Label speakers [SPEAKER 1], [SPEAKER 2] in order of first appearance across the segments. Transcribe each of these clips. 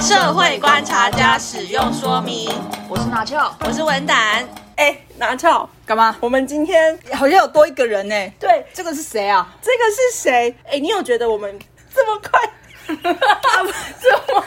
[SPEAKER 1] 社会观察家使用说明。
[SPEAKER 2] 我是拿翘，
[SPEAKER 1] 我是文胆，
[SPEAKER 3] 哎，拿翘，
[SPEAKER 2] 干嘛？
[SPEAKER 3] 我们今天
[SPEAKER 2] 好像有多一个人呢、
[SPEAKER 3] 对
[SPEAKER 2] 这个是谁啊？
[SPEAKER 3] 这个是谁？哎，你有觉得我们这么快？ 这么？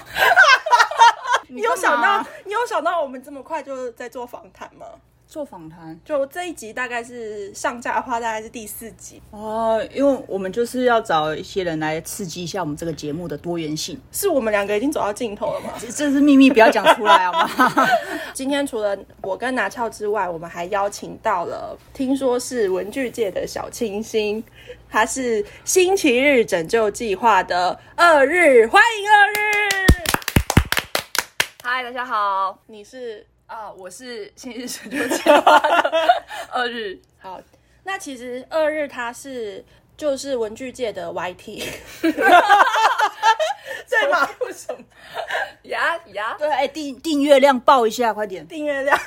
[SPEAKER 3] 你有想
[SPEAKER 2] 干
[SPEAKER 3] 到
[SPEAKER 2] 嘛
[SPEAKER 3] 你有想到我们这么快就在做访谈吗？
[SPEAKER 2] 做访谈
[SPEAKER 3] 就这一集大概是上架的话，大概是第四集，
[SPEAKER 2] 哦，因为我们就是要找一些人来刺激一下我们这个节目的多元性。
[SPEAKER 3] 是我们两个已经走到尽头了吗？
[SPEAKER 2] 这这是秘密，不要讲出来好 吗？
[SPEAKER 3] 今天除了我跟拿翘之外，我们还邀请到了，听说是文具界的小清新，他是星期日拯救计划的二日，欢迎二日。
[SPEAKER 4] 嗨，大家好
[SPEAKER 3] 你是
[SPEAKER 4] 啊我是新日拯救计划的二日，
[SPEAKER 3] 好，那其实二日他是就是文具界的 YT，对吗？为什么
[SPEAKER 4] 呀呀，
[SPEAKER 2] 对，哎，订订阅量爆一下，快点！
[SPEAKER 3] 订阅量？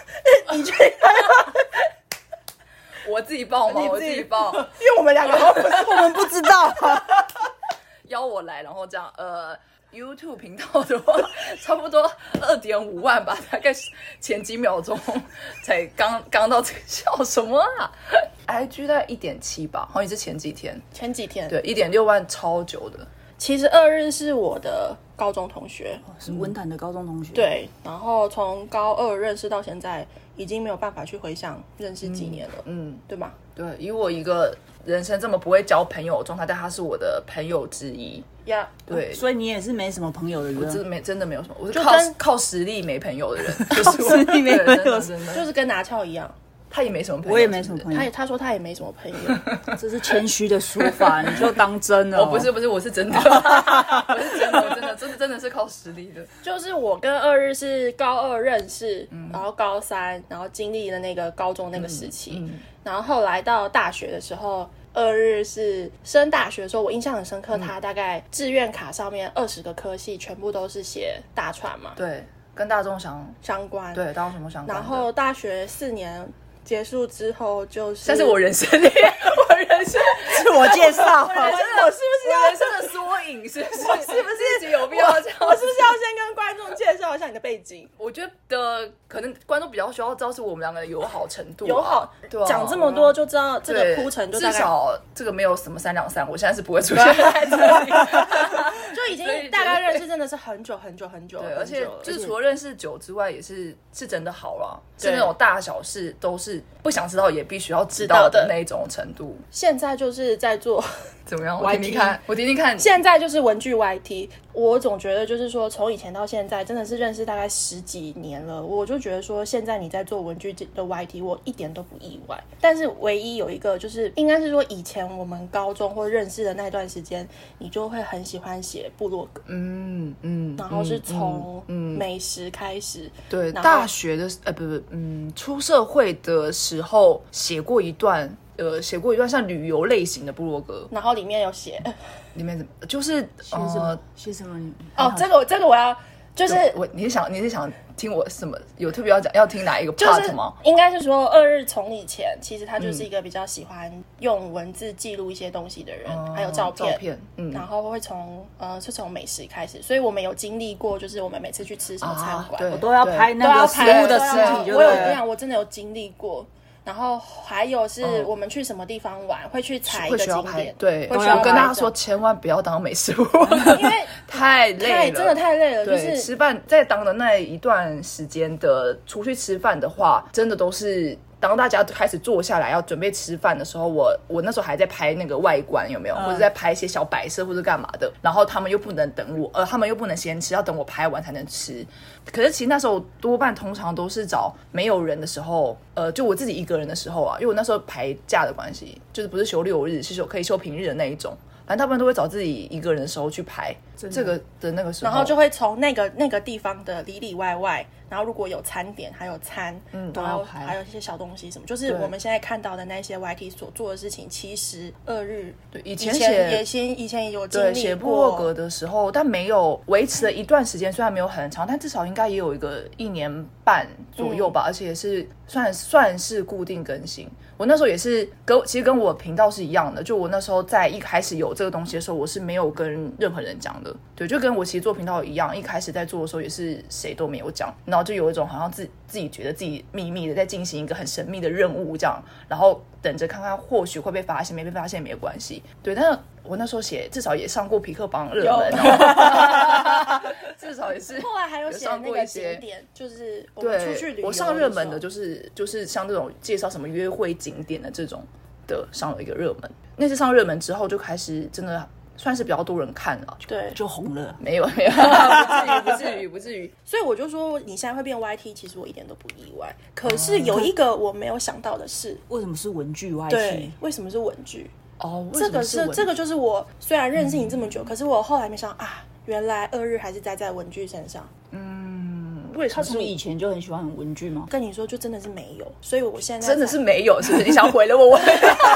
[SPEAKER 3] 你觉得？
[SPEAKER 4] 我自己报吗？
[SPEAKER 3] 你
[SPEAKER 4] 我
[SPEAKER 3] 自
[SPEAKER 4] 自
[SPEAKER 3] 己
[SPEAKER 4] 己报，
[SPEAKER 3] 因为我们两个都不是
[SPEAKER 2] 我们不知道啊，
[SPEAKER 4] 邀我来，然后这样，呃，YouTube 频道的话，差不多二点五万吧， 大概是前几秒钟才刚 刚到这个笑什么啊？IG 大概一点七吧，好像也是前几天，
[SPEAKER 3] 前几天。
[SPEAKER 4] 对，一点六万超久的，
[SPEAKER 3] 其实二日是我的高中同学，
[SPEAKER 2] 是文坛的高中同学。，
[SPEAKER 3] 对，然后从高二认识到现在，已经没有办法去回想认识几年了，
[SPEAKER 4] 嗯，
[SPEAKER 3] 对吗？
[SPEAKER 4] 对，以我一个人生这么不会交朋友的状态，但他是我的朋友之一，
[SPEAKER 3] 呀、
[SPEAKER 4] 对，
[SPEAKER 2] 所以你也是没什么朋友的
[SPEAKER 4] 我真
[SPEAKER 2] 人。
[SPEAKER 4] 的没真的没有什么，我是
[SPEAKER 3] 就
[SPEAKER 4] 靠
[SPEAKER 3] 跟
[SPEAKER 4] 靠实力没朋友的 人，就是我
[SPEAKER 2] 靠实力没朋友
[SPEAKER 4] 对真的真的
[SPEAKER 3] 就是跟拿翘一样，
[SPEAKER 4] 他也没什么朋友，
[SPEAKER 2] 我也没什么
[SPEAKER 4] 友。
[SPEAKER 2] 朋
[SPEAKER 3] 他
[SPEAKER 2] 友
[SPEAKER 3] 也，他说他也没什么朋友，
[SPEAKER 2] 这是谦虚的说法，你就当真 了。
[SPEAKER 4] 我不是，不是，我是真 的，我是真的，我真的真的真的是靠实力的。
[SPEAKER 3] 就是我跟二日是高二认识，
[SPEAKER 4] 嗯
[SPEAKER 3] 然后高三，然后经历了那个高中那个时期，
[SPEAKER 4] 嗯，
[SPEAKER 3] 然后后来到大学的时候，二日是升大学的时候，我印象很深
[SPEAKER 4] 嗯
[SPEAKER 3] 刻，他大概志愿卡上面二十个科系全部都是写大船嘛
[SPEAKER 4] 对，跟大众相
[SPEAKER 3] 相关，，
[SPEAKER 4] 对大众什么相关的。
[SPEAKER 3] 然后大学四年结束之后就是，
[SPEAKER 4] 但是我人生里，我人生
[SPEAKER 2] 自 我介绍。
[SPEAKER 4] 我是不是我人生的缩影？是不是？我是不是有必要这样？
[SPEAKER 3] 我是不是要先跟观众介绍一下你的背景？
[SPEAKER 4] 我觉得可能观众比较需要知道是我们两个的友好程度啊，
[SPEAKER 3] 友好
[SPEAKER 4] 对啊，
[SPEAKER 3] 讲这么多就知道这
[SPEAKER 4] 对
[SPEAKER 3] 个铺陈就
[SPEAKER 4] 至
[SPEAKER 3] 大概
[SPEAKER 4] 少这个没有什么三两三，我现在是不会出现在这 里。
[SPEAKER 3] 就已经
[SPEAKER 4] 所以
[SPEAKER 3] 大概
[SPEAKER 4] 觉得
[SPEAKER 3] 认识，真的是很久很久很久，
[SPEAKER 4] 对，
[SPEAKER 3] 很
[SPEAKER 4] 而且
[SPEAKER 3] 久了
[SPEAKER 4] 就是除了认识久之外，也是是真的好了，
[SPEAKER 3] 对
[SPEAKER 4] 是那种大小事都是不想知道也必须要知
[SPEAKER 3] 道
[SPEAKER 4] 道
[SPEAKER 3] 的
[SPEAKER 4] 的那种程度。
[SPEAKER 3] 现在就是在做，
[SPEAKER 4] 怎么样？
[SPEAKER 3] YT。
[SPEAKER 4] 我听听看，我听听看
[SPEAKER 3] 现在就是文具 YT。我总觉得就是说，从以前到现在，真的是认识大概十几年了。我就觉得说，现在你在做文具的 YT，我一点都不意外。但是唯一有一个，就是应该是说，以前我们高中或认识的那段时间，你就会很喜欢写部落格，
[SPEAKER 4] 嗯嗯，
[SPEAKER 3] 然后是
[SPEAKER 4] 嗯
[SPEAKER 3] 从
[SPEAKER 4] 嗯嗯
[SPEAKER 3] 美食开始，
[SPEAKER 4] 对
[SPEAKER 3] 然后
[SPEAKER 4] 大学的呃不不嗯出社会的时候写过一段呃写过一段像旅游类型的部落格，
[SPEAKER 3] 然后里面有 写
[SPEAKER 4] 里面怎么就是
[SPEAKER 2] 写什
[SPEAKER 4] 呃
[SPEAKER 2] 么？写什么？
[SPEAKER 3] 哦，这个我这个我要。就是
[SPEAKER 4] 我你是想你是想听我什么有特别要讲要听哪一个
[SPEAKER 3] 就是
[SPEAKER 4] part 吗？
[SPEAKER 3] 应该是说，二日从以前，其实他就是
[SPEAKER 4] 嗯
[SPEAKER 3] 一个比较喜欢用文字记录一些东西的人，还有照片。
[SPEAKER 4] 哦照片，嗯，
[SPEAKER 3] 然后会从呃，是从美食开始，所以我们有经历过，就是我们每次去吃什么餐
[SPEAKER 4] 啊
[SPEAKER 3] 馆，
[SPEAKER 4] 对
[SPEAKER 2] 我都要
[SPEAKER 4] 对
[SPEAKER 2] 拍
[SPEAKER 3] 都
[SPEAKER 2] 那
[SPEAKER 3] 要
[SPEAKER 2] 个食
[SPEAKER 3] 拍
[SPEAKER 2] 物
[SPEAKER 3] 都
[SPEAKER 2] 的
[SPEAKER 3] 要
[SPEAKER 2] 尸
[SPEAKER 3] 拍
[SPEAKER 2] 体，就
[SPEAKER 3] 啊我
[SPEAKER 2] 对
[SPEAKER 3] 有
[SPEAKER 2] 了
[SPEAKER 3] 这样，我真的有经历过。然后还有是我们去什么地方玩，会去踩一
[SPEAKER 4] 嗯会
[SPEAKER 3] 个
[SPEAKER 4] 需要
[SPEAKER 3] 景
[SPEAKER 4] 拍
[SPEAKER 3] 点，，
[SPEAKER 4] 对，
[SPEAKER 3] 会
[SPEAKER 4] 我
[SPEAKER 3] 需要
[SPEAKER 4] 跟
[SPEAKER 3] 拍
[SPEAKER 4] 大家
[SPEAKER 3] 照
[SPEAKER 4] 说，，千万不要当美食部，
[SPEAKER 3] 因为
[SPEAKER 4] 太累
[SPEAKER 3] 太
[SPEAKER 4] 了，
[SPEAKER 3] 真的太累了，就
[SPEAKER 4] 对，
[SPEAKER 3] 是
[SPEAKER 4] 吃饭在当的那一段时间的出去吃饭的话，真的都是当大家开始坐下来要准备吃饭的时候，我我那时候还在拍那个外观有没
[SPEAKER 3] 嗯
[SPEAKER 4] 有，或者在拍一些小摆设或者干嘛的，然后他们又不能等我，呃，他们又不能先吃，要等我拍完才能吃。可是其实那时候多半通常都是找没有人的时候，呃，就我自己一个人的时候啊，因为我那时候排假的关系，就是不是休六日，是休可以休平日的那一种。反正大部分都会找自己一个人的时候去排这个的那个时候，
[SPEAKER 3] 然后就会从那个那个地方的里里外外，然后如果有餐点，还有餐，
[SPEAKER 4] 嗯都
[SPEAKER 3] 然
[SPEAKER 4] 要
[SPEAKER 3] 后
[SPEAKER 4] 拍
[SPEAKER 3] 还有一些小东西什么，就是
[SPEAKER 4] 对
[SPEAKER 3] 我们现在看到的那些 YT 所做的事情，其实二日
[SPEAKER 4] 对，以
[SPEAKER 3] 以
[SPEAKER 4] 前
[SPEAKER 3] 前
[SPEAKER 4] 写
[SPEAKER 3] 也先以前也有经
[SPEAKER 4] 对
[SPEAKER 3] 历
[SPEAKER 4] 写部
[SPEAKER 3] 过
[SPEAKER 4] 落格的时候，但没有维持了一段时间，虽然没有很长，但至少应该也有一个一年半左右吧，而且也是算算是固定更新。我那时候也是跟其实跟我频道是一样的，就我那时候在一开始有这个东西的时候，我是没有跟任何人讲的，对，就跟我其实做频道一样，一开始在做的时候也是谁都没有讲，然后就有一种好像自自己觉得自己秘密的在进行一个很神秘的任务这样，然后等着看看或许会被发现，没被发现也没有关系，对，但是。我那时候写至少也上过皮克榜热门 哦，至少也是
[SPEAKER 3] 后来还有写
[SPEAKER 4] 上
[SPEAKER 3] 那
[SPEAKER 4] 过
[SPEAKER 3] 个
[SPEAKER 4] 一些
[SPEAKER 3] 景点，就是我们出去旅
[SPEAKER 4] 对，
[SPEAKER 3] 游，
[SPEAKER 4] 我上热门的就是就是像这种介绍什么约会景点的这种的上了一个热门。那次上热门之后，就开始真的算是比较多人看了，就
[SPEAKER 3] 对，
[SPEAKER 2] 就红了。
[SPEAKER 4] 没有 没有，不至 于不至于不至于。
[SPEAKER 3] 所以我就说你现在会变 YT，其实我一点都不意外。可
[SPEAKER 4] 哦
[SPEAKER 3] 是有一个我没有想到的是，
[SPEAKER 2] 为什么是文具外
[SPEAKER 3] 对
[SPEAKER 2] 系？，
[SPEAKER 3] 为什么是文具？
[SPEAKER 4] 哦，为
[SPEAKER 3] 这
[SPEAKER 4] 什
[SPEAKER 3] 个
[SPEAKER 4] 么
[SPEAKER 3] 是
[SPEAKER 4] 文
[SPEAKER 3] 这个就是我虽然认识
[SPEAKER 4] 嗯
[SPEAKER 3] 你这么久，可是我后来没想到啊，原来二日还是栽在文具身上。
[SPEAKER 4] 为什
[SPEAKER 2] 他
[SPEAKER 4] 么
[SPEAKER 2] 从
[SPEAKER 4] 是
[SPEAKER 2] 以前就很喜欢很文具吗？
[SPEAKER 3] 跟你说，就真的是没有，所以我现在
[SPEAKER 4] 真的
[SPEAKER 3] 才
[SPEAKER 4] 是没有，是不是？你想毁了我文，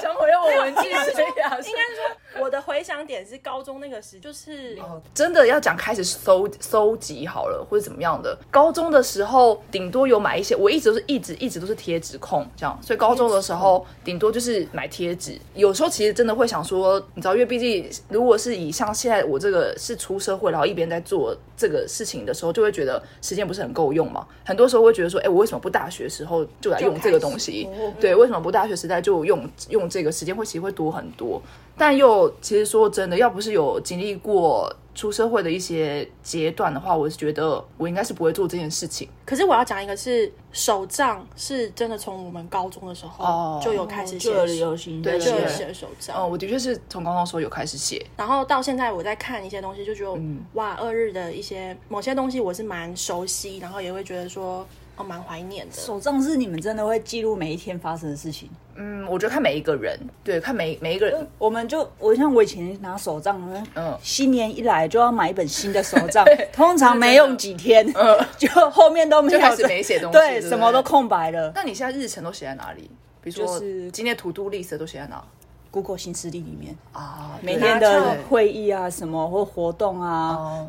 [SPEAKER 4] 想毁了我文 具生涯？
[SPEAKER 3] 应该说我的回想点是高中那个时，就是
[SPEAKER 4] 哦真的要讲开始搜搜集好了，或者怎么样的。高中的时候，顶多有买一些，我一直都是一直一直都是贴纸控这样，所以高中的时候顶多就是买贴纸。有时候其实真的会想说，嗯你知道，因为毕竟如果是以像现在我这个是出社会，然后一边在做这个事情的时候，就会觉得时间不是很够用嘛。很多时候会觉得说，哎，我为什么不大学时候就来用这个东西
[SPEAKER 3] 就开始哦？
[SPEAKER 4] 对，为什么不大学时代就用用这个时间会其实会多很多？但又其实说真的，要不是有经历过出社会的一些阶段的话，我是觉得我应该是不会做这件事情。
[SPEAKER 3] 可是我要讲一个是手账，是真的从我们高中的时候
[SPEAKER 4] 哦
[SPEAKER 3] 就有开始写手，
[SPEAKER 2] 啊就有流行
[SPEAKER 4] 对
[SPEAKER 3] 就
[SPEAKER 2] 就
[SPEAKER 3] 有
[SPEAKER 4] 对
[SPEAKER 3] 写手账。
[SPEAKER 4] 哦，我的确是从高中的时候有开始写，
[SPEAKER 3] 然后到现在我在看一些东西，就觉得、
[SPEAKER 4] 嗯
[SPEAKER 3] 哇，二日的一些某些东西我是蛮熟悉，然后也会觉得说哦蛮怀念的。
[SPEAKER 2] 手账是你们真的会记录每一天发生的事情。
[SPEAKER 4] 嗯，我觉得看每一个人，对，看每每一个人，
[SPEAKER 2] 我们就我像我以前拿手账，
[SPEAKER 4] 嗯
[SPEAKER 2] 嗯，新年一来就要买一本新的手 账，通常没用几天，嗯 就后面都没有
[SPEAKER 4] 就开始没写东西对
[SPEAKER 2] 对，
[SPEAKER 4] 不对
[SPEAKER 2] 什么都空白了。
[SPEAKER 4] 那你现在日程都写在哪里？比如说
[SPEAKER 2] 就是
[SPEAKER 4] 今天 to do list 都写在哪
[SPEAKER 2] Google 新势力里面，
[SPEAKER 4] 啊？
[SPEAKER 2] 每
[SPEAKER 4] 对
[SPEAKER 2] 天
[SPEAKER 3] 拿
[SPEAKER 2] 的
[SPEAKER 3] 照
[SPEAKER 2] 会议啊，什么或活动
[SPEAKER 4] 哦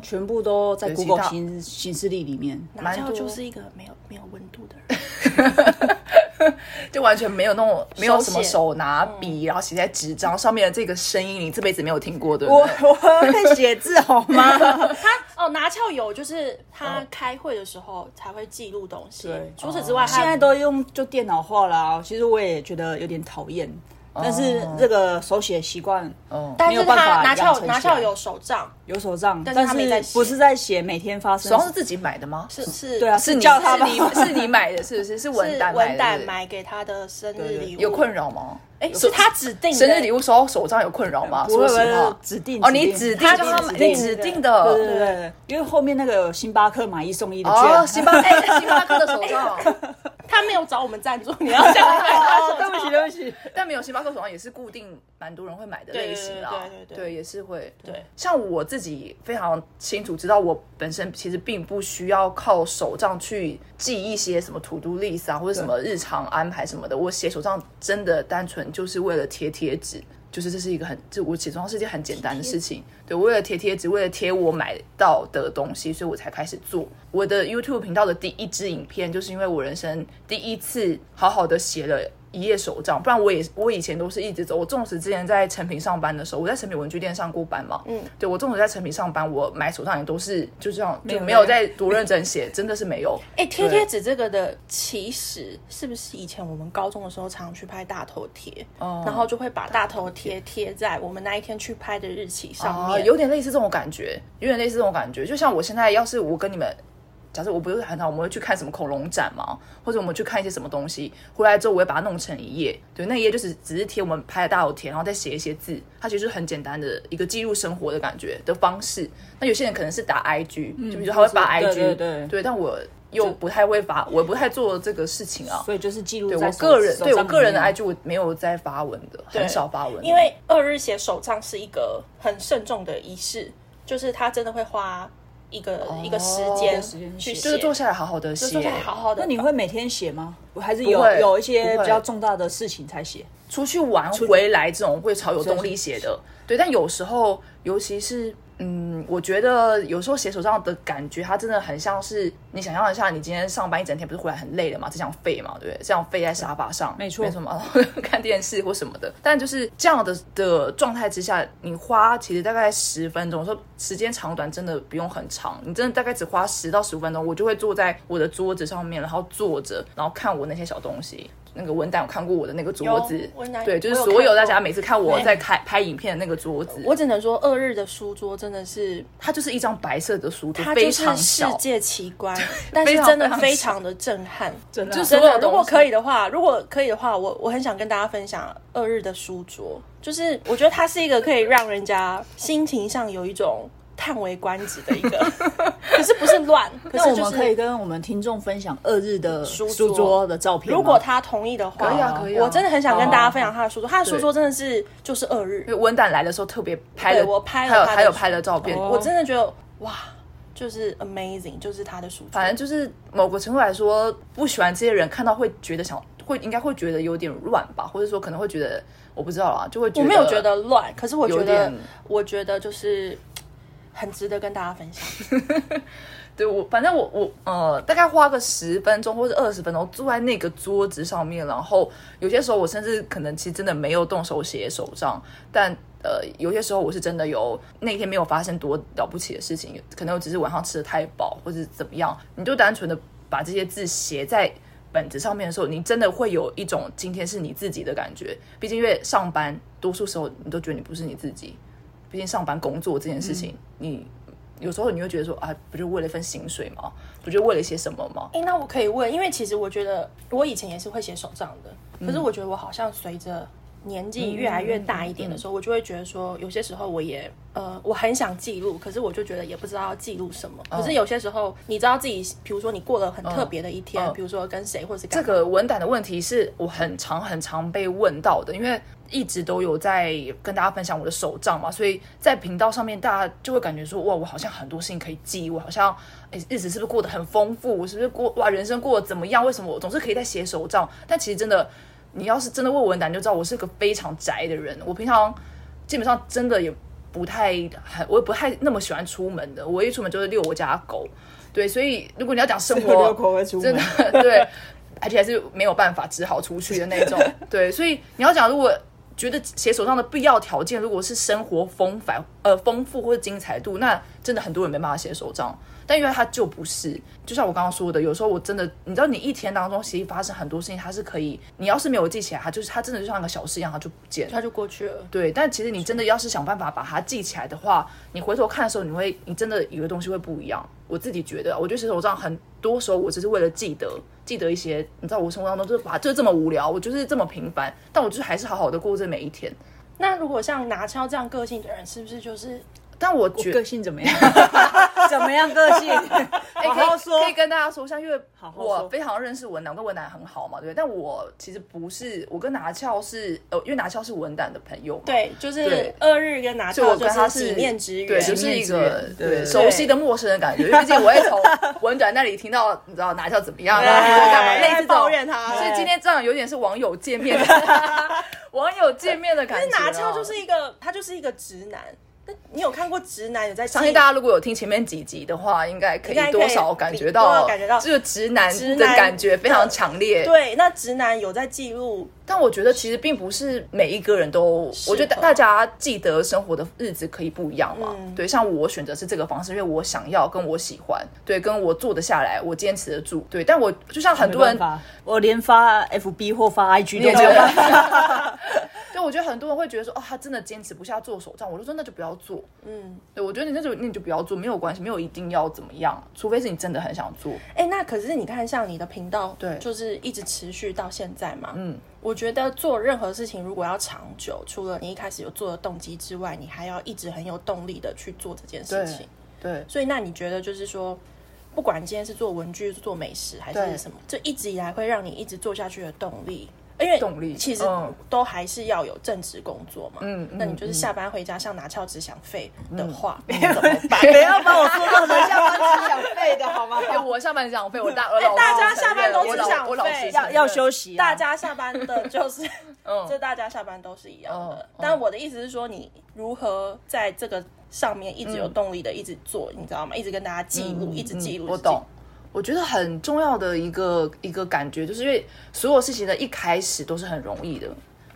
[SPEAKER 2] 啊，全部都在
[SPEAKER 4] 对其
[SPEAKER 2] Google
[SPEAKER 4] 他
[SPEAKER 2] 新新势力里面。
[SPEAKER 3] 拿教
[SPEAKER 4] 蛮多
[SPEAKER 3] 就是一个没有没有温度的人，
[SPEAKER 4] 就完全没有那种没有什
[SPEAKER 3] 手
[SPEAKER 4] 么
[SPEAKER 3] 写嗯
[SPEAKER 4] 手拿笔，然后写在纸张上面的这个声音，你这辈子没有听过，对不
[SPEAKER 2] 我
[SPEAKER 4] 对？
[SPEAKER 2] 我会写字好吗？
[SPEAKER 3] 他哦拿翘有就是他开会的时候才会记录东西
[SPEAKER 2] 对，
[SPEAKER 3] 除此之外
[SPEAKER 2] 现在
[SPEAKER 3] 他
[SPEAKER 2] 都用就电脑化啦、其实我也觉得有点讨厌，但是这个手写习惯
[SPEAKER 4] 哦，
[SPEAKER 3] 但
[SPEAKER 2] 没有
[SPEAKER 3] 是
[SPEAKER 2] 办
[SPEAKER 3] 他
[SPEAKER 2] 法
[SPEAKER 3] 拿
[SPEAKER 2] 养
[SPEAKER 3] 翘
[SPEAKER 2] 成
[SPEAKER 3] 拿
[SPEAKER 2] 起来
[SPEAKER 3] 翘有手账，
[SPEAKER 2] 有手账，
[SPEAKER 3] 但
[SPEAKER 2] 但
[SPEAKER 3] 是他没在写
[SPEAKER 2] 不是在写每天发生
[SPEAKER 4] 手。上是自己买的吗？
[SPEAKER 3] 是是
[SPEAKER 2] 对啊，
[SPEAKER 4] 是你
[SPEAKER 2] 叫他吧。
[SPEAKER 4] 是你是你买的，是不是？是文
[SPEAKER 3] 是
[SPEAKER 4] 旦
[SPEAKER 3] 文
[SPEAKER 4] 买的
[SPEAKER 3] 旦
[SPEAKER 4] 对不对，
[SPEAKER 3] 买给他的生日礼物，
[SPEAKER 4] 有困扰吗？
[SPEAKER 3] 哎是他指定的
[SPEAKER 4] 生日礼物收到手账有困扰吗？
[SPEAKER 2] 不会
[SPEAKER 4] 说实
[SPEAKER 2] 不
[SPEAKER 4] 话
[SPEAKER 2] 会，指定
[SPEAKER 4] 哦，
[SPEAKER 2] 指定
[SPEAKER 4] 你指定
[SPEAKER 2] 他
[SPEAKER 4] 就
[SPEAKER 2] 指
[SPEAKER 4] 他
[SPEAKER 2] 定
[SPEAKER 4] 你指定的
[SPEAKER 2] 对对对对，因为后面那个有星巴克买一送一的
[SPEAKER 4] 哦，
[SPEAKER 2] 券。
[SPEAKER 4] 星巴克星巴克的手账，
[SPEAKER 3] 他没有找我们赞助，你要这 样买他
[SPEAKER 2] 哦，
[SPEAKER 3] 手
[SPEAKER 2] 对不
[SPEAKER 3] 账
[SPEAKER 2] 起，对不起，
[SPEAKER 4] 但没有星巴克手账也是固定蛮多人会买的类型啦，
[SPEAKER 3] 对对对对对
[SPEAKER 4] 也是会。
[SPEAKER 3] 对，
[SPEAKER 4] 像我自己非常清楚知道，我本身其实并不需要靠手账去记一些什么 to do list 啊，或者什么日常安排什么的。我写手账真的单纯就是为了贴贴纸。就是这是一个很，就我写手账是一件很简单的事情。对，我为了贴贴纸，为了贴我买到的东西，所以我才开始做我的 YouTube 频道的第一支影片，就是因为我人生第一次好好的写了一页手账，不然我也我以前都是一直走。我纵使之前在成品上班的时候，我在成品文具店上过班嘛，嗯，对我纵使在成品上班，我买手账也都是就这样，就没有在多认真写， 真的是没有。
[SPEAKER 3] 哎、贴贴纸这个的起始是不是以前我们高中的时候常去拍大头贴，然后就会把大头贴贴在我们那一天去拍的日期上
[SPEAKER 4] 啊，
[SPEAKER 3] 面？
[SPEAKER 4] 有点类似这种感觉，有点类似这种感觉。就像我现在，要是我跟你们，假设我不是很好，我们会去看什么恐龙展嘛，或者我们去看一些什么东西，回来之后我会把它弄成一页，对，那一页就是只是贴我们拍的大头贴，然后再写一些字，它其实就是很简单的一个记录生活的感觉的方式。那有些人可能是打 IG，、就比如说他会发 IG，
[SPEAKER 2] 就是对对对
[SPEAKER 4] 但我又不太会发，我不太做这个事情啊。
[SPEAKER 2] 哦所以就是记录
[SPEAKER 4] 对
[SPEAKER 2] 在
[SPEAKER 4] 我
[SPEAKER 2] 手
[SPEAKER 4] 个人，
[SPEAKER 2] 手
[SPEAKER 4] 对我
[SPEAKER 2] 账
[SPEAKER 4] 个人的
[SPEAKER 2] 里面
[SPEAKER 4] IG 我没有在发文的，
[SPEAKER 3] 对
[SPEAKER 4] 很少发文的，
[SPEAKER 3] 因为二日写手账是一个很慎重的仪式，就是他真的会花一个、一个时间
[SPEAKER 2] 时间
[SPEAKER 3] 去
[SPEAKER 2] 写
[SPEAKER 4] 就是坐下来好好的
[SPEAKER 3] 就坐
[SPEAKER 4] 写
[SPEAKER 3] 下。来好好的。
[SPEAKER 2] 那你会每天写吗？还是
[SPEAKER 4] 不
[SPEAKER 2] 有
[SPEAKER 4] 会
[SPEAKER 2] 有一些
[SPEAKER 4] 不会
[SPEAKER 2] 比较重大的事情才写？
[SPEAKER 4] 出去玩回来这种会超有动力写的，对。但有时候，尤其是嗯，我觉得有时候写手账的感觉，它真的很像是你想象一下，你今天上班一整天，不是回来很累了嘛，只想废嘛，对不对？这样废在沙发上，
[SPEAKER 2] 没错
[SPEAKER 4] 没什么 看电视或什么的。但就是这样的的状态之下，你花其实大概十分钟，说时间长短真的不用很长，你真的大概只花十到十五分钟，我就会坐在我的桌子上面，然后坐着，然后看我那些小东西。那个文档我看过我的那个桌子
[SPEAKER 3] 有文档，
[SPEAKER 4] 对，就是
[SPEAKER 3] 我有
[SPEAKER 4] 所有
[SPEAKER 3] 看
[SPEAKER 4] 大
[SPEAKER 3] 过
[SPEAKER 4] 家每次看我在开拍影片的那个桌子，
[SPEAKER 3] 我只能说，二日的书桌真的是，
[SPEAKER 4] 它就是一张白色的书桌，
[SPEAKER 3] 它
[SPEAKER 4] 非
[SPEAKER 3] 就是
[SPEAKER 4] 常
[SPEAKER 3] 世
[SPEAKER 4] 小，
[SPEAKER 3] 界奇观， 但是
[SPEAKER 4] 非常
[SPEAKER 3] 真的
[SPEAKER 4] 非常
[SPEAKER 3] 非常的震撼。
[SPEAKER 2] 真
[SPEAKER 4] 就是
[SPEAKER 3] 真
[SPEAKER 4] 所有
[SPEAKER 3] 的，
[SPEAKER 4] 东
[SPEAKER 3] 如果
[SPEAKER 4] 西
[SPEAKER 3] 可以的话，如果可以的话，我我很想跟大家分享二日的书桌，就是我觉得它是一个可以让人家心情上有一种叹为观止的一个，可是不是乱，可
[SPEAKER 2] 那
[SPEAKER 3] 是
[SPEAKER 2] 我
[SPEAKER 3] 就
[SPEAKER 2] 们可以
[SPEAKER 3] 是。
[SPEAKER 2] 跟我们听众分享二日的
[SPEAKER 3] 书桌
[SPEAKER 2] 书桌的照片吗。
[SPEAKER 3] 如果他同意的话，
[SPEAKER 4] 可以啊可以啊哦
[SPEAKER 3] 我真的很想跟大家分享他的书桌，他的书
[SPEAKER 4] 对
[SPEAKER 3] 桌真的是就是二日
[SPEAKER 4] 因为，文档来的时候特别拍
[SPEAKER 3] 对
[SPEAKER 4] 了，
[SPEAKER 3] 我拍了
[SPEAKER 4] 还有
[SPEAKER 3] 他的
[SPEAKER 4] 还有拍了照片，
[SPEAKER 2] 哦
[SPEAKER 3] 我真的觉得哇，就是 amazing，就是他的书桌，
[SPEAKER 4] 反正就是某个程度来说，不喜欢这些人看到会觉得想会应该会觉得有点乱吧，或者说可能会觉得我不知道啦，啊就会觉
[SPEAKER 3] 我
[SPEAKER 4] 得
[SPEAKER 3] 没有觉得乱，可是我觉
[SPEAKER 4] 有
[SPEAKER 3] 得
[SPEAKER 4] 点，
[SPEAKER 3] 我觉得就是很值得跟大家分享。
[SPEAKER 4] 对我反正我我呃大概花个十分钟或者二十分钟坐在那个桌子上面，然后有些时候我甚至可能其实真的没有动手写手账，但。呃，有些时候我是真的有那天没有发生多了不起的事情，可能我只是晚上吃的太饱，或者怎么样，你就单纯的把这些字写在本子上面的时候，你真的会有一种今天是你自己的感觉。毕竟因为上班，多数时候你都觉得你不是你自己，毕竟上班工作这件事情，你有时候你会觉得说啊，不就为了一份薪水吗？不就为了一些什么吗？
[SPEAKER 3] 哎、那我可以问，因为其实我觉得我以前也是会写手账的，
[SPEAKER 4] 嗯
[SPEAKER 3] 可是我觉得我好像随着年纪越来越大一点的
[SPEAKER 4] 嗯
[SPEAKER 3] 时候，我就会觉得说，有些时候我也呃，我很想记录，可是我就觉得也不知道要记录什么。可是有些时候，你知道自己，比如说你过了很特别的一天，
[SPEAKER 4] 嗯嗯
[SPEAKER 3] 比如说跟谁或者是干嘛
[SPEAKER 4] 这个文胆的问题是我很常很常被问到的，因为一直都有在跟大家分享我的手账嘛，所以在频道上面大家就会感觉说，哇，我好像很多事情可以记，我好像诶日子是不是过得很丰富，我是不是过哇人生过得怎么样？为什么我总是可以在写手账？但其实真的，你要是真的问文胆，就知道我是个非常宅的人，我平常基本上真的也不太很，我也不太那么喜欢出门的，我一出门就是遛我家狗。对，所以如果你要讲生活，
[SPEAKER 2] 遛狗会出门
[SPEAKER 4] 真的 对，而且还是没有办法，只好出去的那种。对，所以你要讲，如果觉得写手上的必要条件，如果是生活丰繁、呃丰富或者精彩度，那真的很多人没办法写手账。但因为它就不是，就像我刚刚说的，有时候我真的，你知道，你一天当中其实发生很多事情，它是可以，你要是没有记起来，它就是它真的就像个小事一样，它就不见了。
[SPEAKER 3] 它就过去了。
[SPEAKER 4] 对，但其实你真的要是想办法把它记起来的话，你回头看的时候，你会，你真的有的东西会不一样。我自己觉得，我觉得写手账很多时候我只是为了记得，记得一些，你知道我生活当中就是把就是这么无聊，我就是这么平凡，但我就是还是好好的过这每一天。
[SPEAKER 3] 那如果像拿敲这样个性的人，是不是就是
[SPEAKER 4] 但我
[SPEAKER 2] 我
[SPEAKER 4] 觉
[SPEAKER 2] 个性怎么样？ 怎么样个 性？好
[SPEAKER 4] 哎可以
[SPEAKER 2] 好说
[SPEAKER 4] 可以。跟大家说一下，因为
[SPEAKER 2] 好说
[SPEAKER 4] 我非常认识文胆，我跟文胆很好嘛，对不对？但我其实不是，我跟拿翘是呃，因为拿翘是文胆的朋友嘛，
[SPEAKER 3] 对，就是
[SPEAKER 4] 对
[SPEAKER 3] 二日跟拿
[SPEAKER 4] 所以我
[SPEAKER 3] 翘
[SPEAKER 4] 跟
[SPEAKER 3] 就
[SPEAKER 4] 他
[SPEAKER 3] 是几面之缘，
[SPEAKER 4] 对，就是一个
[SPEAKER 2] 对对对
[SPEAKER 4] 熟悉的陌生人的感觉。因为毕竟我也 从文短那里听到，你知道拿翘怎么样啊，
[SPEAKER 3] 对
[SPEAKER 4] 干嘛类似这种
[SPEAKER 3] 哎抱怨他哎
[SPEAKER 4] 所以今天这样有点是网友 见面的，网友见面的感
[SPEAKER 3] 可
[SPEAKER 4] 觉
[SPEAKER 3] 是
[SPEAKER 4] 啊。
[SPEAKER 3] 拿翘就是一个，他就是一个直男。那你有看过直男有在
[SPEAKER 4] 相信大家如果有听前面几集的话，应该可
[SPEAKER 3] 应该可
[SPEAKER 4] 以
[SPEAKER 3] 以
[SPEAKER 4] 多少感觉
[SPEAKER 3] 多
[SPEAKER 4] 到，
[SPEAKER 3] 少感觉到
[SPEAKER 4] 这个直男
[SPEAKER 3] 直
[SPEAKER 4] 的
[SPEAKER 3] 男
[SPEAKER 4] 感觉非常强烈。
[SPEAKER 3] 对，那直男有在记录，
[SPEAKER 4] 但我觉得其实并不是每一个人都，
[SPEAKER 3] 适合
[SPEAKER 4] 我觉得大家记得生活的日子可以不一样嘛。对，像我选择是这个方式，因为我想要跟我喜欢，对，跟我做得下来，我坚持得住。对，但我就像很多人
[SPEAKER 2] 没 办法我连发 FB 或发 IG 都
[SPEAKER 4] 也
[SPEAKER 2] 没
[SPEAKER 4] 觉
[SPEAKER 2] 有
[SPEAKER 4] 得
[SPEAKER 2] 办法。
[SPEAKER 4] 对，我觉得很多人会觉得说，哦，他真的坚持不下做手账，我就说那就不要做。
[SPEAKER 3] 嗯，
[SPEAKER 4] 对，我觉得你那就那你就不要做，没有关系，没有一定要怎么样，除非是你真的很想做。
[SPEAKER 3] 哎、那可是你看，像你的频道，
[SPEAKER 4] 对
[SPEAKER 3] 就是一直持续到现在嘛，
[SPEAKER 4] 嗯，
[SPEAKER 3] 我觉得做任何事情如果要长久，除了你一开始有做的动机之外，你还要一直很有动力的去做这件事情。
[SPEAKER 4] 对，
[SPEAKER 3] 所以那你觉得就是说，不管今天是做文具、做美食还
[SPEAKER 4] 对
[SPEAKER 3] 是什么，这一直以来会让你一直做下去的动力，因为
[SPEAKER 4] 动力
[SPEAKER 3] 其实
[SPEAKER 4] 嗯
[SPEAKER 3] 都还是要有正职工作嘛。
[SPEAKER 4] 嗯
[SPEAKER 3] 嗯
[SPEAKER 4] 嗯，
[SPEAKER 3] 那你就是下班回家像拿翘只想废的 话，你
[SPEAKER 4] 怎
[SPEAKER 3] 怎么办？
[SPEAKER 2] 不要把我说到的下班是想废的好吗？
[SPEAKER 4] 哎，我下班只想废，我 哎大我老
[SPEAKER 3] 大家
[SPEAKER 4] 承认
[SPEAKER 3] 下班都
[SPEAKER 4] 我
[SPEAKER 3] 只
[SPEAKER 4] 老
[SPEAKER 3] 想
[SPEAKER 4] 我老
[SPEAKER 3] 废
[SPEAKER 4] 实
[SPEAKER 2] 要
[SPEAKER 4] 承
[SPEAKER 2] 要
[SPEAKER 4] 认
[SPEAKER 2] 休息啊，
[SPEAKER 3] 大家下班的 就是
[SPEAKER 4] 嗯，
[SPEAKER 3] 这大家下班都是一样
[SPEAKER 4] 嗯
[SPEAKER 3] 的
[SPEAKER 4] 嗯。
[SPEAKER 3] 但我的意思是说，你如何在这个上面一直有动力的一直做，你知道吗？一直跟大家记录，一直记录。
[SPEAKER 4] 嗯我
[SPEAKER 3] 一直记录
[SPEAKER 4] 懂。。我觉得很重要的一个一个感觉，就是因为所有事情的一开始都是很容易的，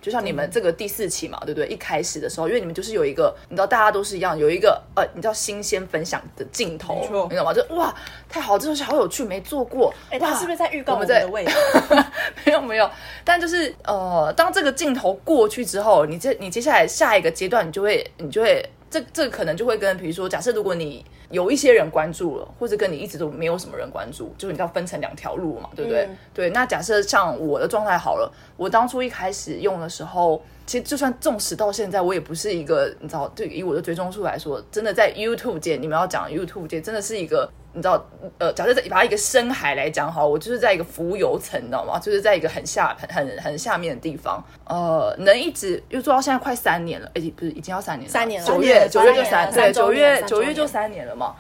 [SPEAKER 4] 就像你们这个第四期嘛，对不对？一开始的时候，因为你们就是有一个，你知道大家都是一样，有一个呃，你知道新鲜分享的镜头，
[SPEAKER 2] 没错
[SPEAKER 4] 你知道吗？就哇，太好，这东西好有趣，没做过。
[SPEAKER 3] 哎，
[SPEAKER 4] 哇
[SPEAKER 3] 他是不是在预告
[SPEAKER 4] 我
[SPEAKER 3] 我
[SPEAKER 4] 们
[SPEAKER 3] 们
[SPEAKER 4] 在
[SPEAKER 3] 的未来？
[SPEAKER 4] 没有没有，但就是呃，当这个镜头过去之后，你这你接下来下一个阶段，你就会你就会这这可能就会跟，比如说，假设如果你有一些人关注了，或者跟你一直都没有什么人关注，就是你要分成两条路嘛，对不对？
[SPEAKER 3] 嗯
[SPEAKER 4] 对，那假设像我的状态好了，我当初一开始用的时候。其实就算纵使到现在，我也不是一个你知道，对以我的追踪数来说，真的在 YouTube 界，你们要讲 YouTube 界，真的是一个你知道，呃，假设把它一个深海来讲好，我就是在一个浮游层，你知道吗？就是在一个很下、很很很下面的地方，呃，能一直又做到现在快三年了，哎、不是已经要三年了，
[SPEAKER 3] 三年了
[SPEAKER 4] 九月九
[SPEAKER 3] 三
[SPEAKER 4] 月
[SPEAKER 3] 年
[SPEAKER 4] 就
[SPEAKER 3] 了三
[SPEAKER 4] 三，对，
[SPEAKER 3] 周
[SPEAKER 4] 九
[SPEAKER 3] 年
[SPEAKER 4] 月
[SPEAKER 3] 三
[SPEAKER 4] 九
[SPEAKER 3] 周
[SPEAKER 4] 月就
[SPEAKER 3] 年
[SPEAKER 4] 三年了嘛。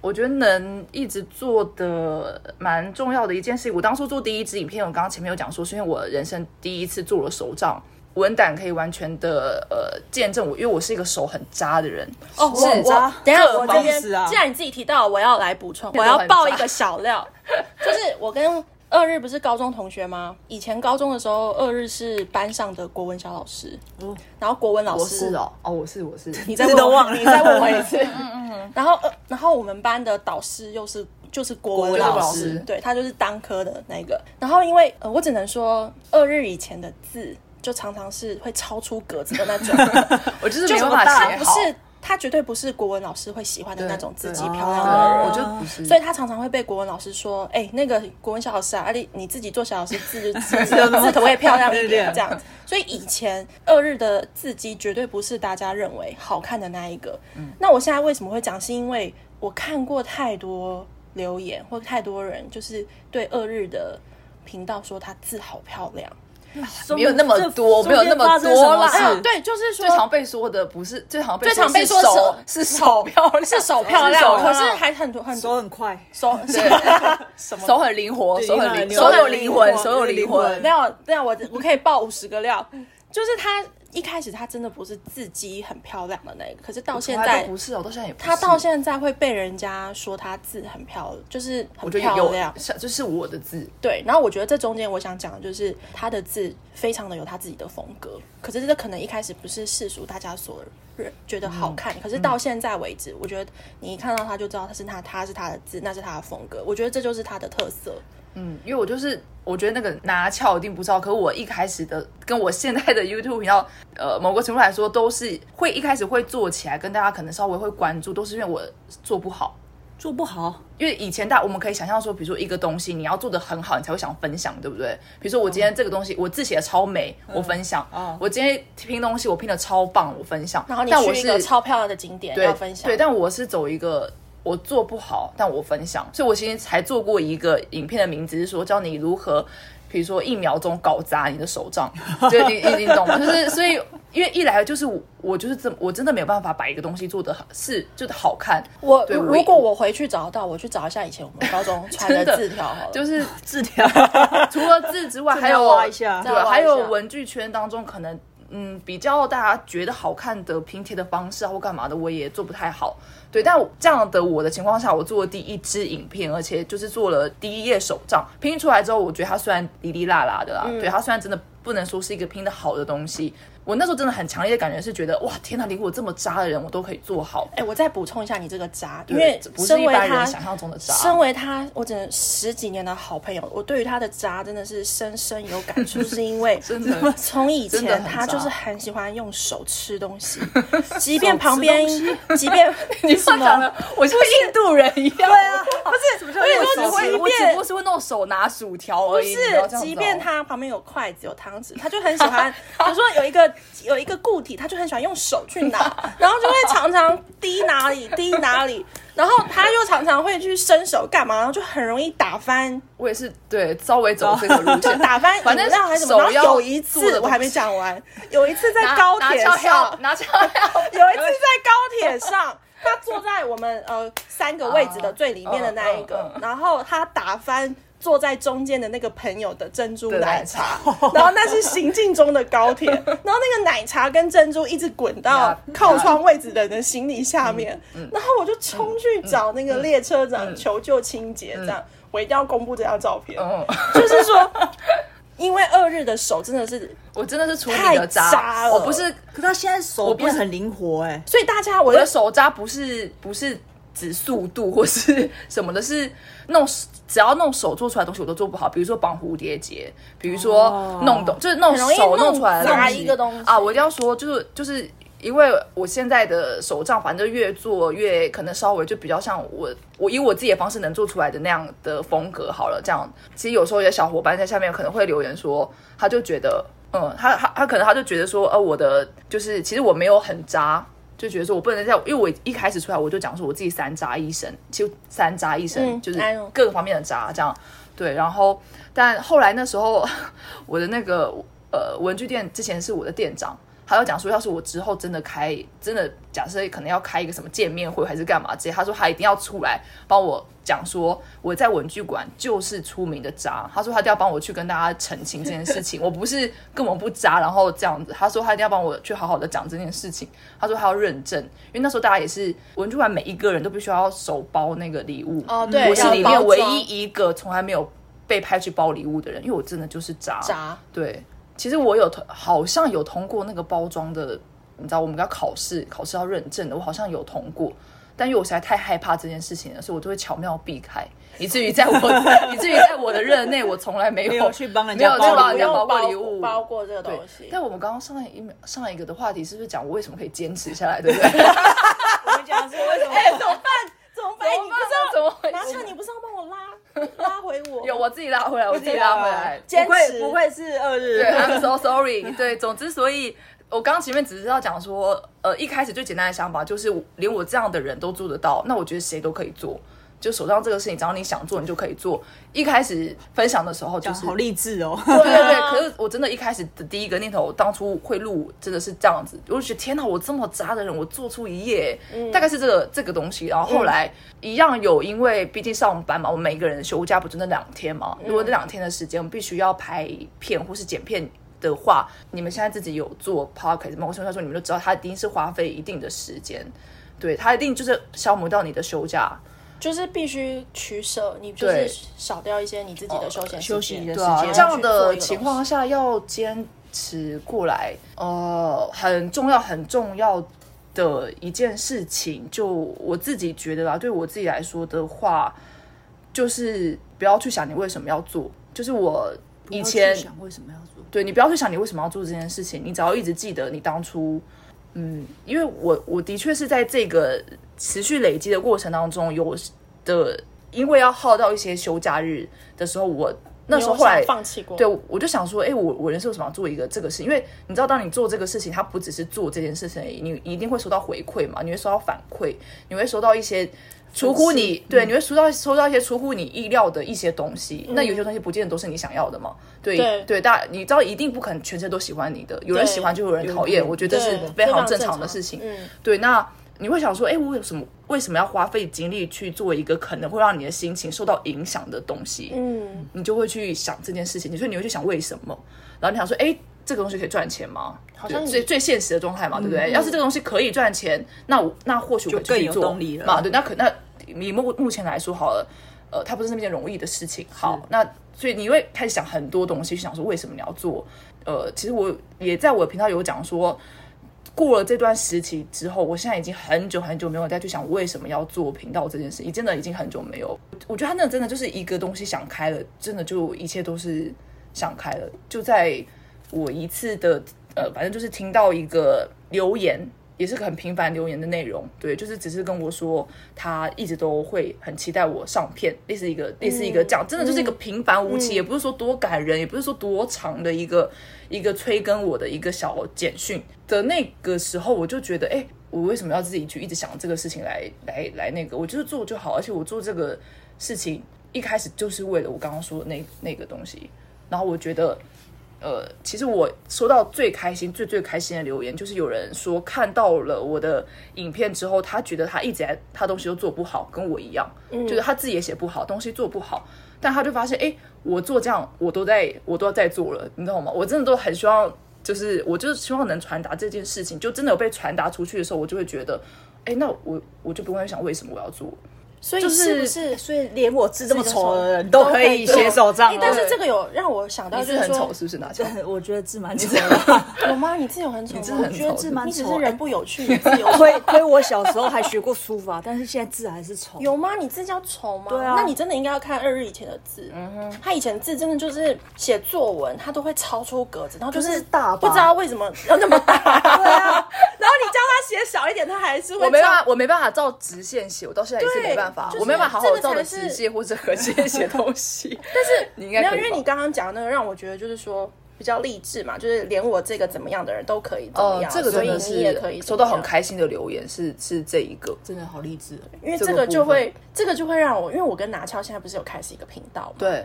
[SPEAKER 4] 我觉得能一直做的蛮重要的一件事情。我当初做第一支影片，我刚刚前面有讲说，是因为我人生第一次做了手杖，文胆可以完全的呃见证我，因为我是一个手很渣的人。
[SPEAKER 3] 哦，我
[SPEAKER 2] 很渣
[SPEAKER 3] 我等一下
[SPEAKER 2] 各
[SPEAKER 3] 我
[SPEAKER 2] 方
[SPEAKER 3] 这边，
[SPEAKER 2] 式啊
[SPEAKER 3] 既然你自己提到，我要来补充， 我要爆一个小 料，就是我跟二日不是高中同学吗？以前高中的时候，二日是班上的国文小老师，然后国文嗯老
[SPEAKER 4] 我
[SPEAKER 3] 师
[SPEAKER 4] 是哦，哦，我是我是，
[SPEAKER 3] 你再
[SPEAKER 2] 字
[SPEAKER 3] 问
[SPEAKER 2] 都
[SPEAKER 3] 我
[SPEAKER 2] 忘了
[SPEAKER 3] 你再问我一
[SPEAKER 4] 嗯
[SPEAKER 3] 次。然后，呃然后我们班的导师又是就是国文
[SPEAKER 2] 国文
[SPEAKER 3] 老
[SPEAKER 4] 老
[SPEAKER 3] 师
[SPEAKER 4] 师，
[SPEAKER 3] 对他就是当科的那个。然后因为呃，我只能说二日以前的字就常常是会超出格子的那 种，
[SPEAKER 4] 我就是
[SPEAKER 3] 就
[SPEAKER 4] 没
[SPEAKER 3] 是
[SPEAKER 4] 有办法
[SPEAKER 3] 他
[SPEAKER 4] 写
[SPEAKER 3] 不
[SPEAKER 4] 好。
[SPEAKER 3] 是他绝对不是国文老师会喜欢的那种字迹漂亮的
[SPEAKER 2] 对
[SPEAKER 3] 人。
[SPEAKER 4] 哦我就不是，
[SPEAKER 3] 所以他常常会被国文老师说：“哎、那个国文小老师啊，啊你你自己做小老师字就字字可不可以漂亮 一点？”这样子。所以以前二日的字迹绝对不是大家认为好看的那一个。
[SPEAKER 4] 嗯
[SPEAKER 3] 那我现在为什么会讲？是因为我看过太多留言，或太多人就是对二日的频道说他字好漂亮。
[SPEAKER 2] 中
[SPEAKER 4] 没有那么
[SPEAKER 2] 这
[SPEAKER 4] 多
[SPEAKER 2] 中
[SPEAKER 4] 没有
[SPEAKER 2] 间
[SPEAKER 4] 那么
[SPEAKER 2] 发生
[SPEAKER 4] 多
[SPEAKER 2] 什么
[SPEAKER 4] 啦
[SPEAKER 2] 事
[SPEAKER 4] 哎呦
[SPEAKER 3] 对，就是说
[SPEAKER 4] 最常被说的不是最常被
[SPEAKER 3] 最常被
[SPEAKER 4] 说
[SPEAKER 3] 说
[SPEAKER 4] 手
[SPEAKER 3] 是
[SPEAKER 4] 手漂亮，
[SPEAKER 3] 是手漂
[SPEAKER 4] 是手
[SPEAKER 3] 亮，
[SPEAKER 4] 漂
[SPEAKER 3] 可
[SPEAKER 4] 亮
[SPEAKER 3] 是 还很多很
[SPEAKER 2] 手
[SPEAKER 3] 多
[SPEAKER 2] 很快，
[SPEAKER 3] 手手
[SPEAKER 4] 对，手很灵活，手很灵，
[SPEAKER 2] 对
[SPEAKER 4] 手有灵
[SPEAKER 2] 手很灵
[SPEAKER 4] 魂，
[SPEAKER 2] 活
[SPEAKER 4] 手有灵魂。
[SPEAKER 3] 料料我我可以爆五十个料，就是他一开始他真的不是字迹很漂亮的那个，可是到现
[SPEAKER 4] 从来
[SPEAKER 3] 在
[SPEAKER 4] 都不是哦，到现在也不是。
[SPEAKER 3] 他到现在会被人家说他字很漂亮，就是
[SPEAKER 4] 我
[SPEAKER 3] 很
[SPEAKER 4] 觉得有
[SPEAKER 3] 漂亮，。
[SPEAKER 4] 像就是我的字，
[SPEAKER 3] 对，然后我觉得这中间我想讲的就是他的字非常的有他自己的风格，可是这可能一开始不是世俗大家所认觉得
[SPEAKER 4] 嗯
[SPEAKER 3] 好看，可是到现在为止，我觉得你一看到他就知道他是他他是他的字，那是他的风格，我觉得这就是他的特色。
[SPEAKER 4] 嗯，因为我就是我觉得那个拿翘一定不知道，可我一开始的跟我现在的 YouTube 频道，呃，某个程度来说都是会一开始会做起来，跟大家可能稍微会关注，都是因为我做不好。
[SPEAKER 2] 做不好，
[SPEAKER 4] 因为以前大我们可以想象说，比如说一个东西你要做的很好，你才会想分享，对不对？比如说我
[SPEAKER 3] 嗯
[SPEAKER 4] 今天这个东西我字写的超美，我分享；
[SPEAKER 2] 哦
[SPEAKER 4] 我今天拼东西我拼的超棒，我分享。
[SPEAKER 3] 然后你
[SPEAKER 4] 但我
[SPEAKER 3] 去一个
[SPEAKER 4] 是
[SPEAKER 3] 超漂亮的景点
[SPEAKER 4] 对
[SPEAKER 3] 要分享，
[SPEAKER 4] 对，但我是走一个我做不好，但我分享，所以我其实才做过一个影片的名字是说教你如何。比如说一秒钟搞砸你的手杖，对，你你你懂吗？就是所以，因为一来就是我我就是这我真的没有办法把一个东西做的是就是好看，
[SPEAKER 3] 我
[SPEAKER 4] 对
[SPEAKER 3] 如果我回去找到，我去找一下以前我们高 中传
[SPEAKER 4] 真的
[SPEAKER 3] 字条好了。
[SPEAKER 4] 就是
[SPEAKER 2] 字 条
[SPEAKER 4] 除了字之外，还有
[SPEAKER 2] 挖一下
[SPEAKER 4] 对，
[SPEAKER 3] 再挖一
[SPEAKER 4] 还有
[SPEAKER 3] 下
[SPEAKER 4] 文具圈当中可能嗯比较大家觉得好看的拼贴的方式啊或干嘛的，我也做不太好。对，但我这样的我的情况下，我做了第一支影片，而且就是做了第一页手账，拼出来之后，我觉得它虽然哩哩啦啦的啦，对它虽然真的不能说是一个拼的好的东西，我那时候真的很强烈的感觉是觉得哇天哪，连我这么渣的人我都可以做好，
[SPEAKER 3] 哎、我再补充一下你这个渣，
[SPEAKER 4] 对
[SPEAKER 3] 因为
[SPEAKER 4] 这不是
[SPEAKER 3] 身
[SPEAKER 4] 一
[SPEAKER 3] 为
[SPEAKER 4] 般
[SPEAKER 3] 他
[SPEAKER 4] 人想象中的渣。
[SPEAKER 3] 身为他，我整十几年的好朋友，我对于他的渣真的是深深有感触，是因为
[SPEAKER 4] 真的
[SPEAKER 3] 从以
[SPEAKER 4] 真的
[SPEAKER 3] 前
[SPEAKER 4] 很
[SPEAKER 3] 他
[SPEAKER 4] 渣
[SPEAKER 3] 就是很喜欢用手吃东 西，即便旁边，即便
[SPEAKER 4] 你话讲的，我像印度人一样。对啊，不是，我
[SPEAKER 3] 我
[SPEAKER 4] 也
[SPEAKER 3] 也说
[SPEAKER 4] 只
[SPEAKER 3] 即便
[SPEAKER 4] 会，我只不过是会弄手拿薯条而
[SPEAKER 3] 不
[SPEAKER 4] 已。
[SPEAKER 3] 是
[SPEAKER 4] 你要这样，子哦
[SPEAKER 3] 即便他旁边有筷子有汤样子，他就很喜 欢，比如说有一个有一个固体，他就很喜欢用手去 拿，然后就会常常滴哪里滴哪里，然后他又常常会去伸手干嘛，然后就很容易打翻，
[SPEAKER 4] 我也是对稍微走这个路
[SPEAKER 3] 就
[SPEAKER 4] 线，
[SPEAKER 3] 打翻
[SPEAKER 4] 反正
[SPEAKER 3] 饮料还是什
[SPEAKER 4] 手
[SPEAKER 3] 么。然
[SPEAKER 4] 要
[SPEAKER 3] 后有一
[SPEAKER 4] 做
[SPEAKER 3] 次
[SPEAKER 4] 的
[SPEAKER 3] 我还没讲完，有一次在
[SPEAKER 4] 拿
[SPEAKER 3] 高铁上
[SPEAKER 4] 拿 翘，，拿翘腰，
[SPEAKER 3] 有一次在高铁上，他坐在我们呃三个位置的最里面的那一
[SPEAKER 4] 嗯
[SPEAKER 3] 个
[SPEAKER 4] 嗯嗯，
[SPEAKER 3] 然后他打翻。坐在中间的那个朋友的珍珠
[SPEAKER 4] 的奶
[SPEAKER 3] 奶 茶，然后那是行进中的高 铁，然后那个奶茶跟珍珠一直滚到
[SPEAKER 4] 呀 嗯
[SPEAKER 3] 靠窗位置的人的行李下面，然后我就冲去找那个列车长求救清洁，这样我一定要公布这张照片，
[SPEAKER 4] 嗯，
[SPEAKER 3] 就是说，因为二日的手真的是
[SPEAKER 4] 我真的是处理
[SPEAKER 3] 太
[SPEAKER 4] 的
[SPEAKER 3] 渣了
[SPEAKER 4] 我不是
[SPEAKER 2] 可是他现在手
[SPEAKER 4] 我不
[SPEAKER 2] 变
[SPEAKER 4] 是
[SPEAKER 2] 很灵活哎、
[SPEAKER 3] 所以大家我
[SPEAKER 4] 我
[SPEAKER 3] 就
[SPEAKER 4] 的手扎不是不是指速度或是 什么的，是弄只要弄手做出来的东西我都做不好，比如说绑蝴蝶结，比如说弄懂、就是弄
[SPEAKER 3] 哦很容易
[SPEAKER 4] 手弄
[SPEAKER 3] 弄
[SPEAKER 4] 出来的
[SPEAKER 3] 砸
[SPEAKER 4] 东西
[SPEAKER 3] 一个东西
[SPEAKER 4] 啊，我一定要说就是就是。因为我现在的手账，反正越做越可能稍微就比较像我我以我自己的方式能做出来的那样的风格好了。这样，其实有时候有些小伙伴在下面可能会留言说，他就觉得，嗯，他他他可能他就觉得说，呃，我的就是其实我没有很渣，就觉得说我不能在，因为我一开始出来我就讲说我自己三渣医生，就三渣医生、
[SPEAKER 3] 嗯
[SPEAKER 4] 就是
[SPEAKER 3] 哎呦
[SPEAKER 4] 各个方面的渣这样。对，然后但后来那时候我的那个呃文具店之前是我的店长，他就讲说，要是我之后真的开，真的假设可能要开一个什么见面会还是干嘛之类，他说他一定要出来帮我讲说我在文具馆就是出名的渣，他说他一定要帮我去跟大家澄清这件事情，我不是根本不渣，然后这样子，他说他一定要帮我去好好的讲这件事情，他说他要认证，因为那时候大家也是文具馆每一个人都必须要手包那个礼物，
[SPEAKER 3] 哦对
[SPEAKER 4] 我是
[SPEAKER 3] 要
[SPEAKER 4] 里
[SPEAKER 3] 包
[SPEAKER 4] 面
[SPEAKER 3] 装
[SPEAKER 4] 唯一一个从来没有被派去包礼物的人，因为我真的就是渣，
[SPEAKER 3] 砸。
[SPEAKER 4] 对，其实我有通，好像有通过那个包装的，你知道我们要考试，考试要认证的，我好像有通过。但因为我实在太害怕这件事情了，所以我就会巧妙避开，以至于在我，以至于在我的任内，我从来没有
[SPEAKER 2] 没有去帮人
[SPEAKER 4] 没有
[SPEAKER 2] 家
[SPEAKER 4] 去
[SPEAKER 2] 包
[SPEAKER 4] 帮人
[SPEAKER 2] 礼
[SPEAKER 4] 家
[SPEAKER 2] 物
[SPEAKER 4] 包过
[SPEAKER 3] 包
[SPEAKER 4] 礼物，
[SPEAKER 3] 包过这个东
[SPEAKER 4] 对
[SPEAKER 3] 西。
[SPEAKER 4] 但我们刚刚上一秒上一个的话题是不是讲我为什么可以坚持下来，对不对？怎么
[SPEAKER 2] 我们讲 是为什么？
[SPEAKER 3] 哎怎么办？你不
[SPEAKER 4] 办
[SPEAKER 3] 是
[SPEAKER 4] 呢怎么回
[SPEAKER 3] 要拿
[SPEAKER 4] 事
[SPEAKER 3] 下，你不是要帮我拉拉回我？
[SPEAKER 4] 有我自己拉回来，我自己
[SPEAKER 2] 啊
[SPEAKER 4] 拉回来，
[SPEAKER 3] 坚
[SPEAKER 2] 不愧
[SPEAKER 3] 持
[SPEAKER 2] 不愧是二日
[SPEAKER 4] 对。，I'm so sorry。对，总之，所以我刚前面只是要讲说，呃，一开始最简单的想法就是，连我这样的人都做得到，那我觉得谁都可以做。就手上这个事情，只要你想做，你就可以做。一开始分享的时候，就
[SPEAKER 2] 讲
[SPEAKER 4] 是
[SPEAKER 2] 好励志哦！
[SPEAKER 4] 对对对，可是我真的一开始的第一个念头，我当初会录真的是这样子，我就觉得天哪，我这么渣的人，我做出一页，大概是这个这个东西。然后后来、一样有，因为毕竟上班嘛，我们每个人休假不就那两天嘛，如果那两天的时间我们必须要拍片或是剪片。的话，你们现在自己有做 p o c k e t 吗？我想说，你们就知道它一定是花费一定的时间，对，它一定就是消磨到你的休假，
[SPEAKER 3] 就是必须取舍，你就
[SPEAKER 4] 对
[SPEAKER 3] 是少掉一些你自己的休闲时间
[SPEAKER 2] 哦休息的时
[SPEAKER 4] 对啊，
[SPEAKER 2] 间
[SPEAKER 4] 这样的情况下要坚持过来，呃，很重要很重要的一件事情，就我自己觉得啦，对我自己来说的话，就是不要去想你为什么要做，就是我以前
[SPEAKER 2] 不要去想为什么要做？
[SPEAKER 4] 对你不要去想你为什么要做这件事情，你只要一直记得你当初，嗯，因为我我的确是在这个持续累积的过程当中有的，因为要耗到一些休假日的时候，我那
[SPEAKER 3] 那
[SPEAKER 4] 时候后来
[SPEAKER 3] 放弃过，
[SPEAKER 4] 对，我就想说，哎、我我人生为什么要做一个这个事？因为你知道，当你做这个事情，它不只是做这件事情而已，你一定会收到回馈嘛，你会收到反馈，你会收到一些出乎你对，
[SPEAKER 3] 嗯
[SPEAKER 4] 你会收到收到一些出乎你意料的一些东西。那有些东西不见得都是你想要的嘛，对
[SPEAKER 3] 对
[SPEAKER 4] 对，大你知道一定不可能全世界都喜欢你的，有人
[SPEAKER 3] 对
[SPEAKER 4] 喜欢就有人
[SPEAKER 2] 有
[SPEAKER 4] 讨
[SPEAKER 2] 人讨
[SPEAKER 4] 厌，
[SPEAKER 2] 厌
[SPEAKER 4] 我觉得这是
[SPEAKER 3] 对非
[SPEAKER 4] 非常
[SPEAKER 3] 常
[SPEAKER 4] 正
[SPEAKER 3] 正
[SPEAKER 4] 常的
[SPEAKER 3] 常
[SPEAKER 4] 事情。
[SPEAKER 3] 嗯
[SPEAKER 4] 对，那你会想说，哎、我有什么为什么要花费精力去做一个可能会让你的心情受到影响的东西？
[SPEAKER 3] 嗯，
[SPEAKER 4] 你就会去想这件事情，所以你会去想为什么，然后你想说，哎，这个东西可以赚钱吗？好
[SPEAKER 3] 像也
[SPEAKER 4] 最最现实的状态嘛，对不对？要是这个东西可以赚钱，那我那或许我
[SPEAKER 2] 就
[SPEAKER 4] 会
[SPEAKER 2] 更
[SPEAKER 4] 继续
[SPEAKER 2] 有
[SPEAKER 4] 做
[SPEAKER 2] 动力了
[SPEAKER 4] 嘛，对，那可那以目目前来说好了，呃，它不是那么件容易的事情。好，那所以你会开始想很多东西，去想说为什么你要做？呃，其实我也在我的频道有讲说。过了这段时期之后，我现在已经很久很久没有再去想为什么要做频道这件事，情，真的已经很久没有。我觉得他那个真的就是一个东西想开了，真的就一切都是想开了。就在我一次的呃，反正就是听到一个留言，也是个很频繁留言的内容，对，就是只是跟我说他一直都会很期待我上片，类似一个类似一个这样，真的就是一个平凡无奇，也不是说多感人，也不是说多长的一个一个催更我的一个小简讯的那个时候，我就觉得，哎、我为什么要自己去一直想这个事情来来来那个？我就是做就好，而且我做这个事情一开始就是为了我刚刚说的那那个东西，然后我觉得呃，其实我收到最开心、最最开心的留言，就是有人说看到了我的影片之后，他觉得他一直在他东西都做不好，跟我一样，
[SPEAKER 3] 嗯
[SPEAKER 4] 就是他自己也写不好，东西做不好，但他就发现，哎，我做这样，我都在，我都在做了，你知道吗？我真的都很希望，就是我就是希望能传达这件事情，就真的有被传达出去的时候，我就会觉得，哎，那我我就不会想为什么我要做，
[SPEAKER 3] 所以
[SPEAKER 4] 就是
[SPEAKER 3] 不
[SPEAKER 4] 是
[SPEAKER 3] 是？
[SPEAKER 2] 所以连我字这么丑的人都可以写手账
[SPEAKER 3] 哎
[SPEAKER 2] 了。
[SPEAKER 3] 但是这个有让我想到，
[SPEAKER 4] 你
[SPEAKER 3] 就是是
[SPEAKER 4] 很丑
[SPEAKER 3] 说，
[SPEAKER 4] 是不是？拿翘，
[SPEAKER 2] 我觉得字蛮丑的，
[SPEAKER 3] 有吗？你自己有很丑吗？
[SPEAKER 4] 真的很
[SPEAKER 2] 我觉得
[SPEAKER 4] 丑
[SPEAKER 2] 字蛮
[SPEAKER 3] 你只
[SPEAKER 2] 丑
[SPEAKER 3] 是
[SPEAKER 2] 的。
[SPEAKER 3] 人不有趣，你自己有丑
[SPEAKER 2] 亏亏我小时候还学过书法，但是现在字还是丑。
[SPEAKER 3] 有吗？你字叫丑吗？
[SPEAKER 2] 对啊
[SPEAKER 3] 那你真的应该要看二日以前的字。
[SPEAKER 4] 嗯
[SPEAKER 3] 他以前字真的就是写作文，他都会超出格子，然后就
[SPEAKER 2] 可
[SPEAKER 3] 是
[SPEAKER 2] 是大吧
[SPEAKER 3] 不知道为什么要那么 大。对啊， 然后你叫他写小一点，他还是会
[SPEAKER 4] 我没
[SPEAKER 3] 照
[SPEAKER 4] 办法，我没办法照直线写，我到现在也是
[SPEAKER 3] 对
[SPEAKER 4] 没办法，
[SPEAKER 3] 就是
[SPEAKER 4] 我没办法好好照着
[SPEAKER 3] 这个才
[SPEAKER 4] 直
[SPEAKER 3] 是
[SPEAKER 4] 线或者横线写东 西。但是你应该
[SPEAKER 3] 没有，
[SPEAKER 4] 可以
[SPEAKER 3] 因为
[SPEAKER 4] 吧
[SPEAKER 3] 你刚刚讲的那个让我觉得就是说比较励志嘛，就是连我这个怎么样的人都可以怎么
[SPEAKER 4] 哦
[SPEAKER 3] 样，，
[SPEAKER 4] 这个
[SPEAKER 3] 啊所
[SPEAKER 4] 真
[SPEAKER 3] 以
[SPEAKER 4] 的
[SPEAKER 3] 你也可以
[SPEAKER 4] 是收到很，开心的留言，是是这一个，
[SPEAKER 2] 真的好励志。
[SPEAKER 3] 因为
[SPEAKER 4] 这
[SPEAKER 3] 这
[SPEAKER 4] 个
[SPEAKER 3] 个就
[SPEAKER 4] 部分
[SPEAKER 3] 会这个就会让我，因为我跟拿翘现在不是有开始一个频道嘛，
[SPEAKER 4] 对，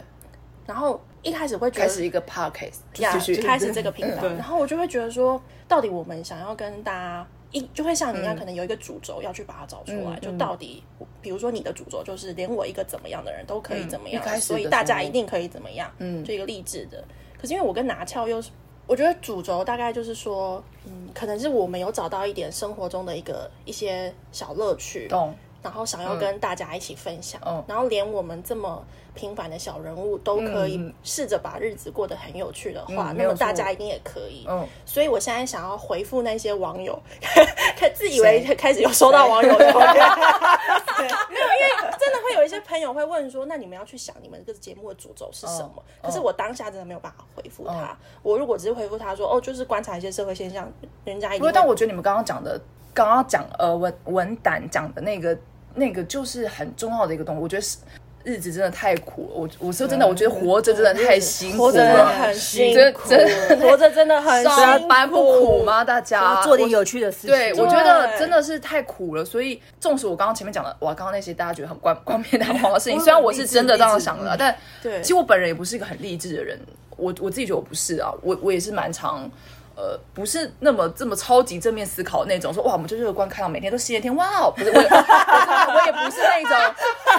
[SPEAKER 3] 然后一开始会觉
[SPEAKER 4] 开
[SPEAKER 3] 得
[SPEAKER 4] 始一个 podcast，
[SPEAKER 3] 呀
[SPEAKER 4] 继续
[SPEAKER 3] 开始这 个频道，
[SPEAKER 2] 对
[SPEAKER 3] 然后我就会觉得说，到底我们想要跟大家一就会像你一
[SPEAKER 4] 嗯
[SPEAKER 3] 样，可能有一个主轴要去把它找出来，就到底，比如说你的主轴就是连我一个怎么样的人都可以怎么样
[SPEAKER 4] 嗯一，开始的
[SPEAKER 3] 所以大家
[SPEAKER 4] 时候
[SPEAKER 3] 一定可以怎么样，嗯，就一个励志的。可是因为我跟拿翘又是。我觉得主轴大概就是说，嗯，可能是我们有找到一点生活中的一个一些小乐趣，
[SPEAKER 4] 懂
[SPEAKER 3] 然后想要跟大家一起分享，
[SPEAKER 4] 嗯
[SPEAKER 3] 然后连我们这么平凡的小人物都可以
[SPEAKER 4] 嗯
[SPEAKER 3] 试着把日子过得很有趣的话，
[SPEAKER 4] 嗯没
[SPEAKER 3] 那
[SPEAKER 4] 有
[SPEAKER 3] 么
[SPEAKER 4] 错
[SPEAKER 3] 大家一定也可以。
[SPEAKER 4] 嗯
[SPEAKER 3] 所以我现在想要回复那些网友， 开自以为开始有收到网友的留 言，没有，因为真的会有一些朋友会问说，那你们要去想你们这个节目的主轴是什么？
[SPEAKER 4] 嗯
[SPEAKER 3] 可是我当下真的没有办法回复
[SPEAKER 4] 哦
[SPEAKER 3] 他。我如果只是回复他说，哦，就是观察一些社会现象，人家一定
[SPEAKER 4] 不过，
[SPEAKER 3] 会
[SPEAKER 4] 但我觉得你们刚刚讲的，刚刚讲呃文文胆讲的那个那个就是很重要的一个东西，我觉得是。日子真的太苦了，我我说真的，我觉得活着真的太辛苦了，
[SPEAKER 3] 活着真的很辛
[SPEAKER 4] 真
[SPEAKER 3] 苦，
[SPEAKER 4] 真
[SPEAKER 3] 活着真的 很辛
[SPEAKER 4] 上
[SPEAKER 3] 苦，
[SPEAKER 4] 班不苦？吗？大家
[SPEAKER 2] 要做点有趣的事情。
[SPEAKER 4] 对，我觉得
[SPEAKER 3] 对
[SPEAKER 4] 真的是太苦了，所以纵使我刚刚前面讲的，哇，刚刚那些大家觉得很冠冠冕堂皇的事情，虽然我是真的这样想的，但
[SPEAKER 3] 对
[SPEAKER 4] 其实我本人也不是一个很励志的人，我我自己觉得我不是啊，我我也是蛮常。呃，不是那么这么超级正面思考那种，说哇，我们就乐观开朗，每天都十点天，哇哦，不是我也，我我也不是那种，你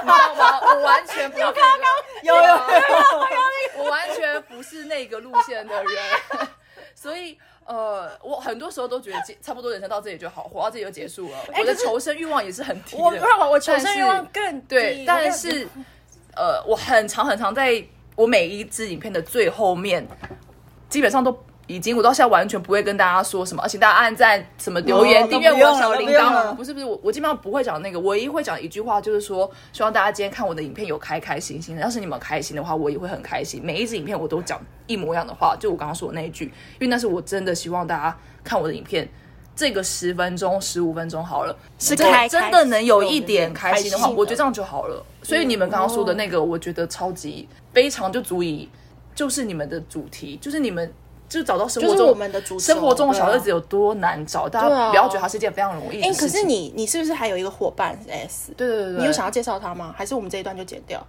[SPEAKER 4] 知道吗？我完全不是刚刚有 有，我完全不是那个路线的人。 所以呃，我很多时候都觉得结差不多人生到这里就好，活到这里就结束了。我的求生欲望也是很低的，
[SPEAKER 3] 我不让我我求
[SPEAKER 4] 但
[SPEAKER 3] 生
[SPEAKER 4] 是
[SPEAKER 3] 欲望更低
[SPEAKER 4] 对，但是呃，我很常很常在我每一支影片的最后面，基本上都。已经，我到现在完全不会跟大家说什么，而且大家按赞、什么留言、
[SPEAKER 2] 哦
[SPEAKER 4] 订阅
[SPEAKER 2] 都
[SPEAKER 4] 我
[SPEAKER 2] 不用了
[SPEAKER 4] 小铃
[SPEAKER 2] 都不用
[SPEAKER 4] 铛，
[SPEAKER 2] 了
[SPEAKER 4] 不是不是，我我基本上不会讲那个，唯一会讲一句话就是说，希望大家今天看我的影片有开开心心的。要是你们开心的话，我也会很开心。每一支影片我都讲一模一样的话，就我刚刚说的那一句，因为那是我真的希望大家看我的影片，这个十分钟、十五分钟好了，是
[SPEAKER 3] 开
[SPEAKER 4] 真
[SPEAKER 3] 开
[SPEAKER 4] 的
[SPEAKER 3] 心
[SPEAKER 4] 能有一点开心的话，
[SPEAKER 3] 开心的哦
[SPEAKER 4] 我觉得这样就好了。所以你们刚刚说的那个，我觉得超级非常就足以，就是你们的主题，就是你们。就找到生活中
[SPEAKER 3] 就是我们的主轴
[SPEAKER 4] 生活中的
[SPEAKER 3] 对啊
[SPEAKER 4] 小日子有多难找，
[SPEAKER 3] 对
[SPEAKER 4] 大家
[SPEAKER 3] 啊
[SPEAKER 4] 不要觉得它是一件非常容易
[SPEAKER 3] 哎、
[SPEAKER 4] 的
[SPEAKER 3] 可
[SPEAKER 4] 事
[SPEAKER 3] 是
[SPEAKER 4] 情。
[SPEAKER 3] 你你是不是还有一个伙伴哎是 S？
[SPEAKER 4] 对对对对，
[SPEAKER 3] 你有想要介绍他吗？还是我们这一段就剪掉？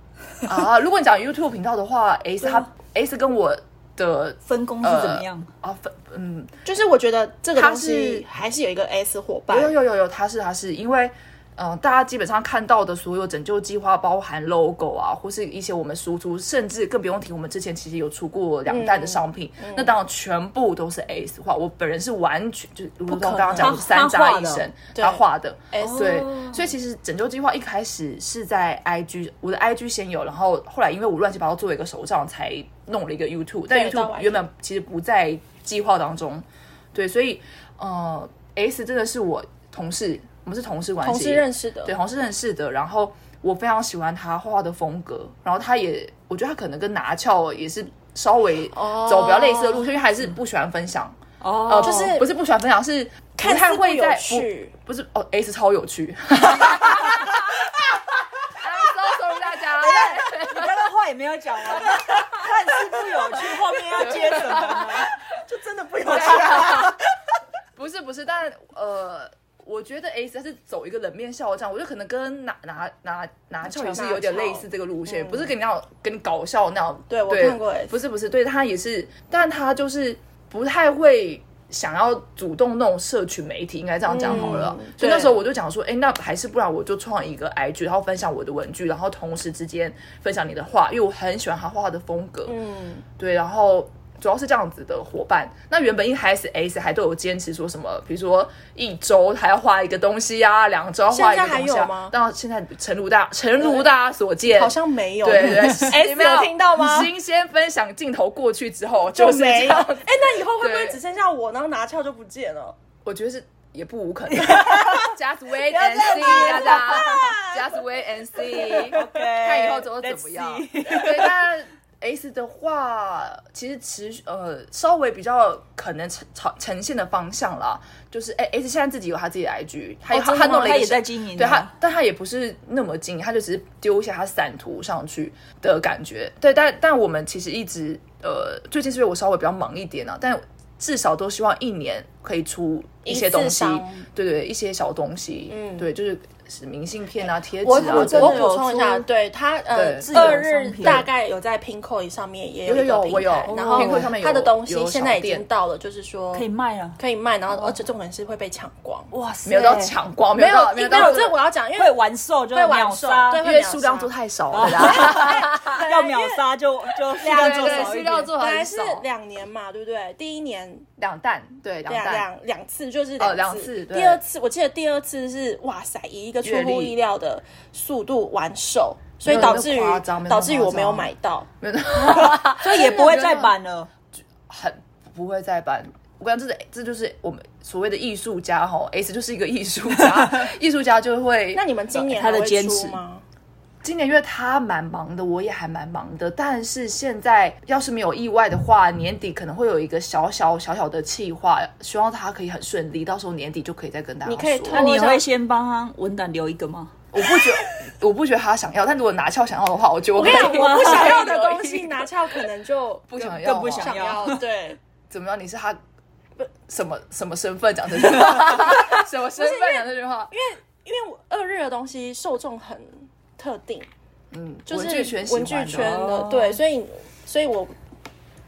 [SPEAKER 4] 啊？如果你讲 YouTube 频道的话，S 他 S 跟我的
[SPEAKER 2] 分工是怎么样？
[SPEAKER 4] 啊分嗯
[SPEAKER 3] 就是我觉得这个
[SPEAKER 4] 他
[SPEAKER 3] 东
[SPEAKER 4] 是
[SPEAKER 3] 西还是有一个 S 伙伴，
[SPEAKER 4] 有有有有，他是他是因为。嗯，大家基本上看到的所有拯救计划，包含 logo 啊，或是一些我们输出，甚至更不用提我们之前其实有出过两
[SPEAKER 2] 嗯
[SPEAKER 4] 弹的商品，那当然全部都是 S 画。我本人是完全就如同刚刚讲的
[SPEAKER 2] 他
[SPEAKER 4] 三
[SPEAKER 2] 他
[SPEAKER 4] 扎
[SPEAKER 2] 画
[SPEAKER 4] 医
[SPEAKER 2] 的哦
[SPEAKER 4] 生，
[SPEAKER 3] 对
[SPEAKER 4] 他画的，
[SPEAKER 3] S
[SPEAKER 4] 对，所以其实拯救计划一开始是在 IG，我的 IG 先有，然后后来因为我乱七八糟做了一个手账，才弄了一个 YouTube，但
[SPEAKER 3] 对到
[SPEAKER 4] YouTube
[SPEAKER 3] YT
[SPEAKER 4] 原本其实不在计划当中，对，所以呃，S 真的是我同事，我们是同事关系，
[SPEAKER 3] 同事认识的，
[SPEAKER 4] 对，同事认识的。然后我非常喜欢他画画的风格，然后他也，我觉得他可能跟拿翘也是稍微
[SPEAKER 3] 哦
[SPEAKER 4] 走比较类似的路线，因为还是不喜欢分享。
[SPEAKER 2] 哦，
[SPEAKER 3] 就是
[SPEAKER 4] 不是不喜欢分享，是
[SPEAKER 3] 看
[SPEAKER 4] 不太
[SPEAKER 3] 似不
[SPEAKER 4] 会
[SPEAKER 3] 有
[SPEAKER 4] 在
[SPEAKER 3] 趣，
[SPEAKER 4] 不不是哦，S 超有 趣。I'm so sorry 大 家，
[SPEAKER 3] 啊
[SPEAKER 2] 你刚刚话也没有讲完，看似不有趣，后面要接什么呢？就真的不有趣啊！
[SPEAKER 4] 不是不是，但呃，我觉得 S 它是走一个冷面笑匠，我觉得可能跟哪哪哪哪俏也是有点类似这个路线，不是跟你那种跟你搞笑那种。
[SPEAKER 3] 嗯对我看过 S
[SPEAKER 4] 不是不是，对他也是，但他就是不太会。想要主动弄社群媒体，应该这样讲好了。
[SPEAKER 3] 嗯
[SPEAKER 4] 所以那
[SPEAKER 3] 对
[SPEAKER 4] 时候我就讲说，哎、那还是不然我就创一个 IG，然后分享我的文具，然后同时之间分享你的画，因为我很喜欢他画画的风格。
[SPEAKER 3] 嗯，
[SPEAKER 4] 对，然后主要是这样子的伙伴。那原本一开始 S 还都有坚持说什么，比如说一周还要画一个东西啊，两周要画一个
[SPEAKER 3] 现在还
[SPEAKER 4] 东西、
[SPEAKER 3] 有
[SPEAKER 4] 啊
[SPEAKER 3] 吗。
[SPEAKER 4] 到现在诚如大诚如大家所 见，
[SPEAKER 3] 好像没有，
[SPEAKER 4] 对对
[SPEAKER 3] S
[SPEAKER 4] ，S
[SPEAKER 3] 你没有听到吗？
[SPEAKER 4] 新鲜分享镜头过去之后就是这
[SPEAKER 3] 没有。
[SPEAKER 4] 样
[SPEAKER 3] 哎，那以后会不会
[SPEAKER 4] 对
[SPEAKER 3] 只剩下我，然后拿翘就不见了？
[SPEAKER 4] 我觉得是也不无可 能。Just wait and see，大家。Just wait and see。看以后之后怎么样。
[SPEAKER 2] Let's see
[SPEAKER 4] 对， 但 S 的话，其实持续呃稍微比较可能呈呈呈现的方向啦，就是哎、S 现在自己有他自己的 IG，他、
[SPEAKER 2] 哦
[SPEAKER 4] 他
[SPEAKER 2] 真的吗
[SPEAKER 4] 弄了一个
[SPEAKER 2] 他也在经营啊
[SPEAKER 4] 对他，但他也不是那么经营，他就只是丢一下他散图上去的感觉。对，但但我们其实一直呃最近是因为我稍微比较忙一点啊，但至少都希望一年可以出。一些东西
[SPEAKER 3] 一次商，
[SPEAKER 4] 对对，一些小东西，嗯，
[SPEAKER 3] 嗯哎
[SPEAKER 4] 对，就是明信片啊、贴纸
[SPEAKER 3] 我
[SPEAKER 4] 啊，
[SPEAKER 3] 我
[SPEAKER 4] 这
[SPEAKER 3] 真
[SPEAKER 4] 种
[SPEAKER 3] 的
[SPEAKER 2] 有
[SPEAKER 3] 补充一下，
[SPEAKER 2] 出
[SPEAKER 3] 对他呃
[SPEAKER 4] 对
[SPEAKER 2] 自，有
[SPEAKER 3] 二
[SPEAKER 2] 商
[SPEAKER 3] 日
[SPEAKER 2] 品
[SPEAKER 3] 大概有在 Pinkoi 上面也
[SPEAKER 4] 有
[SPEAKER 3] 有一
[SPEAKER 4] 有有
[SPEAKER 3] 个
[SPEAKER 4] 我
[SPEAKER 3] 平
[SPEAKER 4] 有
[SPEAKER 3] 台，然后
[SPEAKER 2] Pinkoi
[SPEAKER 4] 上面有
[SPEAKER 3] 他的东西
[SPEAKER 4] 有
[SPEAKER 3] 现
[SPEAKER 4] 小
[SPEAKER 3] 在已
[SPEAKER 4] 店
[SPEAKER 3] 经到了，就是说
[SPEAKER 2] 可以卖了，
[SPEAKER 3] 可以卖，然后
[SPEAKER 4] 哦
[SPEAKER 3] 而且重点是会被抢光。
[SPEAKER 2] 哇塞，
[SPEAKER 4] 没有到抢光，
[SPEAKER 3] 哎没
[SPEAKER 4] 到
[SPEAKER 3] 有
[SPEAKER 4] 没
[SPEAKER 3] 没
[SPEAKER 4] 有到
[SPEAKER 3] 有，这我要讲，因
[SPEAKER 2] 会
[SPEAKER 3] 为
[SPEAKER 2] 玩售就
[SPEAKER 3] 会玩
[SPEAKER 2] 秒
[SPEAKER 3] 售
[SPEAKER 2] 杀，
[SPEAKER 3] 对
[SPEAKER 4] 因为数量做太少
[SPEAKER 3] 哦
[SPEAKER 4] 了 啦，
[SPEAKER 2] 要秒杀就就数量做少一
[SPEAKER 4] 数
[SPEAKER 2] 点
[SPEAKER 4] 量。做
[SPEAKER 3] 本来
[SPEAKER 4] 很
[SPEAKER 3] 是
[SPEAKER 4] 少，
[SPEAKER 3] 两年嘛，对不对？第一年
[SPEAKER 4] 两弹对两
[SPEAKER 3] 两
[SPEAKER 4] 弹，
[SPEAKER 3] 两两次就是
[SPEAKER 4] 哦两次对
[SPEAKER 3] 第二次我记得第二次是哇塞，以一个出
[SPEAKER 4] 阅
[SPEAKER 3] 乎
[SPEAKER 4] 历
[SPEAKER 3] 意料的速度完售，所以
[SPEAKER 4] 没有那
[SPEAKER 3] 导致于
[SPEAKER 4] 夸张没有那
[SPEAKER 3] 导致于
[SPEAKER 4] 夸
[SPEAKER 3] 我没有
[SPEAKER 4] 张
[SPEAKER 3] 买到。
[SPEAKER 4] 没有
[SPEAKER 2] 所以也不会再版了。
[SPEAKER 4] 很不会再办。我跟你讲，这是这就是我们所谓的艺术家哈，S 就是一个艺术家， 艺术家就会。
[SPEAKER 3] 那你们今年
[SPEAKER 2] 他
[SPEAKER 3] 还
[SPEAKER 2] 的
[SPEAKER 3] 会
[SPEAKER 2] 坚
[SPEAKER 3] 出
[SPEAKER 2] 持
[SPEAKER 3] 吗？
[SPEAKER 4] 今年因为他蛮忙的，我也还蛮忙的，但是现在要是没有意外的话，年底可能会有一个小小小小的计划，希望他可以很顺利，到时候年底就可以再跟大家说。
[SPEAKER 3] 你可以
[SPEAKER 2] 那
[SPEAKER 3] 透
[SPEAKER 2] 你会先帮他文档留一个吗？
[SPEAKER 4] 我不觉得，我不觉得他想要，但如果拿翘想要的话，我觉得我
[SPEAKER 3] 我跟你讲，我不想要的东
[SPEAKER 4] 可以
[SPEAKER 3] 西拿翘可能就
[SPEAKER 4] 不想要，
[SPEAKER 2] 更不想
[SPEAKER 3] 想
[SPEAKER 2] 要
[SPEAKER 3] 要，对，
[SPEAKER 4] 怎么样？你是他什么什么身份讲这句话？ 什么身份讲这句话？
[SPEAKER 3] 因为我二日的东西受众很特定，
[SPEAKER 4] 嗯，
[SPEAKER 3] 就是
[SPEAKER 4] 文具圈喜
[SPEAKER 3] 文
[SPEAKER 4] 欢
[SPEAKER 3] 具圈
[SPEAKER 4] 的
[SPEAKER 3] 的
[SPEAKER 2] 哦，
[SPEAKER 3] 对，所以所以我，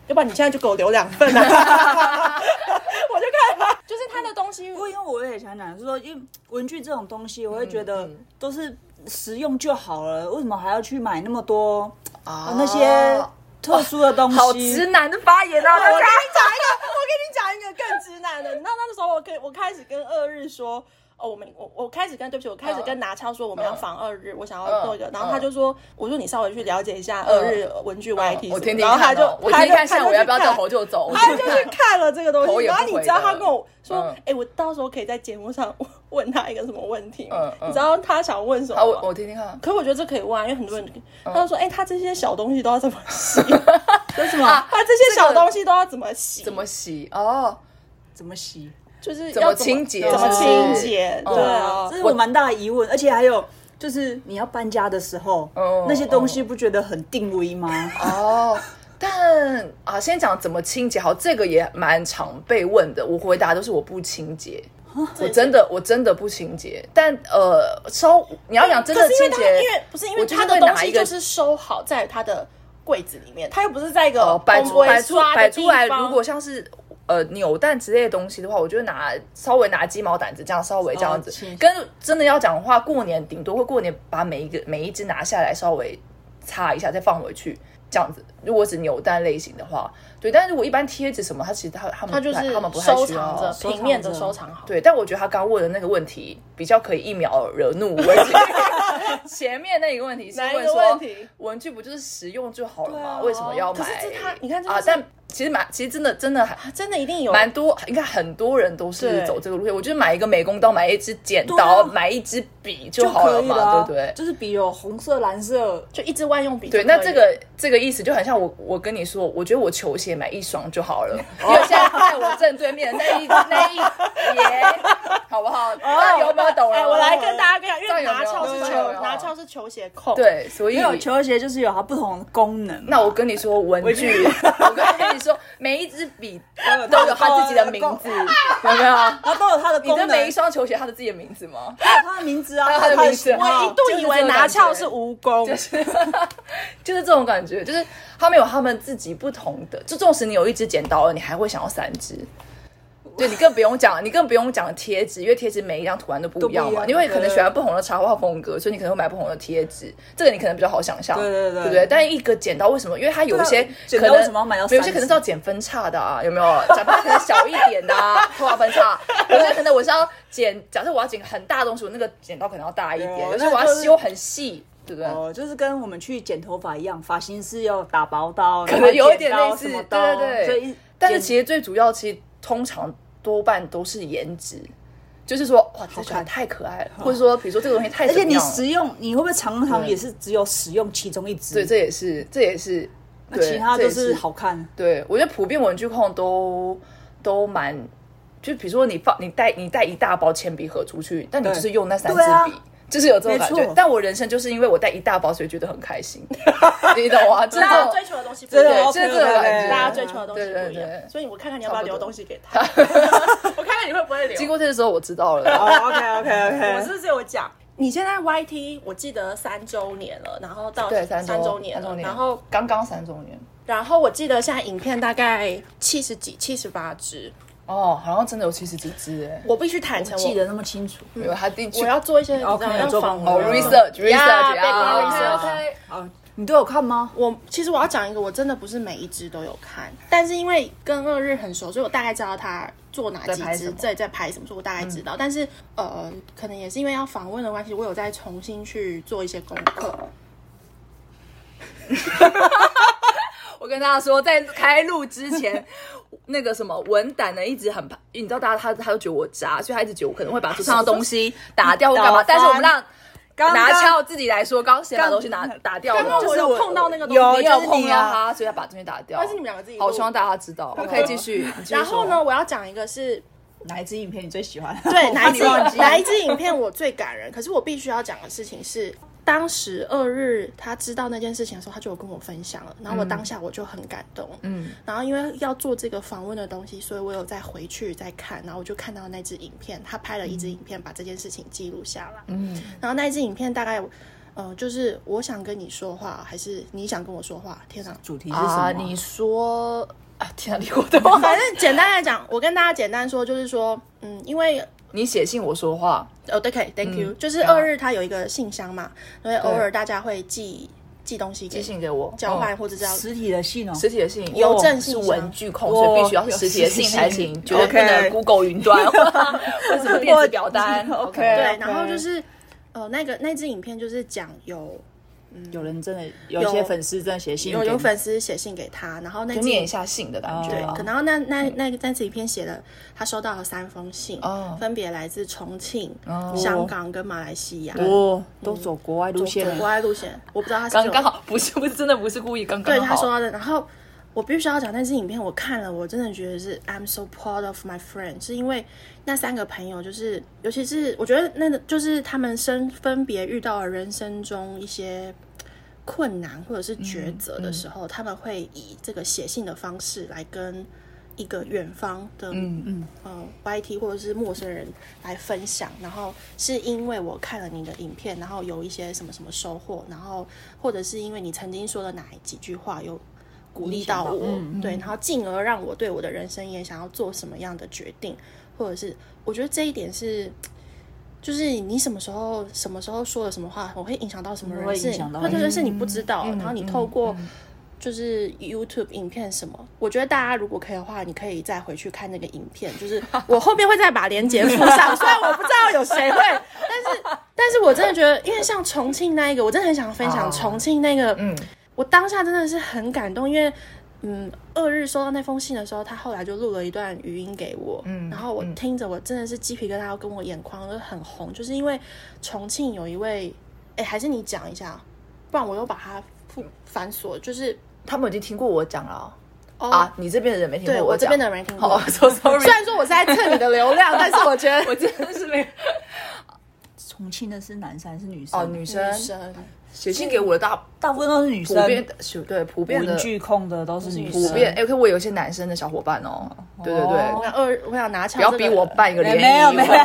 [SPEAKER 3] 要不然你现在就给我留两份 啊， 我就看吧，就是他的东西
[SPEAKER 2] 不过因为我也想讲，就是说，因为文具这种东西，我会觉
[SPEAKER 4] 嗯
[SPEAKER 2] 得都是实用就好了，为什么还要去买那么多呃
[SPEAKER 4] 啊
[SPEAKER 3] 哦
[SPEAKER 2] 那些特殊的东西？
[SPEAKER 4] 好直男的发言啊！大
[SPEAKER 3] 我跟
[SPEAKER 4] 家
[SPEAKER 3] 你讲一个，我跟你讲一个更直男的。你知道那个时候我跟我开始跟二日说，哦，我们我我开始跟对不起，我开
[SPEAKER 4] 嗯
[SPEAKER 3] 始跟拿枪说我们要防二日，我想要做一个，然后他就说，我说你稍微去了解一下二日文具 YT，什么
[SPEAKER 4] 嗯我听听
[SPEAKER 3] 然后他
[SPEAKER 4] 看
[SPEAKER 3] 就
[SPEAKER 4] 哦，我听听看，
[SPEAKER 3] 他就
[SPEAKER 4] 像我要不要掉头
[SPEAKER 3] 就去看。
[SPEAKER 4] 就走？
[SPEAKER 3] 他就去看了这个东
[SPEAKER 4] 头
[SPEAKER 3] 西，
[SPEAKER 4] 也不
[SPEAKER 3] 然后你知道
[SPEAKER 4] 回的
[SPEAKER 3] 他跟我说
[SPEAKER 4] 嗯：“
[SPEAKER 3] 哎，我到时候可以在节目上 问问他一个什么问题吗
[SPEAKER 4] 嗯嗯
[SPEAKER 3] 你知道他想问什
[SPEAKER 4] 好，我
[SPEAKER 3] 么吗
[SPEAKER 4] 我？听听看。
[SPEAKER 3] 可我觉得这可以问啊，因为很多人他就
[SPEAKER 4] 嗯
[SPEAKER 3] 说：“哎，他这些小东西都要怎么 洗？
[SPEAKER 2] 为什
[SPEAKER 4] 啊
[SPEAKER 2] 么？
[SPEAKER 3] 啊他这些
[SPEAKER 4] 这个
[SPEAKER 3] 小东西都要怎么洗？
[SPEAKER 4] 怎么洗？哦，
[SPEAKER 2] 怎么洗？
[SPEAKER 3] 就是
[SPEAKER 4] 怎
[SPEAKER 3] 要
[SPEAKER 4] 么清洁
[SPEAKER 3] 怎么
[SPEAKER 4] 是
[SPEAKER 3] 清洁，
[SPEAKER 4] 嗯
[SPEAKER 3] 对啊
[SPEAKER 2] 这。是我蛮大的疑问，而且还有就是你要搬家的时候
[SPEAKER 4] 哦，
[SPEAKER 2] 那些东西不觉得很定位 吗？
[SPEAKER 4] 哦，但啊，先讲怎么清洁好，这个也蛮常被问的。我回答都是我不清洁，
[SPEAKER 3] 啊
[SPEAKER 4] 我真的我真的不清洁。但呃，稍你要讲真的
[SPEAKER 3] 可是因为
[SPEAKER 4] 清
[SPEAKER 3] 他
[SPEAKER 4] 洁，
[SPEAKER 3] 因为不是因
[SPEAKER 4] 我
[SPEAKER 3] 为
[SPEAKER 4] 就
[SPEAKER 3] 他的
[SPEAKER 4] 会
[SPEAKER 3] 东
[SPEAKER 4] 拿一
[SPEAKER 3] 西
[SPEAKER 4] 个
[SPEAKER 3] 就是收好在他的柜子里面，他又不是在一个
[SPEAKER 4] 呃摆
[SPEAKER 3] 公
[SPEAKER 4] 出
[SPEAKER 3] 规
[SPEAKER 4] 摆出
[SPEAKER 3] 刷的
[SPEAKER 4] 摆出来，
[SPEAKER 3] 地方
[SPEAKER 4] 如果像是。呃，扭蛋之类的东西的话，我就拿稍微拿鸡毛掸子这样稍微这样子，
[SPEAKER 2] 哦是
[SPEAKER 4] 跟真的要讲的话，过年顶多会过年把每一个每一只拿下来稍微擦一下，再放回去这样子。如果是扭蛋类型的话，对，但是如果一般贴纸什么，它其实它他们
[SPEAKER 3] 他就
[SPEAKER 4] 不太
[SPEAKER 3] 是
[SPEAKER 4] 嗯他们不太
[SPEAKER 3] 收
[SPEAKER 4] 需要哦
[SPEAKER 3] 藏着，
[SPEAKER 2] 藏
[SPEAKER 3] 平面的
[SPEAKER 2] 着
[SPEAKER 3] 收藏好。
[SPEAKER 4] 对，但我觉得他刚问的那个问题比较可以一秒惹怒我，前面那一个问题是
[SPEAKER 3] 哪一
[SPEAKER 4] 问
[SPEAKER 3] 个
[SPEAKER 4] 说
[SPEAKER 3] 问题，
[SPEAKER 4] 文具不就是实用就好了
[SPEAKER 2] 对啊
[SPEAKER 4] 吗？为什么要买？
[SPEAKER 3] 可是这他你看这就，
[SPEAKER 4] 啊
[SPEAKER 3] 是
[SPEAKER 4] 但其实蛮，其实真的真的还
[SPEAKER 3] 真的一定有
[SPEAKER 4] 蛮多，应该很多人都是
[SPEAKER 3] 对
[SPEAKER 4] 走这个路线。我就是买一个美工刀，买一支剪
[SPEAKER 2] 对
[SPEAKER 4] 刀，
[SPEAKER 2] 啊
[SPEAKER 4] 买一支笔
[SPEAKER 2] 就
[SPEAKER 4] 好
[SPEAKER 2] 可
[SPEAKER 4] 了
[SPEAKER 2] 以了
[SPEAKER 4] 嘛，
[SPEAKER 2] 啊，
[SPEAKER 4] 对不对？
[SPEAKER 2] 就是笔有红色、蓝色，
[SPEAKER 3] 就一支万用笔就可
[SPEAKER 4] 对，
[SPEAKER 3] 以
[SPEAKER 4] 那
[SPEAKER 3] 了。
[SPEAKER 4] 这个这个意思就很像我，我跟你说，我觉得我球鞋买一双就 好了，因为现在在我正对面的那一那一 叠，好不好？那有没有懂
[SPEAKER 3] 哦
[SPEAKER 4] 了？
[SPEAKER 3] 哎，我来跟大家跟你
[SPEAKER 4] 这
[SPEAKER 3] 讲，因
[SPEAKER 4] 样
[SPEAKER 3] 为
[SPEAKER 4] 有
[SPEAKER 3] 拿
[SPEAKER 4] 没有
[SPEAKER 3] 翘是
[SPEAKER 4] 这样有
[SPEAKER 3] 球，
[SPEAKER 4] 没有
[SPEAKER 3] 拿翘是球鞋控。，
[SPEAKER 4] 对，所以
[SPEAKER 2] 没有球鞋就是有它不同的功能。
[SPEAKER 4] 那我跟你说，文具，我跟你说，每一支笔都有它自己的名字，有没有？
[SPEAKER 2] 它都有它的
[SPEAKER 4] 你
[SPEAKER 2] 功
[SPEAKER 4] 的
[SPEAKER 2] 能，
[SPEAKER 4] 每一双球鞋，它的自己的名字吗？
[SPEAKER 2] 它有它的名字啊，
[SPEAKER 4] 它有它的名字哦
[SPEAKER 2] 型号
[SPEAKER 4] 我
[SPEAKER 3] 一度以为拿翘是蜈蚣，
[SPEAKER 4] 就是这种感觉，就是他们有他们自己不同的。就纵使你有一支剪刀了，你还会想要三支。对你更不用讲，你更不用讲贴纸，因为贴纸每一张图案都不一样
[SPEAKER 2] 都
[SPEAKER 4] 嘛。
[SPEAKER 2] 不一样
[SPEAKER 4] 因为可能喜欢不同的插画风格，所以你可能会买不同的贴纸。这个你可能比较好想象，
[SPEAKER 2] 对对对
[SPEAKER 4] 对不对？但一个剪刀为什么？因为它有一些
[SPEAKER 2] 对啊剪
[SPEAKER 4] 可
[SPEAKER 2] 刀
[SPEAKER 4] 能
[SPEAKER 2] 为什么要买到三
[SPEAKER 4] 有些可能是要剪分叉的啊，有没有？假发可能小一点的、啊， 头发分叉。有些可能我是要剪，假设我要剪很大的东西，我那个剪刀可能要大一点；
[SPEAKER 2] 对啊
[SPEAKER 4] 有些我要
[SPEAKER 2] 那就是
[SPEAKER 4] 修很细，对不对？
[SPEAKER 2] 哦，就是跟我们去剪头发一样，发型是要打薄刀，
[SPEAKER 4] 可能有一点
[SPEAKER 2] 然后剪刀
[SPEAKER 4] 类似，
[SPEAKER 2] 什么
[SPEAKER 4] 对
[SPEAKER 2] 刀
[SPEAKER 4] 对哎
[SPEAKER 2] 所
[SPEAKER 4] 对。
[SPEAKER 2] 以
[SPEAKER 4] 但是其
[SPEAKER 2] 实
[SPEAKER 4] 实最主要，其实通常多半都是颜值，就是说哇，这
[SPEAKER 2] 看
[SPEAKER 4] 小孩太可爱了，或者说比如说这个东西太
[SPEAKER 2] 而且
[SPEAKER 4] 怎么
[SPEAKER 2] 你
[SPEAKER 4] 样了
[SPEAKER 2] 使用，你会不会常常
[SPEAKER 4] 对
[SPEAKER 2] 也是只有使用其中一
[SPEAKER 4] 对，
[SPEAKER 2] 支？
[SPEAKER 4] 这也是这也是，
[SPEAKER 2] 那
[SPEAKER 4] 对
[SPEAKER 2] 其他
[SPEAKER 4] 这
[SPEAKER 2] 都
[SPEAKER 4] 也
[SPEAKER 2] 是好看。
[SPEAKER 4] 对，我觉得普遍文具控都都蛮，就比如说你放你带你带一大包铅笔盒出去，但你
[SPEAKER 2] 对
[SPEAKER 4] 就是用那三支
[SPEAKER 2] 对啊
[SPEAKER 4] 笔。就是有这种感
[SPEAKER 2] 没
[SPEAKER 4] 觉
[SPEAKER 2] 错，
[SPEAKER 4] 但我人生就是因为我带一大包，所以觉得很 开心，你懂吗？就是这
[SPEAKER 3] 大家
[SPEAKER 4] 种
[SPEAKER 3] 追求的东西不一
[SPEAKER 2] 真的
[SPEAKER 3] 样哦
[SPEAKER 4] 对，
[SPEAKER 2] OK，
[SPEAKER 4] 就是这种感觉
[SPEAKER 2] 对
[SPEAKER 3] 大家追求的东西
[SPEAKER 4] 对
[SPEAKER 3] 不一
[SPEAKER 4] 对对
[SPEAKER 3] 样，所以我看看你要
[SPEAKER 4] 差
[SPEAKER 3] 不
[SPEAKER 4] 不
[SPEAKER 3] 要
[SPEAKER 4] 多
[SPEAKER 3] 留东西给 他，我看看你会不会留。
[SPEAKER 4] 经过这个时候我知道了，
[SPEAKER 2] 哦，OK OK
[SPEAKER 3] 我
[SPEAKER 2] OK，
[SPEAKER 3] 是这有讲。你现在 YT 我记得三周年了，然后到
[SPEAKER 4] 对，三周
[SPEAKER 3] 周年
[SPEAKER 4] 三周
[SPEAKER 3] 了，
[SPEAKER 4] 年，
[SPEAKER 3] 然后
[SPEAKER 4] 刚刚三周年，
[SPEAKER 3] 然后我记得现在影片大概七十几、七十八支，
[SPEAKER 4] 哦，好像真的有七十几只哎，
[SPEAKER 3] 我必须坦诚，
[SPEAKER 2] 记
[SPEAKER 3] 我
[SPEAKER 2] 得那么清楚。
[SPEAKER 4] 没有他第
[SPEAKER 3] 我要做一些你知道
[SPEAKER 2] 哦可能有
[SPEAKER 3] 要
[SPEAKER 2] 做
[SPEAKER 3] 访
[SPEAKER 2] 功
[SPEAKER 4] 哦
[SPEAKER 2] 课
[SPEAKER 3] 问
[SPEAKER 4] research research
[SPEAKER 3] 啊
[SPEAKER 4] 啊
[SPEAKER 3] background research
[SPEAKER 2] 哦，你都有看吗？
[SPEAKER 3] 我其实我要讲一个，我真的不是每一支都有看，但是因为跟二日很熟，所以我大概知道他做哪几
[SPEAKER 4] 在拍什
[SPEAKER 3] 支，
[SPEAKER 4] 么嗯
[SPEAKER 3] 在在拍什么，所以我大概知道。但是呃，可能也是因为要访问的关系，我有再重新去做一些功课。
[SPEAKER 4] 我跟大家说，在开录之前， 那个什么文胆呢一直很怕，你知道大家他他都觉得我渣，所以他一直觉得我可能会把桌上的东西打掉或干嘛，但是我们让
[SPEAKER 2] 刚刚
[SPEAKER 4] 拿翘自己来说，刚刚谁把东西拿打掉了？
[SPEAKER 3] 刚刚
[SPEAKER 4] 就是
[SPEAKER 3] 我有碰到那个东
[SPEAKER 2] 有
[SPEAKER 3] 西，
[SPEAKER 4] 没
[SPEAKER 2] 就
[SPEAKER 4] 有
[SPEAKER 2] 是
[SPEAKER 4] 碰
[SPEAKER 2] 你
[SPEAKER 4] 到
[SPEAKER 2] 啊
[SPEAKER 4] 他，所以他把东西打掉。
[SPEAKER 3] 但是你们两个自己录
[SPEAKER 4] 好，希望大家知道。我可以继续。你继续
[SPEAKER 3] 然后
[SPEAKER 4] 说
[SPEAKER 3] 呢，？我要讲一个是
[SPEAKER 2] 哪一支影片你最喜欢？
[SPEAKER 3] 对，哪一
[SPEAKER 2] 哦你忘
[SPEAKER 3] 支
[SPEAKER 2] 记
[SPEAKER 3] 哪一支影片我最感人？可是我必须要讲的事情是，当时二日他知道那件事情的时候，他就有跟我分享了，然后
[SPEAKER 2] 嗯
[SPEAKER 3] 我当下我就很感动，嗯，然后因为要做这个访问的东西，所以我有再回去再看，然后我就看到那支影片，他拍了一支影片，把这件事情记录下来，嗯，然后那支影片大概。呃，就是我想跟你说话，还是你想跟我说话？天哪！
[SPEAKER 2] 主题是什么
[SPEAKER 4] 啊，
[SPEAKER 2] 啊？
[SPEAKER 4] 你说啊，天啊，离我的话，
[SPEAKER 3] 反正简单来讲，我跟大家简单说，就是说，嗯，因为
[SPEAKER 4] 你写信我说话，
[SPEAKER 3] 哦，对，可以，Thank you、
[SPEAKER 4] 嗯
[SPEAKER 3] 就是
[SPEAKER 4] 好
[SPEAKER 3] 二日它有一个信箱嘛，所以偶尔大家会寄寄东西给
[SPEAKER 4] 寄信给我，
[SPEAKER 3] 交
[SPEAKER 4] 嗯
[SPEAKER 3] 换或者叫、
[SPEAKER 2] 实体的信哦，
[SPEAKER 4] 实体的信
[SPEAKER 3] 邮政
[SPEAKER 4] 是
[SPEAKER 3] 信箱哦
[SPEAKER 4] 文具控，所以必须要实体的信才行，绝对不能
[SPEAKER 2] OK
[SPEAKER 4] Google 云端 或者什么电子表 单。
[SPEAKER 2] 我 OK
[SPEAKER 3] 对
[SPEAKER 4] 啊
[SPEAKER 2] OK
[SPEAKER 3] 然后就是呃那个那支影片就是讲有
[SPEAKER 2] 有人真的有一些粉丝真的写信给
[SPEAKER 3] 有
[SPEAKER 2] 你，
[SPEAKER 3] 有粉丝写信给他，然后那
[SPEAKER 4] 就
[SPEAKER 3] 支
[SPEAKER 4] 念一
[SPEAKER 3] 影
[SPEAKER 4] 下信的感觉
[SPEAKER 3] 对，
[SPEAKER 4] 啊
[SPEAKER 3] 可。然后那那那那支影片写了，他收到了三封信，
[SPEAKER 4] 哦
[SPEAKER 3] 分别来自重庆、
[SPEAKER 4] 哦
[SPEAKER 3] 香港跟马来西亚，
[SPEAKER 2] 哦，都走国外路线
[SPEAKER 3] 走国
[SPEAKER 2] 了，
[SPEAKER 3] 外路线，我不知道他是
[SPEAKER 4] 刚
[SPEAKER 3] 有
[SPEAKER 4] 刚好 不是不是真的不是故意，刚刚
[SPEAKER 3] 对
[SPEAKER 4] 好。
[SPEAKER 3] 他说的。然后我必须要讲那支影片，我看了，我真的觉得是 I'm so proud of my friend，是因为那三个朋友，就是尤其是我觉得那个就是他们生分别遇到了人生中一些。困难或者是
[SPEAKER 4] 嗯
[SPEAKER 3] 抉择的时候，他们会以这个写信的方式来跟一个远方的嗯嗯呃 YT 或者是陌生人来分享，然后是因为我看了你的影片，然后有一些什么什么收获，然后或者是因为你曾经说的哪几句话有鼓励到我，
[SPEAKER 2] 嗯
[SPEAKER 3] 对，然后进而让我对我的人生也想要做什么样的决定，或者是我觉得这一点是。就是你什么时候什么时候说了什么话，我会影响到什么人，
[SPEAKER 2] 会
[SPEAKER 3] 是
[SPEAKER 2] 影响到嗯
[SPEAKER 3] 或者
[SPEAKER 2] 人
[SPEAKER 3] 是你不知道，然后你透过就是 YouTube 影片什么，我觉得大家如果可以的话，你可以再回去看那个影片。就是我后面会再把链接附上，虽然我不知道有谁会，但是但是我真的觉得，因为像重庆那一个，我真的很想分享
[SPEAKER 4] 哦
[SPEAKER 3] 重庆那个，
[SPEAKER 4] 嗯，
[SPEAKER 3] 我当下真的是很感动，因为嗯，二日收到那封信的时候，他后来就录了一段语音给我，
[SPEAKER 4] 嗯
[SPEAKER 3] 然后我
[SPEAKER 4] 嗯
[SPEAKER 3] 听着，我真的是鸡皮疙瘩跟我眼眶都很红，就是因为重庆有一位，哎，还是你讲一下，不然我又把它复反锁，就是
[SPEAKER 4] 他们已经听过我讲了哦、
[SPEAKER 3] 哦。
[SPEAKER 4] 啊，你这边的人没听
[SPEAKER 3] 对
[SPEAKER 4] 过
[SPEAKER 3] 我这
[SPEAKER 4] 讲。哦
[SPEAKER 3] 边的人没听
[SPEAKER 4] 好
[SPEAKER 3] 过，
[SPEAKER 4] ，so sorry
[SPEAKER 3] 虽。然说我是在蹭你的流量， 但是我觉得
[SPEAKER 4] 我真的是没有
[SPEAKER 2] 重庆的是男生还是女生？
[SPEAKER 4] 哦，女生
[SPEAKER 3] 女生
[SPEAKER 4] 写信给我的大
[SPEAKER 2] 大部分都是女
[SPEAKER 4] 普
[SPEAKER 2] 生，
[SPEAKER 4] 遍的对普遍
[SPEAKER 2] 文
[SPEAKER 4] 的
[SPEAKER 2] 具控的都是女生。
[SPEAKER 4] 普遍，哎，可我有一些男生的小伙伴哦，对对
[SPEAKER 3] 我
[SPEAKER 4] 对，
[SPEAKER 3] 想二，我想拿枪、
[SPEAKER 4] 不要逼 我。办一个联谊，
[SPEAKER 2] 哎没有 没有，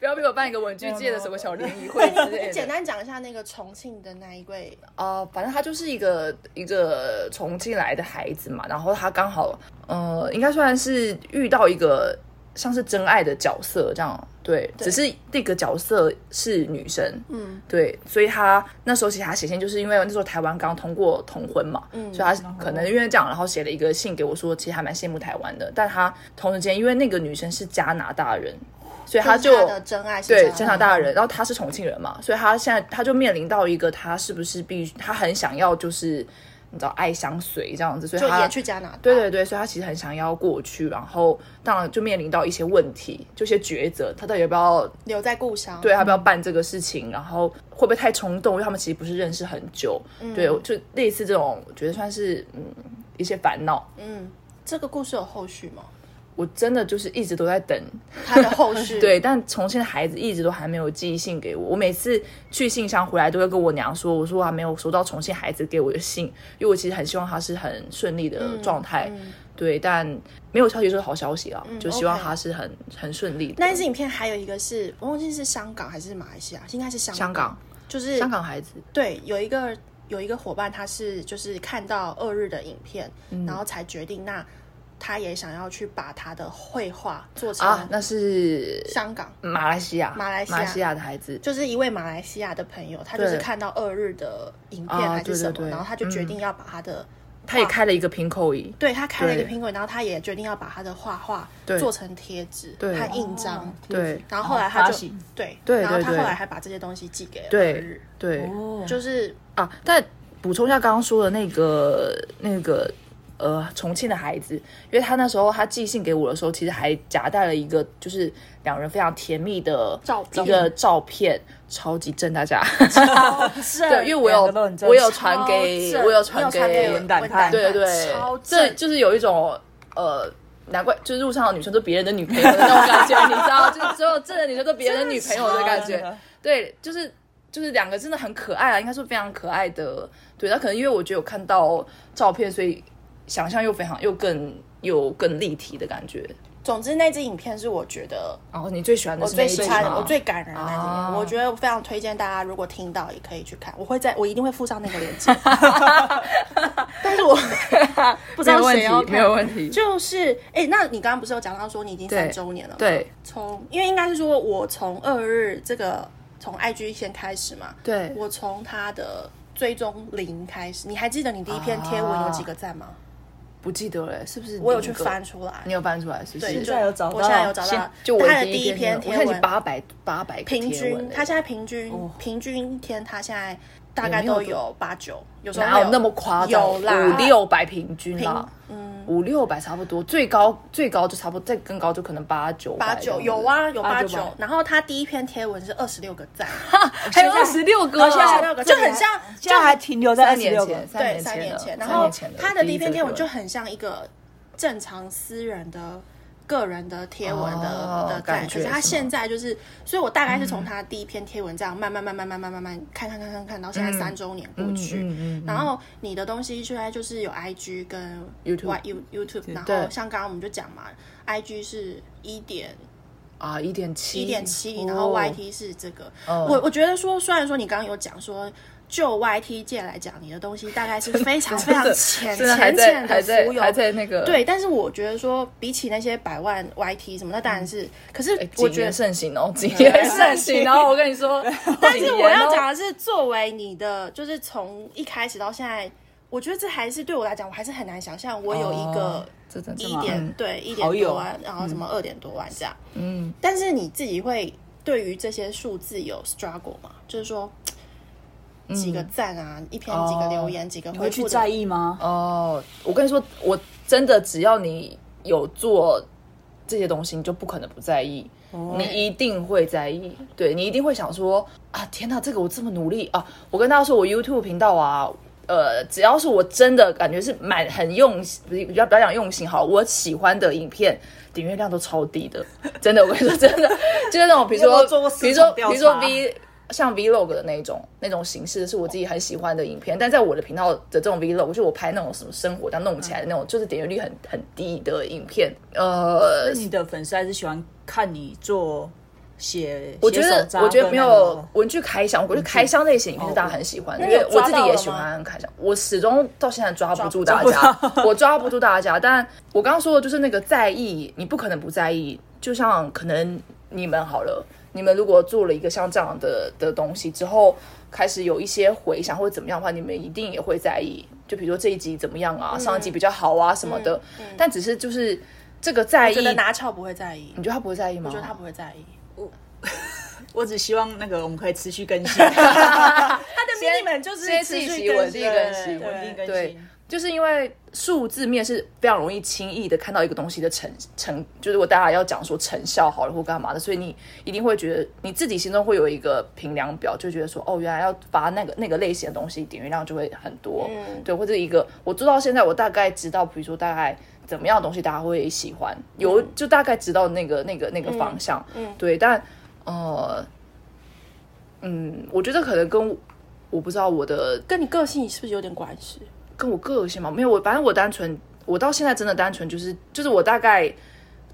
[SPEAKER 4] 不要逼我办一个文具界的什么小联谊会之 类的。
[SPEAKER 3] 简单讲一下那个重庆的那一位，
[SPEAKER 4] 呃，反正他就是一个一个重庆来的孩子嘛，然后他刚好呃，应该算是遇到一个像是真爱的角色这样，对，
[SPEAKER 3] 对
[SPEAKER 4] 只是这个角色是女生，
[SPEAKER 3] 嗯，
[SPEAKER 4] 对，所以他那时候其实他写信，就是因为那时候台湾刚通过同婚嘛，
[SPEAKER 3] 嗯
[SPEAKER 4] 所以他可能因为这样，然后写了一个信给我说，其实还蛮羡慕台湾的，但他同时间因为那个女生是加拿大人，所 以他就
[SPEAKER 3] 就是他的真爱是
[SPEAKER 4] 对，
[SPEAKER 3] 加
[SPEAKER 4] 加
[SPEAKER 3] 拿
[SPEAKER 4] 拿
[SPEAKER 3] 大
[SPEAKER 4] 大人，然后他是重庆人嘛，所以他现在他就面临到一个他是不是必须，他很想要就是你知道爱相随这样子，所以
[SPEAKER 3] 就
[SPEAKER 4] 他
[SPEAKER 3] 也去加拿大，
[SPEAKER 4] 对对对，所以他其实很想要过去，然后当然就面临到一些问题，就一些抉择，他到底要不要
[SPEAKER 3] 留在故乡，
[SPEAKER 4] 对，他要不要办这个事情，然后会不会太冲动？因为他们其实不是认识很久，
[SPEAKER 3] 嗯
[SPEAKER 4] 对，就类似这种，我觉得算是嗯一些烦恼。
[SPEAKER 3] 嗯，这个故事有后续吗？
[SPEAKER 4] 我真的就是一直都在等
[SPEAKER 3] 他的后续，
[SPEAKER 4] 对，但重庆的孩子一直都还没有寄信给我。我每次去信箱回来，都会跟我娘说，我说我还没有收到重庆孩子给我的信，因为我其实很希望他是很顺利
[SPEAKER 3] 嗯
[SPEAKER 4] 的状态。对，但没有消息就是好消息啊，就希望
[SPEAKER 3] 嗯 OK
[SPEAKER 4] 他是很很顺利的。
[SPEAKER 3] 那一支影片还有一个是，我忘记是香港还是马来西亚，应该是香
[SPEAKER 4] 香港，
[SPEAKER 3] 就是
[SPEAKER 4] 香港孩子，
[SPEAKER 3] 对，有一个有一个伙伴，他是就是看到二日的影片，
[SPEAKER 4] 嗯
[SPEAKER 3] 然后才决定，那他也想要去把他的绘画做成
[SPEAKER 4] 啊，那是
[SPEAKER 3] 香港，
[SPEAKER 4] 马来西亚，
[SPEAKER 3] 马来西亚
[SPEAKER 4] 的孩子，
[SPEAKER 3] 就是一位马来西亚的朋友，他就是
[SPEAKER 4] 对
[SPEAKER 3] 看到二日的影片
[SPEAKER 4] 啊
[SPEAKER 3] 还是
[SPEAKER 4] 对对
[SPEAKER 3] 什么，
[SPEAKER 4] 对
[SPEAKER 3] 然后他就决
[SPEAKER 4] 嗯
[SPEAKER 3] 定要把他的。
[SPEAKER 4] 他也开了一个平口椅，
[SPEAKER 3] 对他开了一个
[SPEAKER 4] 对
[SPEAKER 3] 苹果，然后他也决定要把他的画画
[SPEAKER 4] 对
[SPEAKER 3] 做成贴纸
[SPEAKER 4] 对
[SPEAKER 3] 和印章，
[SPEAKER 4] 对
[SPEAKER 3] 然后后来他
[SPEAKER 2] 哦发
[SPEAKER 3] 就
[SPEAKER 2] 行
[SPEAKER 3] 对
[SPEAKER 4] 对
[SPEAKER 3] 然后
[SPEAKER 4] 对
[SPEAKER 3] 他后
[SPEAKER 4] 对
[SPEAKER 3] 来还把这些东西寄给了
[SPEAKER 4] 对
[SPEAKER 3] 二日
[SPEAKER 4] 对
[SPEAKER 2] 哦，
[SPEAKER 3] 就是
[SPEAKER 4] 啊，但补充一下刚刚说的那个那个呃重庆的孩子，因为他那时候他寄信给我的时候，其实还夹带了一个就是两人非常甜蜜的
[SPEAKER 3] 照片
[SPEAKER 4] 一个照片，超级 正大家。对，
[SPEAKER 2] 对
[SPEAKER 4] 因为我有我有传给
[SPEAKER 3] 超正
[SPEAKER 4] 我有传
[SPEAKER 3] 你有传给
[SPEAKER 4] 给
[SPEAKER 2] 文胆派
[SPEAKER 4] 对对
[SPEAKER 3] 超，
[SPEAKER 4] 这
[SPEAKER 3] 正
[SPEAKER 4] 就是有一种呃。难怪就是路上的女生都别人的女朋友的那种感觉，你知道，就是所有正的女生都别人的女朋友的 感觉。
[SPEAKER 3] 啊
[SPEAKER 4] 对，就是就是两个真的很可爱啊，应该说非常可爱的。对，那可能因为我觉得有看到照片，所以想象又非常又更又更立体的感觉。
[SPEAKER 3] 总之那支影片是我觉得
[SPEAKER 4] 然哦后你最喜欢的
[SPEAKER 3] 我
[SPEAKER 4] 是
[SPEAKER 3] 最
[SPEAKER 4] 哪一
[SPEAKER 3] 喜
[SPEAKER 4] 集
[SPEAKER 3] 欢的、
[SPEAKER 4] 吗
[SPEAKER 3] 我最感人的那支影片，
[SPEAKER 4] 啊
[SPEAKER 3] 我觉得我非常推荐大家，如果听到也可以去看，我会在我一定会附上那个链接。但是我不知
[SPEAKER 4] 没
[SPEAKER 3] 道
[SPEAKER 4] 有问
[SPEAKER 3] 谁要
[SPEAKER 4] 题，
[SPEAKER 3] 看
[SPEAKER 4] 没有问题。
[SPEAKER 3] 就是，哎、那你刚刚不是有讲到说你已经
[SPEAKER 4] 对
[SPEAKER 3] 三周年了吗？
[SPEAKER 4] 对
[SPEAKER 3] 从因为应该是说我从二日这个从 IG 先开始嘛，
[SPEAKER 4] 对
[SPEAKER 3] 我从他的追踪零开始。你还记得你第一篇贴文有几
[SPEAKER 4] 啊
[SPEAKER 3] 个赞吗？
[SPEAKER 4] 不记得了，是不是？
[SPEAKER 3] 我有去翻，出来
[SPEAKER 4] 你，有翻出来是不
[SPEAKER 3] 对，
[SPEAKER 4] 是？
[SPEAKER 3] 就
[SPEAKER 2] 在有找到
[SPEAKER 3] 我现在有找
[SPEAKER 2] 现
[SPEAKER 3] 到
[SPEAKER 4] 就我
[SPEAKER 3] 他的第一篇
[SPEAKER 4] 篇贴
[SPEAKER 3] 贴
[SPEAKER 4] 文，我看
[SPEAKER 3] 文，
[SPEAKER 4] 你八百八百
[SPEAKER 3] 平均，
[SPEAKER 4] 欸
[SPEAKER 3] 他现在平均、
[SPEAKER 2] 哦
[SPEAKER 3] 平均一天，他现在大概
[SPEAKER 4] 也没有
[SPEAKER 3] 都
[SPEAKER 4] 多
[SPEAKER 3] 有八九，有时候
[SPEAKER 4] 哪
[SPEAKER 3] 会
[SPEAKER 4] 有那么夸张？
[SPEAKER 3] 有啦，
[SPEAKER 4] 五六百平均啦
[SPEAKER 3] 平，嗯
[SPEAKER 4] 五六百差不多，最高最高就差不多，再更高就可能八九
[SPEAKER 3] 八
[SPEAKER 4] 百这样
[SPEAKER 3] 九
[SPEAKER 4] 子
[SPEAKER 3] 有，啊，有八
[SPEAKER 2] 八九
[SPEAKER 3] 九
[SPEAKER 2] 吧。
[SPEAKER 3] 然后他第一篇贴文是二十六个赞，
[SPEAKER 4] 还有二十六个哦，
[SPEAKER 3] 现在那个就很像，
[SPEAKER 2] 现在还停留在二
[SPEAKER 4] 三
[SPEAKER 2] 十
[SPEAKER 4] 年
[SPEAKER 2] 六个
[SPEAKER 4] 前，，
[SPEAKER 3] 对，
[SPEAKER 4] 三
[SPEAKER 3] 三
[SPEAKER 4] 年
[SPEAKER 3] 年
[SPEAKER 4] 前
[SPEAKER 3] 前。
[SPEAKER 4] 的，
[SPEAKER 3] 然
[SPEAKER 4] 三
[SPEAKER 3] 后
[SPEAKER 4] 年前的
[SPEAKER 3] 他的第一篇贴文就
[SPEAKER 4] 第一则
[SPEAKER 3] 很像一个正常私人的。个人的贴文的、
[SPEAKER 4] 哦
[SPEAKER 3] 的赞，
[SPEAKER 4] 感
[SPEAKER 3] 可
[SPEAKER 4] 觉
[SPEAKER 3] 是他
[SPEAKER 4] 是吗嗯
[SPEAKER 3] 现在就是，所以我大概是从他第一篇贴文这样慢慢慢慢慢慢慢慢看看看看看，到现在三周年过去，
[SPEAKER 4] 嗯嗯嗯
[SPEAKER 3] 然后你的东西现在就是有 IG 跟
[SPEAKER 4] YouTube
[SPEAKER 3] Y- You YouTube，然后
[SPEAKER 4] 对
[SPEAKER 3] 像刚刚我们就讲嘛，IG 是一点
[SPEAKER 4] 啊一点七
[SPEAKER 3] 一点七零，然后 YT 是这个。
[SPEAKER 4] 哦
[SPEAKER 3] 我我觉得说，虽然说你刚刚有讲说，就 YT 界来讲，你的东西大概是非常非常浅
[SPEAKER 4] 真的还
[SPEAKER 3] 浅
[SPEAKER 4] 在
[SPEAKER 3] 浅
[SPEAKER 4] 还
[SPEAKER 3] 的
[SPEAKER 4] 在
[SPEAKER 3] 浮
[SPEAKER 4] 还
[SPEAKER 3] 游。
[SPEAKER 4] 在那个
[SPEAKER 3] 对，但是我觉得说，比起那些百万 YT 什么，那当然是，可是
[SPEAKER 4] 哎
[SPEAKER 3] 我
[SPEAKER 4] 谨
[SPEAKER 3] 觉
[SPEAKER 4] 言
[SPEAKER 3] 得，
[SPEAKER 4] 盛行哦，谨言盛行。然后我跟你说，
[SPEAKER 3] 但是
[SPEAKER 4] 谨
[SPEAKER 3] 我
[SPEAKER 4] 言哦
[SPEAKER 3] 要讲的是，作为你的，就是从一开始到现在，我觉得这还是对我来讲，我还是很难想象我有一个
[SPEAKER 4] 哦这真的
[SPEAKER 3] 一
[SPEAKER 4] 吗
[SPEAKER 3] 点、
[SPEAKER 4] 嗯
[SPEAKER 3] 对一点啊
[SPEAKER 2] 好友
[SPEAKER 3] 多万，然后什么二点多万这样。
[SPEAKER 4] 嗯，
[SPEAKER 3] 但是你自己会对于这些数字有 struggle 嘛？就是说
[SPEAKER 4] 嗯
[SPEAKER 3] 几个赞啊，一篇几个留言，几个
[SPEAKER 2] 你
[SPEAKER 3] 回
[SPEAKER 2] 会去
[SPEAKER 3] 复
[SPEAKER 2] 在
[SPEAKER 3] 的，
[SPEAKER 2] 意吗？
[SPEAKER 4] 哦，我跟你说，我真的只要你有做这些东西，你就不可能不在意，
[SPEAKER 2] 哦
[SPEAKER 4] 你一定会在意。对你一定会想说啊，天哪，这个我这么努力啊！我跟大家说，我 YouTube 频道啊。呃，只要是我真的感觉是蛮很用心，不是比较比较讲用心好，我喜欢的影片点阅量都超低的， 真的，我跟你说真的，就是那种比如
[SPEAKER 2] 你有没有做
[SPEAKER 4] 说
[SPEAKER 2] 过，
[SPEAKER 4] 比如
[SPEAKER 2] 市
[SPEAKER 4] 说，
[SPEAKER 2] 场
[SPEAKER 4] 比
[SPEAKER 2] 调
[SPEAKER 4] 如说
[SPEAKER 2] 查
[SPEAKER 4] V 像 Vlog 的那种那种形式，是我自己很喜欢的影片。但在我的频道的这种 Vlog，就是我拍那种什么生活这样弄起来的那种，就是点阅率很很低的影片。呃
[SPEAKER 2] 那，你的粉丝还是喜欢看你做写，
[SPEAKER 4] 我觉
[SPEAKER 2] 写手
[SPEAKER 4] 得
[SPEAKER 2] 札
[SPEAKER 3] 啊
[SPEAKER 4] 我觉得
[SPEAKER 2] 跟
[SPEAKER 4] 没
[SPEAKER 2] 那
[SPEAKER 4] 有
[SPEAKER 2] 个
[SPEAKER 4] 文具开箱，我觉得开箱类型影片是大家很喜欢
[SPEAKER 3] 嗯
[SPEAKER 4] 的，
[SPEAKER 3] 那
[SPEAKER 4] 因
[SPEAKER 3] 有
[SPEAKER 4] 为我自己
[SPEAKER 3] 抓到
[SPEAKER 4] 也
[SPEAKER 3] 了
[SPEAKER 4] 喜
[SPEAKER 3] 吗
[SPEAKER 4] 欢开箱。我始终到现在抓不住大
[SPEAKER 2] 抓
[SPEAKER 4] 家， 我抓不住大家。但我刚刚说的就是那个在意，你不可能不在意。就像可能你们好了，你们如果做了一个像这样的的东西之后，开始有一些回响或者怎么样的话，你们一定也会在意。就比如说这一集怎么样
[SPEAKER 3] 嗯
[SPEAKER 4] 啊，上一集比较好啊什么的。但只是就是这个在
[SPEAKER 3] 我
[SPEAKER 4] 意，
[SPEAKER 3] 觉
[SPEAKER 4] 你
[SPEAKER 3] 得拿翘不会在意，
[SPEAKER 4] 觉得他不会在意吗？
[SPEAKER 3] 我觉得他不会在意。
[SPEAKER 2] 我只希望那个我们可以持续更 新，
[SPEAKER 3] 他的 mini 们就是
[SPEAKER 4] 先
[SPEAKER 3] 持续
[SPEAKER 4] 自己
[SPEAKER 3] 更
[SPEAKER 4] 稳
[SPEAKER 3] 新
[SPEAKER 4] 定更新
[SPEAKER 3] 对
[SPEAKER 2] 稳定更
[SPEAKER 4] 对
[SPEAKER 2] 新。，
[SPEAKER 4] 就是因为数字面是非常容易轻易的看到一个东西的成成，就是我大家要讲说成效好了或干嘛的，所以你一定会觉得你自己心中会有一个评量表，就觉得说哦，原来要发那个那个类型的东西，点阅量就会很多，
[SPEAKER 2] 嗯
[SPEAKER 4] 对，或者一个我做到现在，我大概知道，比如说大概。怎么样的东西大家会喜欢？有
[SPEAKER 2] 嗯
[SPEAKER 4] 就大概知道那个那个那个方向，对。但呃，嗯，我觉得可能跟我不知道我的
[SPEAKER 3] 跟你个性是不是有点关系？
[SPEAKER 4] 跟我个性嘛，没有我，反正我单纯，我到现在真的单纯，就是就是我大概，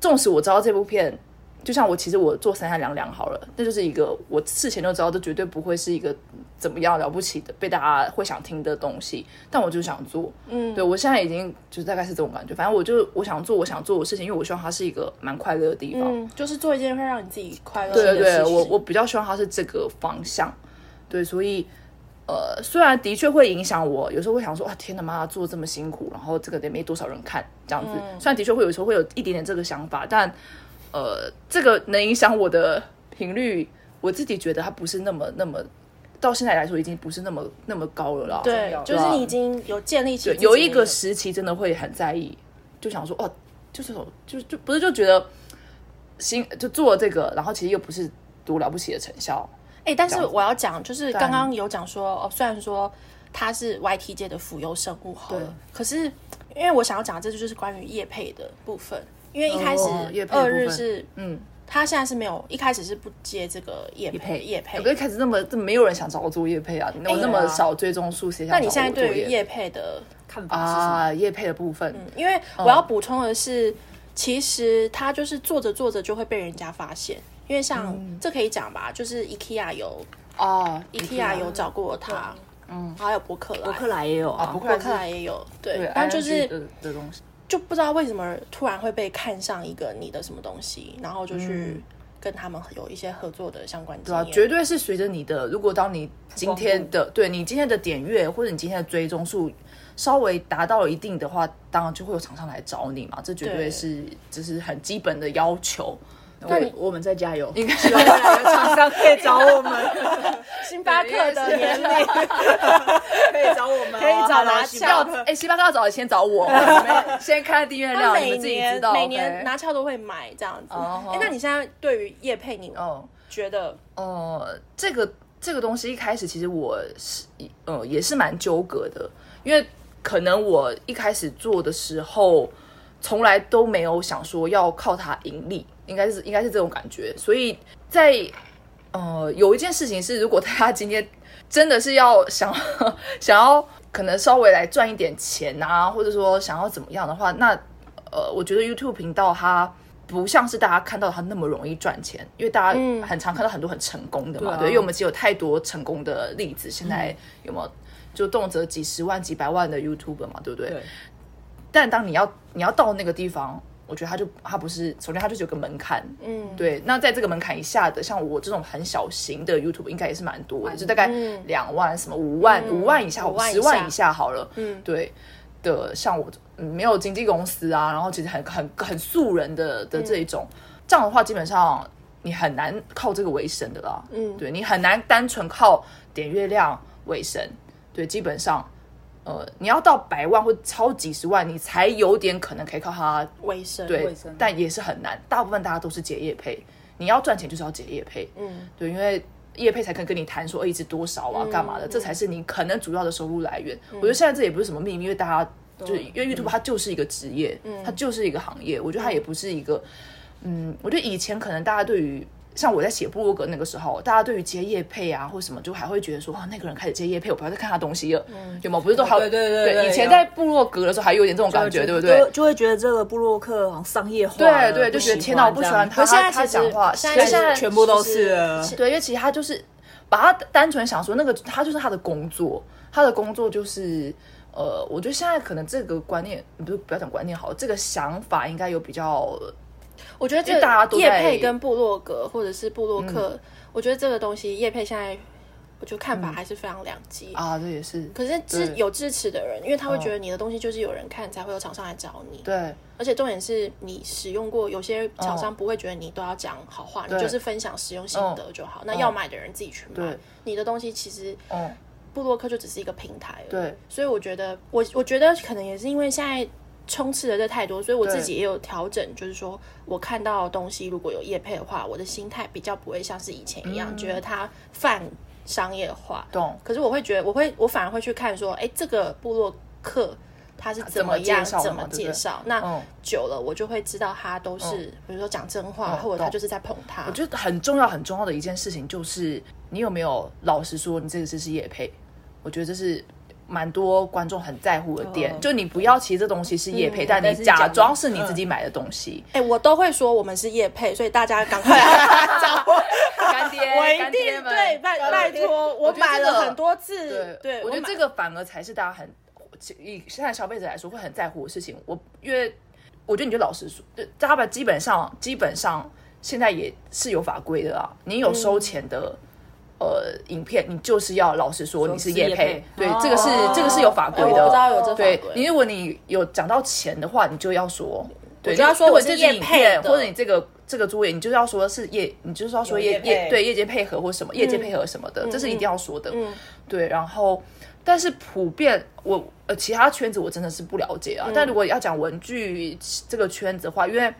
[SPEAKER 4] 纵使我知道这部片，就像我其实我做三三两两好了，那就是一个我事前就知道，这绝对不会是一个怎么样了不起的被大家会想听的东西，但我就想做，嗯，对我现在已经就是大概是这种感觉，反正我就我想做我想做的事情，因为我希望它是一个蛮快乐的地方，
[SPEAKER 3] 嗯，就是做一件会让你自己快乐的事
[SPEAKER 4] 对
[SPEAKER 3] 情。
[SPEAKER 4] 对对，我我比较希望它是这个方向。对，所以呃，虽然的确会影响我，有时候会想说，哇，啊天哪，妈做这么辛苦，然后这个也没多少人看，这样子。
[SPEAKER 3] 嗯
[SPEAKER 4] 虽然的确会有时候会有一点点这个想法，但呃，这个能影响我的频率，我自己觉得它不是那么那么。到现在来说，已经不是那么那么高了啦。
[SPEAKER 3] 对，
[SPEAKER 4] 啊
[SPEAKER 3] 就是你已经有建立起
[SPEAKER 4] 对
[SPEAKER 3] 自己
[SPEAKER 4] 有一
[SPEAKER 3] 的
[SPEAKER 4] 个时期真的会很在意，就想说哦，就是种就就不是就觉得新就做这个，然后其实又不是多了不起的成效，
[SPEAKER 3] 哎、但是我要讲，就是刚刚有讲说，哦，虽然说他是 YT 界的浮游生物好了
[SPEAKER 4] 对，
[SPEAKER 3] 可是因为我想要讲，这就是关于叶配的部分，因为一开
[SPEAKER 4] 哦业
[SPEAKER 3] 始
[SPEAKER 4] 配的部
[SPEAKER 3] 二
[SPEAKER 4] 分
[SPEAKER 3] 日是，
[SPEAKER 4] 嗯，
[SPEAKER 3] 他现在是没有，一开始是不接这个叶
[SPEAKER 4] 叶配
[SPEAKER 3] 叶配
[SPEAKER 4] 我。一开始那么这么没有人想找我做叶配啊，我那么少追踪数，谁想
[SPEAKER 3] 那
[SPEAKER 4] 找
[SPEAKER 3] 你
[SPEAKER 4] 我
[SPEAKER 3] 现在
[SPEAKER 4] 做
[SPEAKER 3] 对于
[SPEAKER 4] 业
[SPEAKER 3] 叶配的，
[SPEAKER 2] 看法是什么？
[SPEAKER 4] 啊叶配的部分，
[SPEAKER 3] 因为
[SPEAKER 4] 嗯
[SPEAKER 3] 我要补充的是，其实他就是做着做着就会被人家发现，因为像、
[SPEAKER 4] 嗯
[SPEAKER 3] 这可以讲吧，就是 IKEA 有
[SPEAKER 4] 哦
[SPEAKER 3] IKEA 有找过他，嗯，还有博客来，
[SPEAKER 2] 博客来也有啊，
[SPEAKER 4] 不
[SPEAKER 3] 博客来也有，对，但就是
[SPEAKER 4] 的呃的东西，
[SPEAKER 3] 就不知道为什么突然会被看上一个你的什么东西，然后就去跟他们有一些合作的相关经
[SPEAKER 4] 对啊
[SPEAKER 3] 验。，
[SPEAKER 4] 绝对是随着你的。如果当你今天的对你今天的点阅或者你今天的追踪数稍微达到了一定的话，当然就会有厂商来找你嘛，这绝对
[SPEAKER 3] 对
[SPEAKER 4] 是这是很基本的要求。
[SPEAKER 3] 那你
[SPEAKER 2] 我们再加油，
[SPEAKER 4] 应该是未来的 厂商可以
[SPEAKER 2] 找我们，
[SPEAKER 3] 星巴克的年历，
[SPEAKER 2] 可以找我们哦，
[SPEAKER 3] 可以找拿
[SPEAKER 2] 希
[SPEAKER 3] 下
[SPEAKER 2] 望
[SPEAKER 4] 哎、星巴克要找先 找我，没先看订阅
[SPEAKER 3] 他
[SPEAKER 4] 量，你
[SPEAKER 3] 每
[SPEAKER 4] 们自己知
[SPEAKER 3] 年
[SPEAKER 4] 道。
[SPEAKER 3] 每
[SPEAKER 4] OK
[SPEAKER 3] 年拿翘都会买这样子。
[SPEAKER 4] 哦
[SPEAKER 3] 哎，那你现在对于叶佩，你
[SPEAKER 4] 哦
[SPEAKER 3] 觉得
[SPEAKER 4] 呃，这个这个东西一开始其实我是呃也是蛮纠葛的，因为可能我一开始做的时候，从来都没有想说要靠它盈利，应该是应该是这种感觉。所以在呃有一件事情是，如果大家今天真的是要想 想要可能稍微来赚一点钱啊，或者说想要怎么样的话，那呃，我觉得 YouTube 频道它。不像是大家看到它那么容易赚钱，因为大家很常看到很多很成功的嘛，
[SPEAKER 2] 嗯对啊嗯
[SPEAKER 4] 对，因为我们其实有太多成功的例子，现在有没有就动辄几十万、几百万的 YouTuber 嘛，对不对？
[SPEAKER 2] 对
[SPEAKER 4] 但当你要你要到那个地方，我觉得他就他不是，首先他就是有个门槛，嗯，对。那在这个门槛以下的，像我这种很小型的 YouTube，应该也是蛮多的，就大概两万什么五万、五万以下，
[SPEAKER 3] 嗯五万以
[SPEAKER 4] 十
[SPEAKER 3] 下
[SPEAKER 4] 万以下好了，嗯，对的。像我嗯没有经纪公司啊，然后其实很很很素人的的这一种，这样的话基本上。你很难靠这个为生的啦。
[SPEAKER 3] 嗯
[SPEAKER 4] 对你很难单纯靠点阅量为生。对，基本上，呃，你要到百万或超几十万，你才有点可能可以靠它
[SPEAKER 3] 卫生，
[SPEAKER 4] 对
[SPEAKER 2] 卫生，啊
[SPEAKER 4] 但也是很难。大部分大家都是结业配，你要赚钱就是要结业配，
[SPEAKER 3] 嗯，
[SPEAKER 4] 对，因为业配才可以跟你谈说，哎，一支多少
[SPEAKER 2] 嗯
[SPEAKER 4] 啊，干嘛的，这才是你可能主要的收入来源。我觉得现在这也不是什么秘密，因为大家就是因为 YouTube
[SPEAKER 2] 嗯
[SPEAKER 4] 它就是一个职业，它就是一个行业，我觉得它也不是一个，嗯，我觉得以前可能大家对于。像我在写部落格那个时候，大家对于接业配啊或什么，就还会觉得说，啊哇，那个人开始接业配，我不要再看他东西了，有吗？不是都还有
[SPEAKER 2] 嗯对对对对
[SPEAKER 4] 以前
[SPEAKER 2] 有
[SPEAKER 4] 在部落格的时候还有点这种感觉，对不对？
[SPEAKER 2] 就就会觉得这个布洛克好像商业化啊
[SPEAKER 4] 对
[SPEAKER 2] 了，
[SPEAKER 4] 对，就觉得天哪，我不喜欢他，
[SPEAKER 2] 可是
[SPEAKER 4] 他
[SPEAKER 2] 现
[SPEAKER 4] 他
[SPEAKER 2] 在其
[SPEAKER 4] 讲
[SPEAKER 2] 实
[SPEAKER 4] 话，
[SPEAKER 3] 现
[SPEAKER 4] 可
[SPEAKER 3] 在
[SPEAKER 4] 是现在
[SPEAKER 2] 全部都是
[SPEAKER 3] 就是
[SPEAKER 2] 了
[SPEAKER 4] 对，因为其实他就是把他单纯想说那个，他就是他的工作，他的工作就是呃，我觉得现在可能这个观念不是不要讲观念好了，这个想法应该有比较
[SPEAKER 3] 我觉得
[SPEAKER 4] 因为
[SPEAKER 3] 这
[SPEAKER 4] 大家都在
[SPEAKER 3] 叶配跟部落格或者是部落客，我觉得这个东西叶配现在，我觉得看法还是非常两极。
[SPEAKER 4] 啊，这也是
[SPEAKER 3] 可是支
[SPEAKER 4] 对
[SPEAKER 3] 有支持的人，因为他会
[SPEAKER 4] 嗯
[SPEAKER 3] 觉得你的东西就是有人看，才会有厂商来找你。
[SPEAKER 4] 对
[SPEAKER 3] 而且重点是你使用过，有些厂商
[SPEAKER 4] 嗯
[SPEAKER 3] 不会觉得你都要讲好话，你
[SPEAKER 4] 对
[SPEAKER 3] 就是分享使用心得就好。那要买的人自己去买
[SPEAKER 4] 嗯对。
[SPEAKER 3] 你的东西其实
[SPEAKER 4] 嗯
[SPEAKER 3] 部落客就只是一个平台而已。
[SPEAKER 4] 对
[SPEAKER 3] 所以我觉得，我我觉得可能也是因为现在充斥的这太多，所以我
[SPEAKER 4] 对
[SPEAKER 3] 自己也有调整，就是说我看到的东西如果有业配的话，我的心态比较不会像是以前一样，
[SPEAKER 4] 嗯
[SPEAKER 3] 觉得它泛商业化。
[SPEAKER 4] 懂
[SPEAKER 3] 可是我会觉得，我会我反而会去看说，哎，这个部落客他是怎
[SPEAKER 4] 啊怎么
[SPEAKER 3] 么样，
[SPEAKER 4] 介绍的
[SPEAKER 3] 怎
[SPEAKER 4] 嘛
[SPEAKER 3] 么
[SPEAKER 4] 对不
[SPEAKER 3] 介
[SPEAKER 4] 对
[SPEAKER 3] 绍？那
[SPEAKER 4] 嗯
[SPEAKER 3] 久了，我就会知道他都是，比如说讲真话，
[SPEAKER 4] 嗯
[SPEAKER 3] 或者他
[SPEAKER 4] 懂
[SPEAKER 3] 就是在捧他。
[SPEAKER 4] 我觉得很重要很重要的一件事情就是，你有没有老实说你这个就是业配？我觉得这是蛮多观众很在乎的点，就你不要其实这东西是业配，哦嗯但
[SPEAKER 2] 但
[SPEAKER 4] 你
[SPEAKER 2] 是
[SPEAKER 4] 假
[SPEAKER 2] 讲
[SPEAKER 4] 装嗯是你自己买的东西。
[SPEAKER 3] 哎、我都会说我们是叶配，所以大家赶快 来找我。
[SPEAKER 4] 干爹，
[SPEAKER 3] 我一
[SPEAKER 4] 干爹
[SPEAKER 3] 定
[SPEAKER 4] 们
[SPEAKER 3] 对拜拜托，我
[SPEAKER 4] 我觉得
[SPEAKER 3] 买
[SPEAKER 4] 这个
[SPEAKER 3] 了很多次
[SPEAKER 4] 对，，
[SPEAKER 3] 对
[SPEAKER 4] 我觉得
[SPEAKER 3] 买
[SPEAKER 4] 这个反而才是大家很以现在消费者来说会很在乎的事情。我因为我觉得你就老实说，就大家吧基本上基本上现在也是有法规的啊，你有收钱的。呃，影片你就是要老实说你是业
[SPEAKER 2] 业
[SPEAKER 4] 配
[SPEAKER 2] 配，
[SPEAKER 4] 对
[SPEAKER 2] 哦，
[SPEAKER 4] 这个是这个是有法规
[SPEAKER 3] 哎我
[SPEAKER 4] 的，啊
[SPEAKER 3] 不知道有这法
[SPEAKER 4] 对
[SPEAKER 3] 规，
[SPEAKER 4] 你如果你有讲到钱的话，你就要说，对，
[SPEAKER 3] 就要说
[SPEAKER 4] 如果
[SPEAKER 3] 我是
[SPEAKER 4] 这支
[SPEAKER 3] 业
[SPEAKER 4] 影
[SPEAKER 3] 配
[SPEAKER 4] 片
[SPEAKER 3] 的
[SPEAKER 4] 或者你这个这个作业，你就是要说是业，你就是要说
[SPEAKER 2] 有业
[SPEAKER 4] 业业
[SPEAKER 2] 配
[SPEAKER 4] 对业界配合或什么业界配合什么的，这是一定要说的。
[SPEAKER 3] 嗯
[SPEAKER 4] 对，然后但是普遍我呃其他圈子我真的是不了解啊，
[SPEAKER 3] 嗯
[SPEAKER 4] 但如果要讲文具这个圈子的话，因为。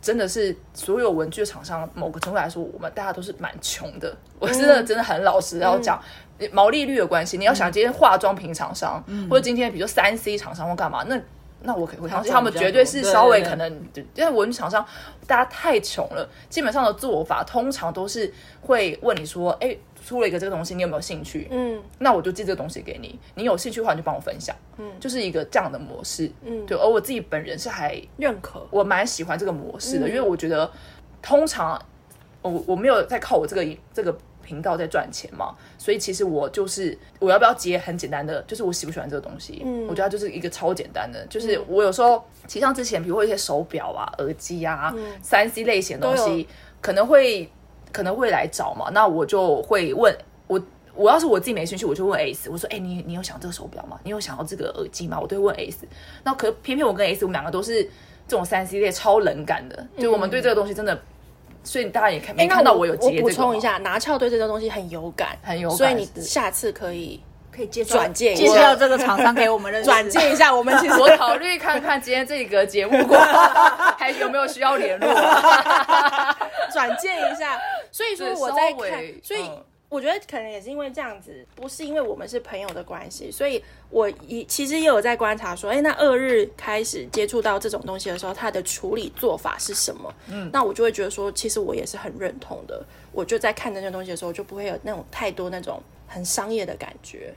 [SPEAKER 4] 真的是所有文具厂商，某个程度来说，我们大家都是蛮穷的。我真的真的很老实要讲，毛利率有关系。你要想今天化妆品厂商，或者今天比如说三 C 厂商或干嘛，那那我可我相信他们绝对是稍微可能，因为文具厂商大家太穷了，基本上的做法通常都是会问你说，哎、出了一个这个东西，你有没有兴趣？
[SPEAKER 3] 嗯，
[SPEAKER 4] 那我就寄这个东西给你，你有兴趣的话你就帮我分享，嗯，就是一个这样的模式，嗯，对。而我自己本人是还
[SPEAKER 3] 认可。
[SPEAKER 4] 我蛮喜欢这个模式
[SPEAKER 3] 嗯
[SPEAKER 4] 的，因为我觉得通常我我没有在靠我这个这个频道在赚钱嘛，所以其实我就是我要不要接很简单的，就是我喜不喜欢这个东西，嗯，我觉得它就是一个超简单的，
[SPEAKER 3] 嗯
[SPEAKER 4] 就是我有时候其实像之前，比如说一些手表啊、耳机啊、三、C 类型的
[SPEAKER 3] 嗯
[SPEAKER 4] 东
[SPEAKER 3] 都有
[SPEAKER 4] 西，可能会可能会来找嘛，那我就会问我。我要是我自己没兴趣，我就问 S，我说：“哎、你你有想这个手表吗？你有想要这个耳机吗？”我都会问 S。那可偏偏我跟 S，我们两个都是这种三 C 类超冷感的，就我们对这个东西真的，所以大家也看
[SPEAKER 3] 嗯
[SPEAKER 4] 没
[SPEAKER 3] 那
[SPEAKER 4] 看到
[SPEAKER 3] 我
[SPEAKER 4] 有
[SPEAKER 3] 我
[SPEAKER 4] 接这
[SPEAKER 3] 补
[SPEAKER 4] 个。
[SPEAKER 3] 充一，下，拿翘对这个东西很有感，
[SPEAKER 4] 很有感
[SPEAKER 3] 所以你
[SPEAKER 4] 是
[SPEAKER 3] 下次可以
[SPEAKER 2] 可以介绍
[SPEAKER 3] 转介一
[SPEAKER 2] 介
[SPEAKER 3] 下
[SPEAKER 2] 绍，这个厂商给我们认识，
[SPEAKER 3] 转介一下我们其实。
[SPEAKER 4] 我考虑看看今天这个节目过后还有没有需要联络。
[SPEAKER 3] 转介一下。所以说
[SPEAKER 4] 对
[SPEAKER 3] 我在
[SPEAKER 4] 稍微
[SPEAKER 3] 看，所以
[SPEAKER 4] 嗯
[SPEAKER 3] 我觉得可能也是因为这样子，不是因为我们是朋友的关系，所以我一其实也有在观察说，哎，那二日开始接触到这种东西的时候，他的处理做法是什么？嗯，那我就会觉得说，其实我也是很认同的。我就在看那些东西的时候，就不会有那种太多那种很商业的感觉。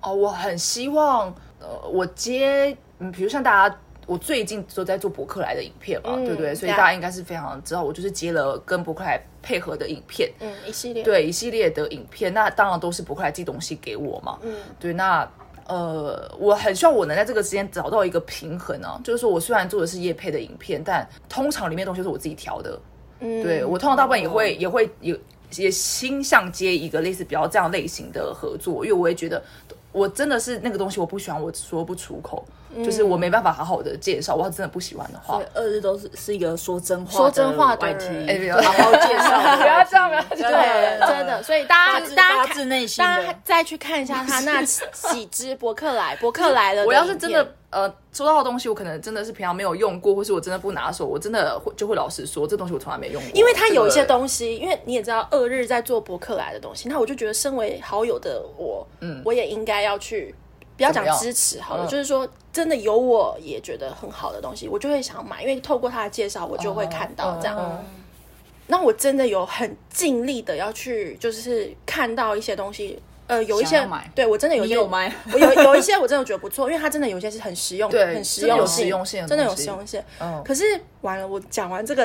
[SPEAKER 4] 哦，我很希望，呃，我接，嗯，比如像大家，我最近都在做博客来的影片嘛，
[SPEAKER 3] 嗯
[SPEAKER 4] 对不对？所以
[SPEAKER 3] 对啊
[SPEAKER 4] 大家应该是非常知道，我就是接了跟博客来配合的影片，
[SPEAKER 3] 嗯，一系列，
[SPEAKER 4] 对一系列的影片，那当然都是博客来寄东西给我嘛。嗯，对，那呃，我很希望我能在这个之间找到一个平衡啊，就是说我虽然做的是叶配的影片，但通常里面的东西都是我自己调的。
[SPEAKER 3] 嗯，
[SPEAKER 4] 对我通常大部分也会、也会也也倾向接一个类似比较这样类型的合作，因为我也觉得我真的是那个东西我不喜欢，我说不出口，就是我没办法好好的介绍，我要真的不喜欢的话
[SPEAKER 2] 对，，二日都是是一个说真话
[SPEAKER 3] 说真话的
[SPEAKER 2] 的
[SPEAKER 3] 人
[SPEAKER 2] YT
[SPEAKER 4] 哎没有
[SPEAKER 2] 好好介绍，
[SPEAKER 4] 不要这样，不要这
[SPEAKER 2] 对
[SPEAKER 4] 样。
[SPEAKER 3] 真的，所以大
[SPEAKER 2] 发
[SPEAKER 3] 家
[SPEAKER 2] 自
[SPEAKER 3] 大家
[SPEAKER 2] 发自
[SPEAKER 3] 看
[SPEAKER 2] 内心
[SPEAKER 3] 大家
[SPEAKER 2] 的。
[SPEAKER 3] 再去看一下他那几几只博客来，博客来了。
[SPEAKER 4] 我要是真的，呃收到的东西，我可能真的是平常没有用过，或是我真的不拿手，我真的会就会老实说，这东西我从来没用过。
[SPEAKER 3] 因为他有一些
[SPEAKER 4] 西，
[SPEAKER 3] 东西，因为你也知道，二日在做博客来的东西，那我就觉得身为好友的我，嗯，我也应该要去，不要讲
[SPEAKER 4] 怎么样
[SPEAKER 3] 支持好了，
[SPEAKER 4] 嗯
[SPEAKER 3] 就是说真的有我也觉得很好的东西，我就会想买，因为透过他的介绍，我就会看到
[SPEAKER 2] 哦
[SPEAKER 3] 这样。那我真的有很尽力的要去，就是看到一些东西，呃，有一
[SPEAKER 2] 想
[SPEAKER 3] 些
[SPEAKER 2] 要买
[SPEAKER 3] 对我真的有一
[SPEAKER 2] 你
[SPEAKER 3] 些
[SPEAKER 2] 有吗？
[SPEAKER 3] 我有有一些我真的觉得不错，因为它真的有一些是很实用，
[SPEAKER 4] 对
[SPEAKER 3] 很实
[SPEAKER 4] 真的
[SPEAKER 3] 用
[SPEAKER 4] 有
[SPEAKER 3] 性，
[SPEAKER 4] 实用性的
[SPEAKER 3] 真的有
[SPEAKER 4] 东西
[SPEAKER 3] 实用性。
[SPEAKER 4] 嗯
[SPEAKER 3] 可是完了，我讲完这个，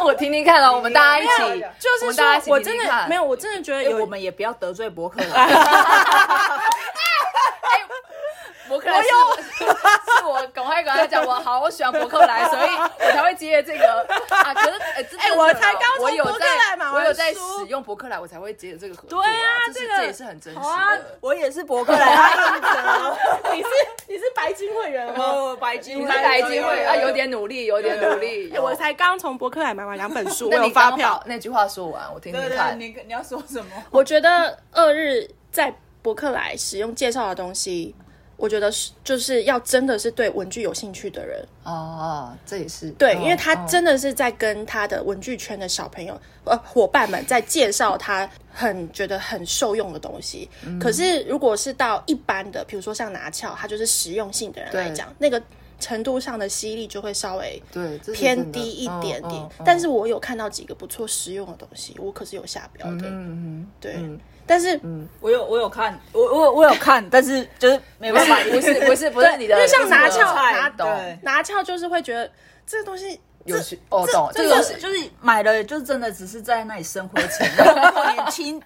[SPEAKER 4] 我听听看了，啊我们大家一
[SPEAKER 3] 没
[SPEAKER 4] 起，
[SPEAKER 3] 有
[SPEAKER 4] 我
[SPEAKER 3] 就是
[SPEAKER 4] 们大家一起
[SPEAKER 3] 说我
[SPEAKER 4] 听
[SPEAKER 3] 真
[SPEAKER 4] 听
[SPEAKER 3] 的
[SPEAKER 4] 看哎
[SPEAKER 3] 没有，我真的觉得
[SPEAKER 2] 因
[SPEAKER 3] 有
[SPEAKER 2] 为我们也不要得罪博客来，
[SPEAKER 4] 博客来是我是我赶快跟他讲，我好喜欢博客来，所以我才会接这个啊。可是
[SPEAKER 3] 哎
[SPEAKER 4] 哎，这真的
[SPEAKER 3] 我
[SPEAKER 4] 啦
[SPEAKER 3] 才刚从
[SPEAKER 4] 我有
[SPEAKER 3] 博客
[SPEAKER 4] 在
[SPEAKER 3] 来买完
[SPEAKER 4] 我有在使
[SPEAKER 3] 书
[SPEAKER 4] 用博客来，我才会接这个合作。
[SPEAKER 3] 对啊
[SPEAKER 4] 这是
[SPEAKER 3] 这个
[SPEAKER 4] 这也是很真实
[SPEAKER 3] 好啊
[SPEAKER 4] 的。
[SPEAKER 2] 我也是博客来他应征，
[SPEAKER 3] 你是你是白金会员吗？
[SPEAKER 2] 我白金，
[SPEAKER 4] 你是来机哦会哦啊，有点努力，有点努力。有
[SPEAKER 3] 哎我才刚从博客来买完两本书，我
[SPEAKER 4] 那
[SPEAKER 3] 有
[SPEAKER 4] 你
[SPEAKER 3] 发
[SPEAKER 4] 刚
[SPEAKER 3] 票
[SPEAKER 4] 把。那句话说完，我听 听
[SPEAKER 2] 对对，
[SPEAKER 4] 看。
[SPEAKER 2] 你你要说什么？
[SPEAKER 3] 我觉得二日在博客来使用介绍的东西，我觉得是就是要真的是对文具有兴趣的人，
[SPEAKER 4] 哦，这也是
[SPEAKER 3] 对，
[SPEAKER 4] 嗯
[SPEAKER 3] 因为他
[SPEAKER 4] 嗯
[SPEAKER 3] 真的是在跟他的文具圈的小朋友、呃伙伴们在介绍他很觉得很受用的东西。
[SPEAKER 4] 嗯
[SPEAKER 3] 可是如果是到一般的，比如说像拿翘，他就是实用性的人来
[SPEAKER 4] 对
[SPEAKER 3] 讲，那个程度上的吸力就会稍微
[SPEAKER 4] 对这是
[SPEAKER 3] 偏
[SPEAKER 4] 真的
[SPEAKER 3] 低一
[SPEAKER 4] 嗯
[SPEAKER 3] 点点
[SPEAKER 4] 嗯。嗯
[SPEAKER 3] 但是我有看到几个不错实用的东西，我可是有下标的，
[SPEAKER 4] 嗯
[SPEAKER 3] 对。但是
[SPEAKER 2] 我有我有看，我我我有看，但是就是没办法，
[SPEAKER 4] 不是不是不是你的，
[SPEAKER 3] 因为像拿
[SPEAKER 4] 这
[SPEAKER 3] 翘
[SPEAKER 4] 个
[SPEAKER 3] 拿
[SPEAKER 4] 懂
[SPEAKER 2] 对
[SPEAKER 3] 拿翘就是会觉得这个东西
[SPEAKER 4] 有趣哦，懂
[SPEAKER 2] 这
[SPEAKER 4] 这
[SPEAKER 2] 个
[SPEAKER 4] 个
[SPEAKER 2] 是
[SPEAKER 4] 是
[SPEAKER 2] 就是买了，就真的只是在那里生活钱， 然后年轻。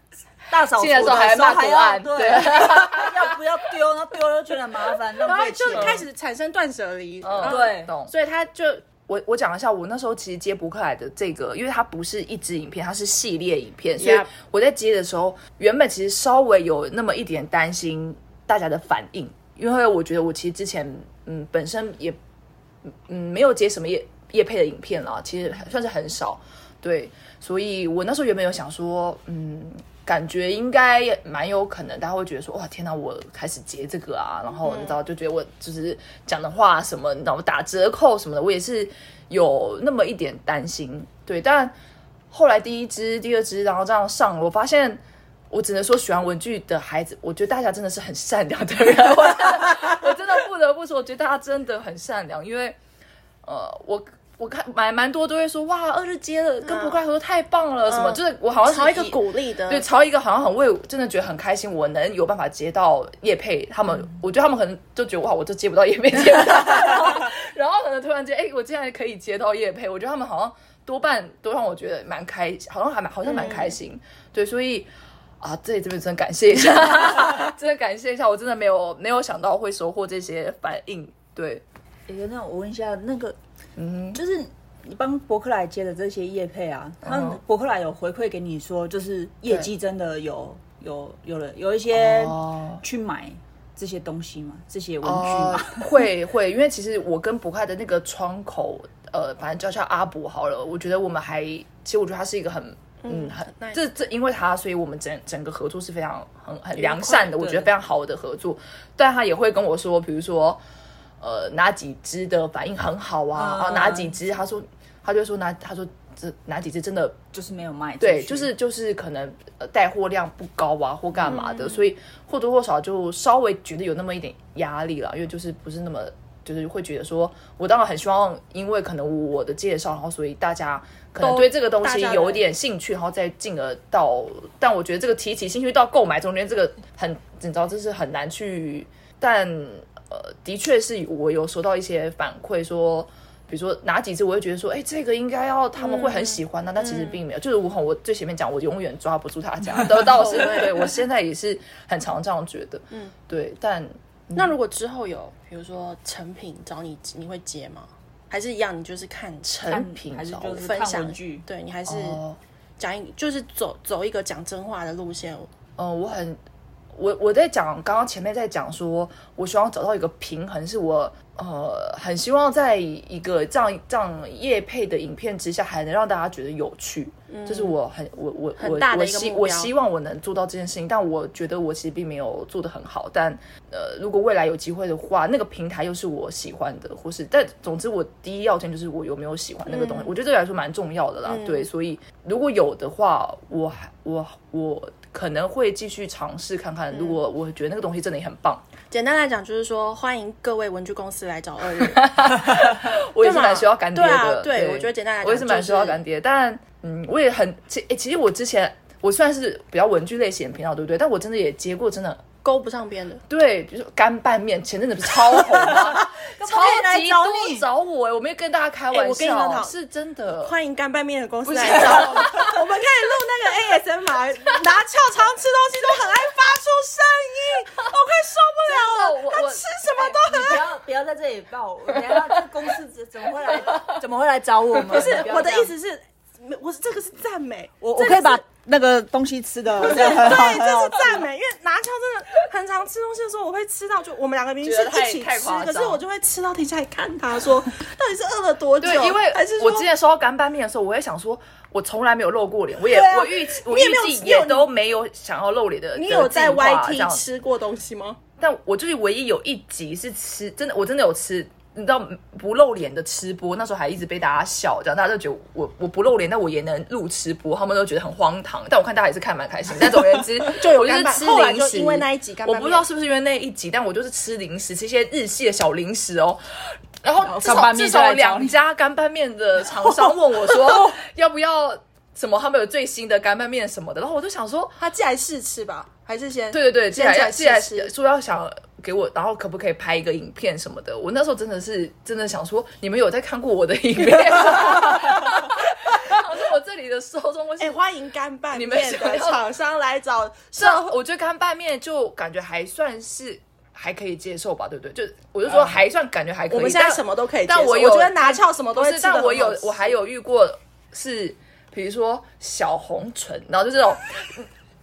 [SPEAKER 2] 大扫除
[SPEAKER 4] 进来的时候还
[SPEAKER 2] 还
[SPEAKER 4] 骂国
[SPEAKER 2] 要
[SPEAKER 4] 安
[SPEAKER 2] 对，
[SPEAKER 4] 对
[SPEAKER 2] 要不要丢？那丢了就觉得麻烦，
[SPEAKER 3] 然
[SPEAKER 2] 浪
[SPEAKER 3] 后
[SPEAKER 2] 费钱
[SPEAKER 3] 就。开始产生断舍离，
[SPEAKER 4] 嗯
[SPEAKER 3] 然后
[SPEAKER 2] 对
[SPEAKER 4] 懂。
[SPEAKER 3] 所以他就
[SPEAKER 4] 我我讲一下，我那时候其实接博客来的这个，因为它不是一支影片，它是系列影片，所以
[SPEAKER 3] Yep
[SPEAKER 4] 我在接的时候，原本其实稍微有那么一点担心大家的反应，因为我觉得我其实之前嗯本身也嗯没有接什么业业配的影片啦，其实算是很少，对，所以我那时候原本有想说，嗯，感觉应该也蛮有可能，大家会觉得说，哇，天哪，我开始接这个啊，然后你知道就觉得我就是讲的话什么，你知道我打折扣什么的，我也是有那么一点担心，对，但后来第一支、第二支，然后这样上了，我发现。我只能说，喜欢文具的孩子，我觉得大家真的是很善良的人。我真的我真的不得不说，我觉得大家真的很善良，因为呃，我我看蛮蛮多都会说哇，二日街的跟博客来合作太棒了，什么就是我好像是
[SPEAKER 3] 朝一个
[SPEAKER 4] 以
[SPEAKER 3] 鼓励的，
[SPEAKER 4] 对，朝一个好像很为，真的觉得很开心，我能有办法接到叶配他们，我觉得他们可能就觉得哇，我就接不到叶配，接不到， 然后可能突然间，哎、我竟然可以接到叶配，我觉得他们好像多半都让我觉得蛮开，好像还蛮好像蛮开心，对，所以。啊，这里这边真的感谢一 下，真的感谢一下，我真的没有没有想到会收获这些反应，对，
[SPEAKER 2] 有那我问一下，那个，嗯，就是你帮博客来接的这些业配啊，那
[SPEAKER 4] 嗯
[SPEAKER 2] 博客来有回馈给你说，就是业绩真的有有有了有一些
[SPEAKER 4] 哦
[SPEAKER 2] 去买这些东西嘛，这些文具
[SPEAKER 4] 哦
[SPEAKER 2] 嘛，，
[SPEAKER 4] 会会，因为其实我跟博客的那个窗口，呃，反正叫叫阿博好了。我觉得我们还，其实我觉得他是一个很，嗯，很
[SPEAKER 3] 很 nice
[SPEAKER 4] 这这因为他，所以我们整整个合作是非常很很良善的，我觉得非常好的合作。但他也会跟我说，比如说，呃，哪几支的反应很好
[SPEAKER 2] 嗯
[SPEAKER 4] 啊，啊，哪几支，他说，他就说哪，他说这哪几支真的
[SPEAKER 2] 就是没有卖出去。
[SPEAKER 4] 对，就是就是可能呃带货量不高啊，或干嘛的，所以或多或少就稍微觉得有那么一点压力了，因为就是不是那么就是会觉得说，我当然很希望，因为可能我的介绍，然后所以大家可能
[SPEAKER 3] 都
[SPEAKER 4] 对这个东
[SPEAKER 3] 大
[SPEAKER 4] 西
[SPEAKER 3] 家的
[SPEAKER 4] 有点兴趣，然后再进而到，但我觉得这个提起兴趣到购买中间，这个很你知道，这是很难去，但呃，的确是我有收到一些反馈说。比如说哪几支，我会觉得说，哎、这个应该要他们会很喜欢的、啊但其实并没有。就是我很我最前面讲，我永远抓不住大家，都倒是对我现在也是很常这样觉得，嗯，对。但
[SPEAKER 3] 那如果之后有，比如说成品找你，你会接吗？还是一样，你就是看成
[SPEAKER 4] 看品
[SPEAKER 2] 还是
[SPEAKER 4] 找
[SPEAKER 2] 就是
[SPEAKER 3] 分
[SPEAKER 2] 看
[SPEAKER 3] 享
[SPEAKER 2] 文具，
[SPEAKER 3] 对你还是
[SPEAKER 4] 哦
[SPEAKER 3] 讲一，就是走走一个讲真话的路线。
[SPEAKER 4] 呃嗯，我很我我在讲，刚刚前面在讲说，我希望找到一个平衡，是我呃很希望在一个这样这样业配的影片之下，还能让大家觉得有趣，这是我很我我我
[SPEAKER 3] 嗯很大的
[SPEAKER 4] 我
[SPEAKER 3] 一个
[SPEAKER 4] 希
[SPEAKER 3] 目标
[SPEAKER 4] 我希望我能做到这件事情，但我觉得我其实并没有做得很好，但呃如果未来有机会的话，那个平台又是我喜欢的，或是但总之我第一要件就是我有没有喜欢那个
[SPEAKER 5] 嗯
[SPEAKER 4] 东西，我觉得对我来说蛮重要的啦，对，所以如果有的话，我还我我可能会继续尝试
[SPEAKER 5] 嗯
[SPEAKER 4] 看看。如果我觉得那个东西真的也很棒，
[SPEAKER 5] 简单来讲，就是说欢迎各位文具公司来找二日，
[SPEAKER 4] 我也
[SPEAKER 5] 对
[SPEAKER 4] 是
[SPEAKER 5] 哦嘛
[SPEAKER 4] 蛮需要干爹
[SPEAKER 5] 对啊
[SPEAKER 4] 的。
[SPEAKER 5] 对我觉得简单来讲
[SPEAKER 4] 我也是蛮需要干爹，但嗯，我也很其、诶其实我之前我虽然是比较文具类型的频道，对不对？但我真的也接过真的
[SPEAKER 5] 勾不上边的。
[SPEAKER 4] 对，就是干拌面，前阵子不是超红吗？超
[SPEAKER 2] 来
[SPEAKER 4] 级
[SPEAKER 2] 找
[SPEAKER 4] 多
[SPEAKER 2] 你
[SPEAKER 4] 找我、诶我没有跟大家开玩
[SPEAKER 5] 我跟你
[SPEAKER 4] 笑，
[SPEAKER 5] 说
[SPEAKER 4] 是真的。
[SPEAKER 5] 欢迎干拌面的公司来找我们，
[SPEAKER 3] 我们可以录那个 ASMR，拿翘肠吃东西都很爱发出声音，我快受不了了。
[SPEAKER 4] 真的我
[SPEAKER 3] 他
[SPEAKER 4] 我
[SPEAKER 3] 吃什么都
[SPEAKER 2] 你不要不要在这里报，我等一下这公司怎怎么会来怎么会来找我们？不
[SPEAKER 3] 是我的意，思是，没我是这个是赞美，
[SPEAKER 2] 我我可以把那个东西吃的对，很好
[SPEAKER 3] 对，
[SPEAKER 2] 很
[SPEAKER 3] 这
[SPEAKER 2] 好
[SPEAKER 3] 是
[SPEAKER 2] 吃
[SPEAKER 3] 赞美，因为拿翘真的很常吃东西的时候，我会吃到，就我们两个明明
[SPEAKER 4] 觉
[SPEAKER 3] 是
[SPEAKER 4] 得
[SPEAKER 3] 一起
[SPEAKER 4] 太太
[SPEAKER 3] 吃
[SPEAKER 4] 夸，
[SPEAKER 3] 可
[SPEAKER 4] 张
[SPEAKER 3] 是我就会吃到停下来看他说，到底是饿了多久？
[SPEAKER 4] 对，因为
[SPEAKER 3] 还是
[SPEAKER 4] 我
[SPEAKER 3] 说
[SPEAKER 4] 之前收到干拌面的时候，我也想说，我从来没有露过脸，我也、
[SPEAKER 3] 对啊
[SPEAKER 4] 我预期我
[SPEAKER 3] 你也没
[SPEAKER 4] 预
[SPEAKER 3] 有
[SPEAKER 4] 计
[SPEAKER 3] 你有
[SPEAKER 4] 也都没有想要露脸的。
[SPEAKER 3] 你
[SPEAKER 4] 的
[SPEAKER 3] 有在
[SPEAKER 4] 计划
[SPEAKER 3] YT
[SPEAKER 4] 这样
[SPEAKER 3] 吃过东西吗？
[SPEAKER 4] 但我就是唯一有一集是吃，真的我真的有吃，你知道不露脸的吃播，那时候还一直被大家笑，这样大家就觉得我我不露脸，但我也能录吃播，他们都觉得很荒唐。但我看大家也是看蛮开心，但总而言之，
[SPEAKER 5] 就有
[SPEAKER 4] 我就
[SPEAKER 5] 干
[SPEAKER 4] 是
[SPEAKER 5] 拌
[SPEAKER 4] 吃
[SPEAKER 5] 后来
[SPEAKER 4] 零
[SPEAKER 5] 就
[SPEAKER 4] 食，
[SPEAKER 5] 因为那一集干拌
[SPEAKER 4] 我
[SPEAKER 5] 面
[SPEAKER 4] 不知道是不是因为那一集，但我就是吃零食，吃一些日系的小零食哦。然后
[SPEAKER 2] 后
[SPEAKER 4] 至
[SPEAKER 2] 干
[SPEAKER 4] 少
[SPEAKER 2] 拌面
[SPEAKER 4] 至
[SPEAKER 2] 就
[SPEAKER 4] 少
[SPEAKER 2] 来找
[SPEAKER 4] 两
[SPEAKER 2] 你
[SPEAKER 4] 家干拌面的厂商问我说要不要什么，他们有最新的干拌面什么的，然后我就想说。
[SPEAKER 3] 他寄来试吃吧，还是先
[SPEAKER 4] 对对对，既然要
[SPEAKER 3] 先
[SPEAKER 4] 既然
[SPEAKER 3] 试吃
[SPEAKER 4] 说要想给我，然后可不可以拍一个影片什么的？我那时候真的是真的想说，你们有在看过我的影片吗？好像我这里的受众会是
[SPEAKER 3] 哎、欢迎干拌
[SPEAKER 4] 你
[SPEAKER 3] 面
[SPEAKER 4] 们想
[SPEAKER 3] 的
[SPEAKER 4] 要
[SPEAKER 3] 厂商来找
[SPEAKER 4] 这
[SPEAKER 3] 社会。
[SPEAKER 4] 我觉得干拌面就感觉还算是还可以接受吧，对不对？就我就说还算感觉还可以。
[SPEAKER 3] 嗯我们现在
[SPEAKER 4] 但
[SPEAKER 3] 什么都可以接受，
[SPEAKER 4] 但我有
[SPEAKER 3] 我觉得拿翘什么都
[SPEAKER 4] 不
[SPEAKER 3] 会
[SPEAKER 4] 是，
[SPEAKER 3] 吃得
[SPEAKER 4] 但我
[SPEAKER 3] 很好
[SPEAKER 4] 有
[SPEAKER 3] 吃
[SPEAKER 4] 我还有遇过是，比如说小红唇，然后就 这种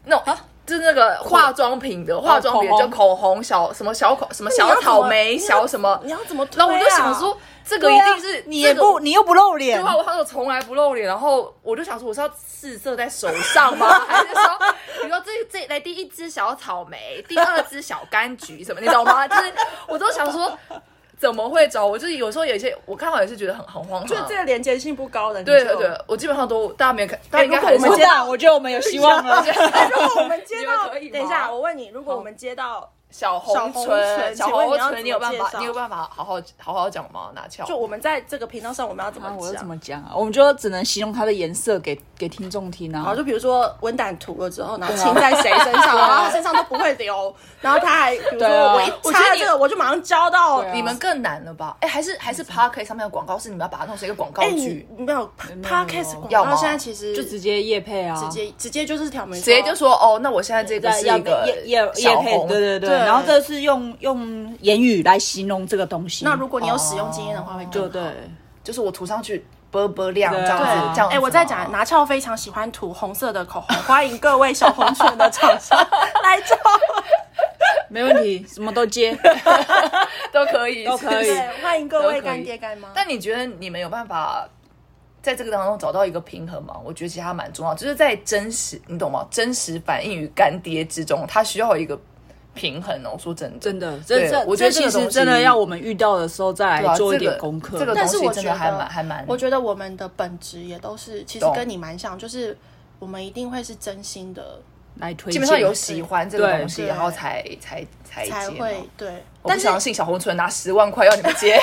[SPEAKER 4] 那种。
[SPEAKER 3] 啊
[SPEAKER 4] 就是那个化妆品的化妆品的，
[SPEAKER 2] 口
[SPEAKER 4] 就
[SPEAKER 2] 红
[SPEAKER 4] 口红小什么小口什么
[SPEAKER 3] 你要
[SPEAKER 4] 小
[SPEAKER 3] 怎么
[SPEAKER 4] 草莓
[SPEAKER 3] 你要
[SPEAKER 4] 小什么，
[SPEAKER 3] 你要怎么推
[SPEAKER 4] 然
[SPEAKER 3] 啊？
[SPEAKER 4] 后我就想说，这个一
[SPEAKER 2] 对啊
[SPEAKER 4] 定是
[SPEAKER 2] 你也
[SPEAKER 4] 这个
[SPEAKER 2] 不你又不露脸
[SPEAKER 4] 对，啊，我好像从来不露脸，然后我就想说我是要试色在手 上吗？还是说，比如说这这来第一支小草莓，第二支小柑橘什么，你懂吗？就是我都想说怎么会找我？就是有时候有一些我看到也是觉得很很荒
[SPEAKER 3] 就
[SPEAKER 4] 唐
[SPEAKER 3] 这。个连接性不高的，你
[SPEAKER 4] 啊对
[SPEAKER 3] 就哎
[SPEAKER 4] 对对，我基本上都大家没有看，大家应该
[SPEAKER 3] 如果
[SPEAKER 4] 很
[SPEAKER 3] 我
[SPEAKER 4] 少
[SPEAKER 3] 们
[SPEAKER 2] 不
[SPEAKER 3] 接
[SPEAKER 2] 大，我觉得我们有希望了。
[SPEAKER 3] 哎如果我们接
[SPEAKER 4] 你
[SPEAKER 3] 到，
[SPEAKER 4] 们可以吗
[SPEAKER 3] 等一下，我问你，如果我们接到，小
[SPEAKER 4] 小红
[SPEAKER 3] 红
[SPEAKER 4] 唇，
[SPEAKER 3] 唇
[SPEAKER 4] 小
[SPEAKER 3] 请问
[SPEAKER 4] 红
[SPEAKER 3] 你要
[SPEAKER 4] 唇，你有
[SPEAKER 3] 怎么
[SPEAKER 4] 办
[SPEAKER 3] 介
[SPEAKER 4] 法，
[SPEAKER 3] 绍
[SPEAKER 4] 你有办法好好好好讲吗？拿翘
[SPEAKER 3] 就我们在这个频道上，我们要怎么
[SPEAKER 2] 啊，我要
[SPEAKER 3] 讲
[SPEAKER 2] 怎？么讲啊？我们就只能形容它的颜色给给听众听
[SPEAKER 3] 然后
[SPEAKER 2] 啊。
[SPEAKER 3] 就比如说文胆涂了之后，然后亲在谁身上，然后他身上都不会流，然后他还比如说
[SPEAKER 2] 对啊
[SPEAKER 3] 我一擦这个，我就马上交到
[SPEAKER 2] 对啊
[SPEAKER 4] 你们更难了吧？哎，还是还是
[SPEAKER 3] 嗯
[SPEAKER 4] p a r k 上面的广告是你们要把它弄成一个广告
[SPEAKER 3] 哎，
[SPEAKER 4] 剧
[SPEAKER 3] 你，没有 podcast
[SPEAKER 4] 要
[SPEAKER 3] 广
[SPEAKER 4] 吗
[SPEAKER 3] 告，现在其实
[SPEAKER 2] 就直接夜配啊，
[SPEAKER 3] 直接直接就是条门，
[SPEAKER 4] 直接就说哦，那我现在这个
[SPEAKER 2] 在
[SPEAKER 4] 是
[SPEAKER 2] 要
[SPEAKER 4] 一个
[SPEAKER 2] 夜夜夜
[SPEAKER 4] 小
[SPEAKER 2] 配，
[SPEAKER 4] 红
[SPEAKER 2] 对对对。
[SPEAKER 3] 对
[SPEAKER 2] 然后这是用用言语来形容这个东西。
[SPEAKER 3] 那如果你有使用经验的话，会
[SPEAKER 2] 就
[SPEAKER 3] 更
[SPEAKER 2] 对
[SPEAKER 3] 好。
[SPEAKER 4] 就是我涂上去波波亮
[SPEAKER 2] 对
[SPEAKER 4] 这
[SPEAKER 2] 啊
[SPEAKER 4] 样子，
[SPEAKER 2] 对
[SPEAKER 4] 这样子。
[SPEAKER 3] 哎，我在讲，，拿翘非常喜欢涂红色的口红，欢迎各位小红唇的厂商来找我。
[SPEAKER 2] 没问题，什么都接。
[SPEAKER 4] 都可以，
[SPEAKER 2] 都可以
[SPEAKER 4] 是
[SPEAKER 3] 对，欢迎各
[SPEAKER 4] 都可
[SPEAKER 3] 位
[SPEAKER 4] 以
[SPEAKER 3] 干爹干妈。
[SPEAKER 4] 但你觉得你们有办法在这个当中找到一个平衡吗？我觉得其实它蛮重要，就是在真实，你懂吗？真实反映于干爹之中，它需要一个平衡哦。说真的，
[SPEAKER 2] 真的，
[SPEAKER 4] 对
[SPEAKER 2] 这这
[SPEAKER 4] 我觉得这
[SPEAKER 2] 这
[SPEAKER 4] 个
[SPEAKER 2] 其
[SPEAKER 4] 东
[SPEAKER 2] 实
[SPEAKER 4] 西
[SPEAKER 2] 真的要我们遇到的时候再
[SPEAKER 4] 对啊
[SPEAKER 2] 来做一
[SPEAKER 4] 这
[SPEAKER 2] 点
[SPEAKER 4] 个
[SPEAKER 2] 功课。
[SPEAKER 4] 这个
[SPEAKER 3] 但是我
[SPEAKER 4] 东西
[SPEAKER 3] 觉
[SPEAKER 4] 真的
[SPEAKER 3] 得
[SPEAKER 4] 还蛮还蛮
[SPEAKER 3] 我觉得我们的本质也都是，其实
[SPEAKER 4] 懂
[SPEAKER 3] 跟你蛮像，就是我们一定会是真心的，
[SPEAKER 2] 来推
[SPEAKER 4] 基
[SPEAKER 2] 荐，
[SPEAKER 4] 本上有喜欢这个
[SPEAKER 2] 对
[SPEAKER 4] 东西，
[SPEAKER 3] 对
[SPEAKER 4] 然后才才才
[SPEAKER 3] 才
[SPEAKER 4] 接嘛
[SPEAKER 3] 会对。
[SPEAKER 4] 我不相信小红唇拿十万块要你们接，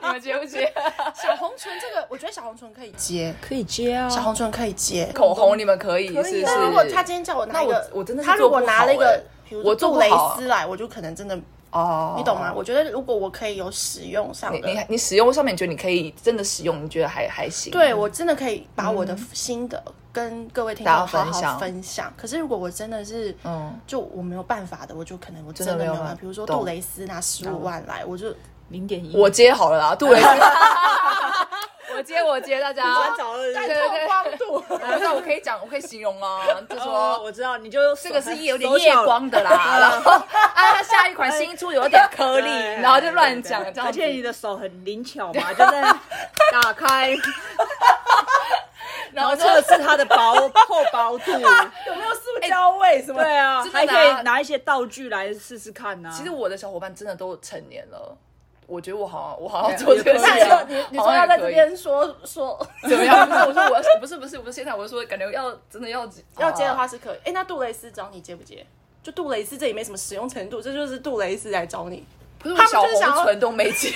[SPEAKER 4] 你们接不接？
[SPEAKER 3] 小红唇这个，我觉得小红唇可以接，
[SPEAKER 2] 可以接啊。
[SPEAKER 3] 小红唇可以接。
[SPEAKER 4] 口红你们可以，
[SPEAKER 3] 可以
[SPEAKER 4] 是
[SPEAKER 3] 啊，
[SPEAKER 4] 不是
[SPEAKER 3] 但如果他今天叫我拿一
[SPEAKER 4] 那
[SPEAKER 3] 个，
[SPEAKER 4] 我我真的是
[SPEAKER 3] 他如果拿了一
[SPEAKER 4] 做不好欸
[SPEAKER 3] 个，比如说
[SPEAKER 4] 我做
[SPEAKER 3] 杜
[SPEAKER 4] 不
[SPEAKER 3] 蕾
[SPEAKER 4] 好
[SPEAKER 3] 斯来，我就可能真的，
[SPEAKER 4] 哦，
[SPEAKER 3] 你懂吗？？我觉得如果我可以有使用上
[SPEAKER 4] 你
[SPEAKER 3] 的，
[SPEAKER 4] 你你使用上面，你觉得你可以真的使用，你觉得还还行？
[SPEAKER 3] 对我真的可以把我的心得跟各位听众
[SPEAKER 4] 大家
[SPEAKER 3] 好
[SPEAKER 4] 嗯分享
[SPEAKER 3] 好分享。可是如果我真的是，
[SPEAKER 4] 嗯
[SPEAKER 3] 嗯，就我没有办法的，我就可能我真
[SPEAKER 4] 真
[SPEAKER 3] 的
[SPEAKER 4] 的没
[SPEAKER 3] 没
[SPEAKER 4] 有
[SPEAKER 3] 有
[SPEAKER 4] 办
[SPEAKER 3] 办
[SPEAKER 4] 法
[SPEAKER 3] 法。比如说
[SPEAKER 4] 懂
[SPEAKER 3] 杜蕾斯拿十五万来，我就
[SPEAKER 2] 零点一，
[SPEAKER 4] 我接好了啦，杜蕾斯，
[SPEAKER 6] 我接我接大家，
[SPEAKER 1] 找了
[SPEAKER 4] 带
[SPEAKER 1] 人
[SPEAKER 6] 对
[SPEAKER 4] 透光度，那我可以讲，我可以形容啊，就
[SPEAKER 1] 哦，
[SPEAKER 4] 说
[SPEAKER 1] 我知道，你就
[SPEAKER 6] 这个是夜有点
[SPEAKER 1] 手
[SPEAKER 6] 夜
[SPEAKER 1] 巧
[SPEAKER 6] 光的啦，然后啊，它下一款新出有点颗粒，
[SPEAKER 1] 对
[SPEAKER 6] 然后就乱讲这样
[SPEAKER 2] 而
[SPEAKER 6] 子
[SPEAKER 2] 且。你的手很灵巧嘛，就在打 开，
[SPEAKER 6] 然后就
[SPEAKER 2] 测试它的薄厚薄 度。
[SPEAKER 4] 有没有塑胶
[SPEAKER 3] 哎
[SPEAKER 4] 味什么？
[SPEAKER 2] 对啊，
[SPEAKER 6] 真的
[SPEAKER 2] 还可
[SPEAKER 6] 拿
[SPEAKER 2] 以拿一些道具来试试看呐、啊。
[SPEAKER 4] 其实我的小伙伴真的都成年了，我觉得我好像我好像做这个事
[SPEAKER 3] 那
[SPEAKER 4] 情
[SPEAKER 3] 你说，你你
[SPEAKER 4] 好
[SPEAKER 3] 说要
[SPEAKER 4] 像也
[SPEAKER 3] 在
[SPEAKER 4] 可
[SPEAKER 3] 这
[SPEAKER 4] 以
[SPEAKER 3] 边说说
[SPEAKER 4] 哦怎 么样？不是，我说我 要不是不是不是现在，我是说感觉要真的 要啊
[SPEAKER 3] 要接的话是可以。哎、那杜蕾斯找你接不接？就杜蕾斯这也没什么使用程度，这就是杜蕾斯来找你。
[SPEAKER 4] 不是我
[SPEAKER 3] 他们
[SPEAKER 4] 小
[SPEAKER 3] 就是想
[SPEAKER 4] 红
[SPEAKER 3] 要
[SPEAKER 4] 唇都没接，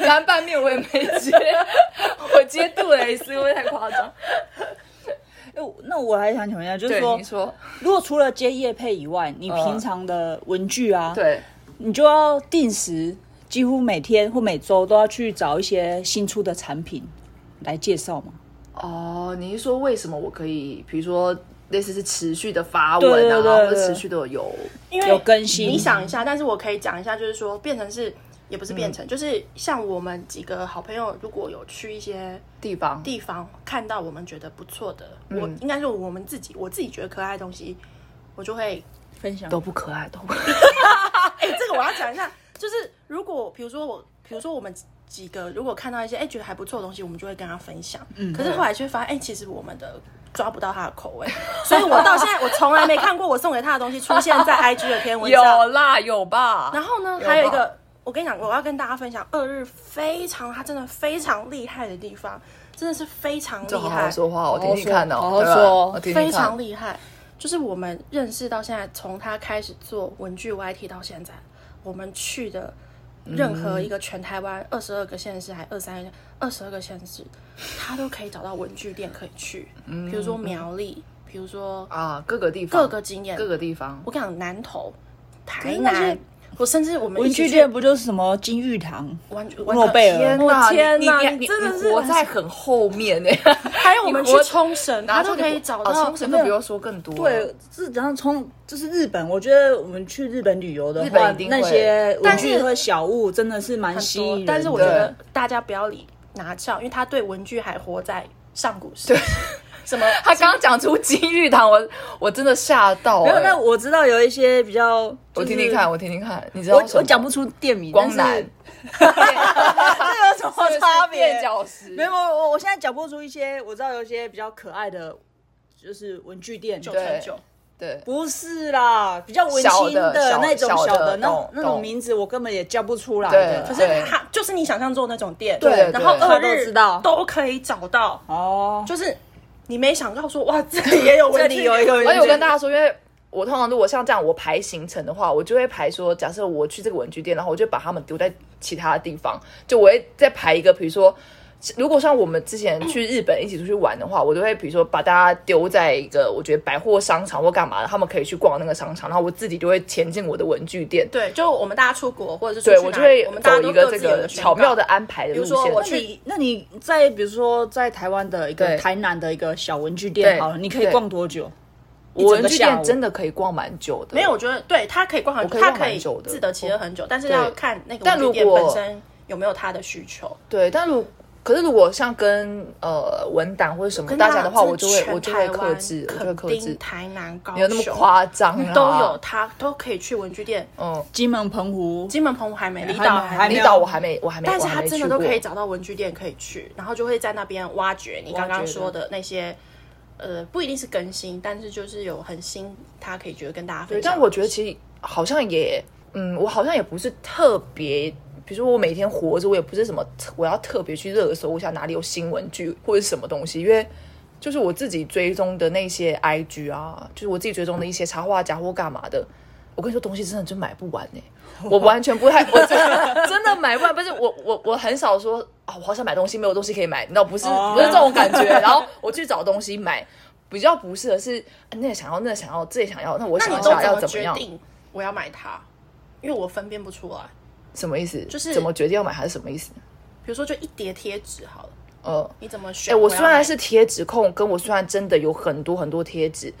[SPEAKER 4] 蓝拌面我也没接， 我接杜蕾斯，会不会太夸张？
[SPEAKER 2] 哎我那我还想请问一下，就是
[SPEAKER 4] 对，
[SPEAKER 2] 说
[SPEAKER 4] 你，说
[SPEAKER 2] 如果除了接业配以外，你
[SPEAKER 4] 嗯
[SPEAKER 2] 平常的文具啊，
[SPEAKER 4] 对，
[SPEAKER 2] 你就要定时，几乎每天或每周都要去找一些新出的产品来介绍嘛。
[SPEAKER 4] 哦，你是说为什么我可以，比如说类似是持续的发
[SPEAKER 2] 对对
[SPEAKER 4] 文
[SPEAKER 2] 对
[SPEAKER 4] 啊，
[SPEAKER 2] 对
[SPEAKER 4] 或者持续的有
[SPEAKER 3] 因为
[SPEAKER 2] 有更新
[SPEAKER 3] 你想一下，但是我可以讲一下，就是说变成是，也不是
[SPEAKER 4] 嗯
[SPEAKER 3] 变成，就是像我们几个好朋友，如果有去一些
[SPEAKER 4] 地方？
[SPEAKER 3] 地方看到我们觉得不错的，
[SPEAKER 4] 嗯
[SPEAKER 3] 我应该是我们自己，我自己觉得可爱的东西，我就会，
[SPEAKER 2] 分享
[SPEAKER 4] 都不可爱，都不可爱。
[SPEAKER 3] 哎、这个我要讲一下， 就是如果比如说我，比如说我们几个如果看到一些哎、觉得还不错的东西，我们就会跟他分享，
[SPEAKER 4] 嗯
[SPEAKER 3] 可是后来却发现，哎、其实我们的。抓不到他的口味，所以我到 现在我从来没看过我送给他的东西出现在 IG 的篇文
[SPEAKER 4] 有
[SPEAKER 3] 章。
[SPEAKER 4] 啦，有吧？
[SPEAKER 3] 然后呢，
[SPEAKER 4] 有
[SPEAKER 3] 还有一
[SPEAKER 4] 吧
[SPEAKER 3] 个，我跟你讲，我要跟大家分享二日非常，它真的非常厉害的地方，真的是非常厉
[SPEAKER 4] 就好好
[SPEAKER 3] 害，
[SPEAKER 4] 说话，我听听看哦，
[SPEAKER 2] 好好
[SPEAKER 4] 对吧
[SPEAKER 2] 说
[SPEAKER 4] 我听听
[SPEAKER 3] 非
[SPEAKER 4] 看
[SPEAKER 3] 常厉害。就是我们认识到现在，从他开始做文具 YT 到现在，我们去的任何
[SPEAKER 4] 嗯
[SPEAKER 3] 一个全台湾二十二个县市，还二三二十二个县市，他都可以找到文具店可以去，
[SPEAKER 4] 嗯
[SPEAKER 3] 比如说苗栗，比如说
[SPEAKER 4] 啊，各个地方，
[SPEAKER 3] 各个景点，
[SPEAKER 4] 各个地方
[SPEAKER 3] 我跟你讲南投、台
[SPEAKER 2] 那些
[SPEAKER 3] 南，我甚至我们一
[SPEAKER 2] 文
[SPEAKER 3] 起
[SPEAKER 2] 具
[SPEAKER 3] 去
[SPEAKER 2] 店不就是什么金玉堂？
[SPEAKER 3] 完全
[SPEAKER 2] 诺贝尔
[SPEAKER 4] 天
[SPEAKER 3] 我
[SPEAKER 4] 哪，
[SPEAKER 3] 天
[SPEAKER 4] 啊你
[SPEAKER 3] 哪
[SPEAKER 4] 你
[SPEAKER 3] 你
[SPEAKER 4] 你
[SPEAKER 3] 真的
[SPEAKER 4] 你
[SPEAKER 3] 是
[SPEAKER 4] 活在很后面哎。
[SPEAKER 3] 还有我们
[SPEAKER 4] 你
[SPEAKER 3] 去
[SPEAKER 4] 活
[SPEAKER 3] 冲绳， 他都可以找
[SPEAKER 4] 哦
[SPEAKER 3] 到
[SPEAKER 4] 冲绳就不用说更多了，
[SPEAKER 2] 对，是然后从就是日本，我觉得我们去日本旅游的
[SPEAKER 4] 日
[SPEAKER 2] 话
[SPEAKER 4] 本一，定会
[SPEAKER 2] 那些文
[SPEAKER 3] 但是
[SPEAKER 2] 具和小物真的是蛮
[SPEAKER 3] 很
[SPEAKER 2] 吸引
[SPEAKER 3] 多
[SPEAKER 2] 人。。
[SPEAKER 3] 但是我觉得大家不要理拿翘，因为他对文具还活在上古时期，什么
[SPEAKER 4] 他刚刚讲出金玉堂，我我真的吓到。
[SPEAKER 2] 没有，
[SPEAKER 4] 哎
[SPEAKER 2] 那我知道有一些比较，
[SPEAKER 4] 我听听看，，我听听看，你知道
[SPEAKER 2] 我
[SPEAKER 4] 什么
[SPEAKER 2] 我讲不出店名，
[SPEAKER 4] 光 南，
[SPEAKER 2] 这有什么差别
[SPEAKER 4] 垫？脚石，
[SPEAKER 2] 没有，没有我我现在讲不出一些，我知道有一些比较可爱的，就是文具店，
[SPEAKER 3] 九
[SPEAKER 4] 对
[SPEAKER 3] 乘九，
[SPEAKER 4] 对，
[SPEAKER 2] 不是啦，比较文
[SPEAKER 4] 小
[SPEAKER 2] 青
[SPEAKER 4] 的小
[SPEAKER 2] 那种
[SPEAKER 4] 小的
[SPEAKER 2] 的那
[SPEAKER 4] 懂
[SPEAKER 2] 那种
[SPEAKER 4] 懂
[SPEAKER 2] 名字，我根本也叫不出来
[SPEAKER 4] 对
[SPEAKER 2] 的
[SPEAKER 3] 可。是
[SPEAKER 4] 对
[SPEAKER 3] 他就是你想象中的那种店，
[SPEAKER 4] 对
[SPEAKER 3] 然后
[SPEAKER 4] 对
[SPEAKER 3] 二
[SPEAKER 2] 他都
[SPEAKER 3] 日
[SPEAKER 2] 知道
[SPEAKER 3] 都可以找到，
[SPEAKER 2] 哦，
[SPEAKER 3] 就是你没想到说哇，这里 也有文
[SPEAKER 2] 这
[SPEAKER 3] 具
[SPEAKER 2] 里
[SPEAKER 3] 店，
[SPEAKER 2] 有一个文具，
[SPEAKER 4] 而且我跟大家说，因为我通常如果像这样我排行程的话，我就会排说，假设我去这个文具店，然后我就把他们丢在其他的地方，就我会再排一个，比如说。如果像我们之前去日本一起出去玩的话，我都会比如说把大家丢在一个我觉得百货商场或干嘛的，他们可以去逛那个商场，然后我自己就会前进我的文具 店。
[SPEAKER 3] 对，就我们大家出国或者是出
[SPEAKER 4] 对，
[SPEAKER 3] 去
[SPEAKER 4] 我就
[SPEAKER 3] 哪里
[SPEAKER 4] 会
[SPEAKER 3] 我们大家
[SPEAKER 4] 走一
[SPEAKER 3] 都
[SPEAKER 4] 个
[SPEAKER 3] 各
[SPEAKER 4] 这
[SPEAKER 3] 自有
[SPEAKER 4] 个
[SPEAKER 3] 的宣
[SPEAKER 4] 巧
[SPEAKER 3] 告
[SPEAKER 4] 妙的安排的路
[SPEAKER 3] 比如说
[SPEAKER 4] 线。
[SPEAKER 3] 我
[SPEAKER 2] 那你那你在比如说在台湾的一个
[SPEAKER 4] 对
[SPEAKER 2] 台南的一个小文具
[SPEAKER 4] 对
[SPEAKER 2] 店，好了，你可以
[SPEAKER 4] 对
[SPEAKER 2] 逛多久？
[SPEAKER 4] 我文具
[SPEAKER 2] 一整个下
[SPEAKER 4] 店
[SPEAKER 2] 午
[SPEAKER 4] 真的可以逛蛮久的，
[SPEAKER 3] 没有，我觉得对他可以逛很
[SPEAKER 4] 我可以
[SPEAKER 3] 他
[SPEAKER 4] 逛
[SPEAKER 3] 可
[SPEAKER 4] 蛮
[SPEAKER 3] 以
[SPEAKER 4] 久的哦
[SPEAKER 3] 自得其乐很久，但是
[SPEAKER 4] 对
[SPEAKER 3] 要看那个
[SPEAKER 4] 但
[SPEAKER 3] 文
[SPEAKER 4] 如
[SPEAKER 3] 具店
[SPEAKER 4] 果
[SPEAKER 3] 本身有没有他的需求。
[SPEAKER 4] 对，但如可是如果像跟呃文档或者什么
[SPEAKER 3] 跟
[SPEAKER 4] 大家的话，
[SPEAKER 3] 真
[SPEAKER 4] 我就会
[SPEAKER 3] 全
[SPEAKER 4] 我就会
[SPEAKER 3] 台
[SPEAKER 4] 克
[SPEAKER 3] 湾
[SPEAKER 4] 制，我就会
[SPEAKER 3] 垦
[SPEAKER 4] 克
[SPEAKER 3] 丁、
[SPEAKER 4] 制，
[SPEAKER 3] 台南、高雄
[SPEAKER 4] 没有那么夸张啊，
[SPEAKER 3] 都有，他都可以去文具店。
[SPEAKER 4] 嗯，
[SPEAKER 2] 金门、澎湖，
[SPEAKER 3] 金门、澎湖还没，离
[SPEAKER 2] 还
[SPEAKER 3] 岛
[SPEAKER 2] 没
[SPEAKER 3] 还没
[SPEAKER 4] 离
[SPEAKER 3] 有，
[SPEAKER 4] 岛我还没我还没，
[SPEAKER 3] 但是
[SPEAKER 4] 我还
[SPEAKER 3] 他
[SPEAKER 4] 没
[SPEAKER 3] 真
[SPEAKER 4] 去
[SPEAKER 3] 的都可以
[SPEAKER 4] 过
[SPEAKER 3] 找到文具店可以去，然后就会在那边挖掘你刚
[SPEAKER 4] 挖
[SPEAKER 3] 刚
[SPEAKER 4] 掘的
[SPEAKER 3] 说的那些，呃，不一定是更新，但是就是有很新，他可以觉得跟大家
[SPEAKER 4] 对，
[SPEAKER 3] 分享。
[SPEAKER 4] 但我觉得其实好像也，嗯，我好像也不是特别，比如说我每天活着，我也不是什么特，我要特别去热搜一下哪里有新文剧或者是什么东西，因为就是我自己追踪的那些 IG 啊，就是我自己追踪的一些插画家或干嘛的。我跟你说，东西真的就买不完呢、欸我完全不太，我真的真的买不完。不是我，我我很少说啊，我好想买东西，没有东西可以买，你知道不是不是这种感觉。然后我去找东西买，比较不适合是、啊那个想要，那个想要，这个想要，那我
[SPEAKER 3] 那
[SPEAKER 4] 想
[SPEAKER 3] 你
[SPEAKER 4] 要
[SPEAKER 3] 都
[SPEAKER 4] 要
[SPEAKER 3] 么
[SPEAKER 4] 怎么
[SPEAKER 3] 决
[SPEAKER 4] 样？
[SPEAKER 3] 定我要买它？因为我分辨不出来。
[SPEAKER 4] 什么意思？
[SPEAKER 3] 就是
[SPEAKER 4] 怎么决定要买还是什么意思？
[SPEAKER 3] 比如说，就一叠贴纸好了，
[SPEAKER 4] 呃，
[SPEAKER 3] 你怎么
[SPEAKER 4] 哎、
[SPEAKER 3] 选？要
[SPEAKER 4] 我虽然
[SPEAKER 3] 买
[SPEAKER 4] 是贴纸控，跟我虽然真的有很多很多贴纸，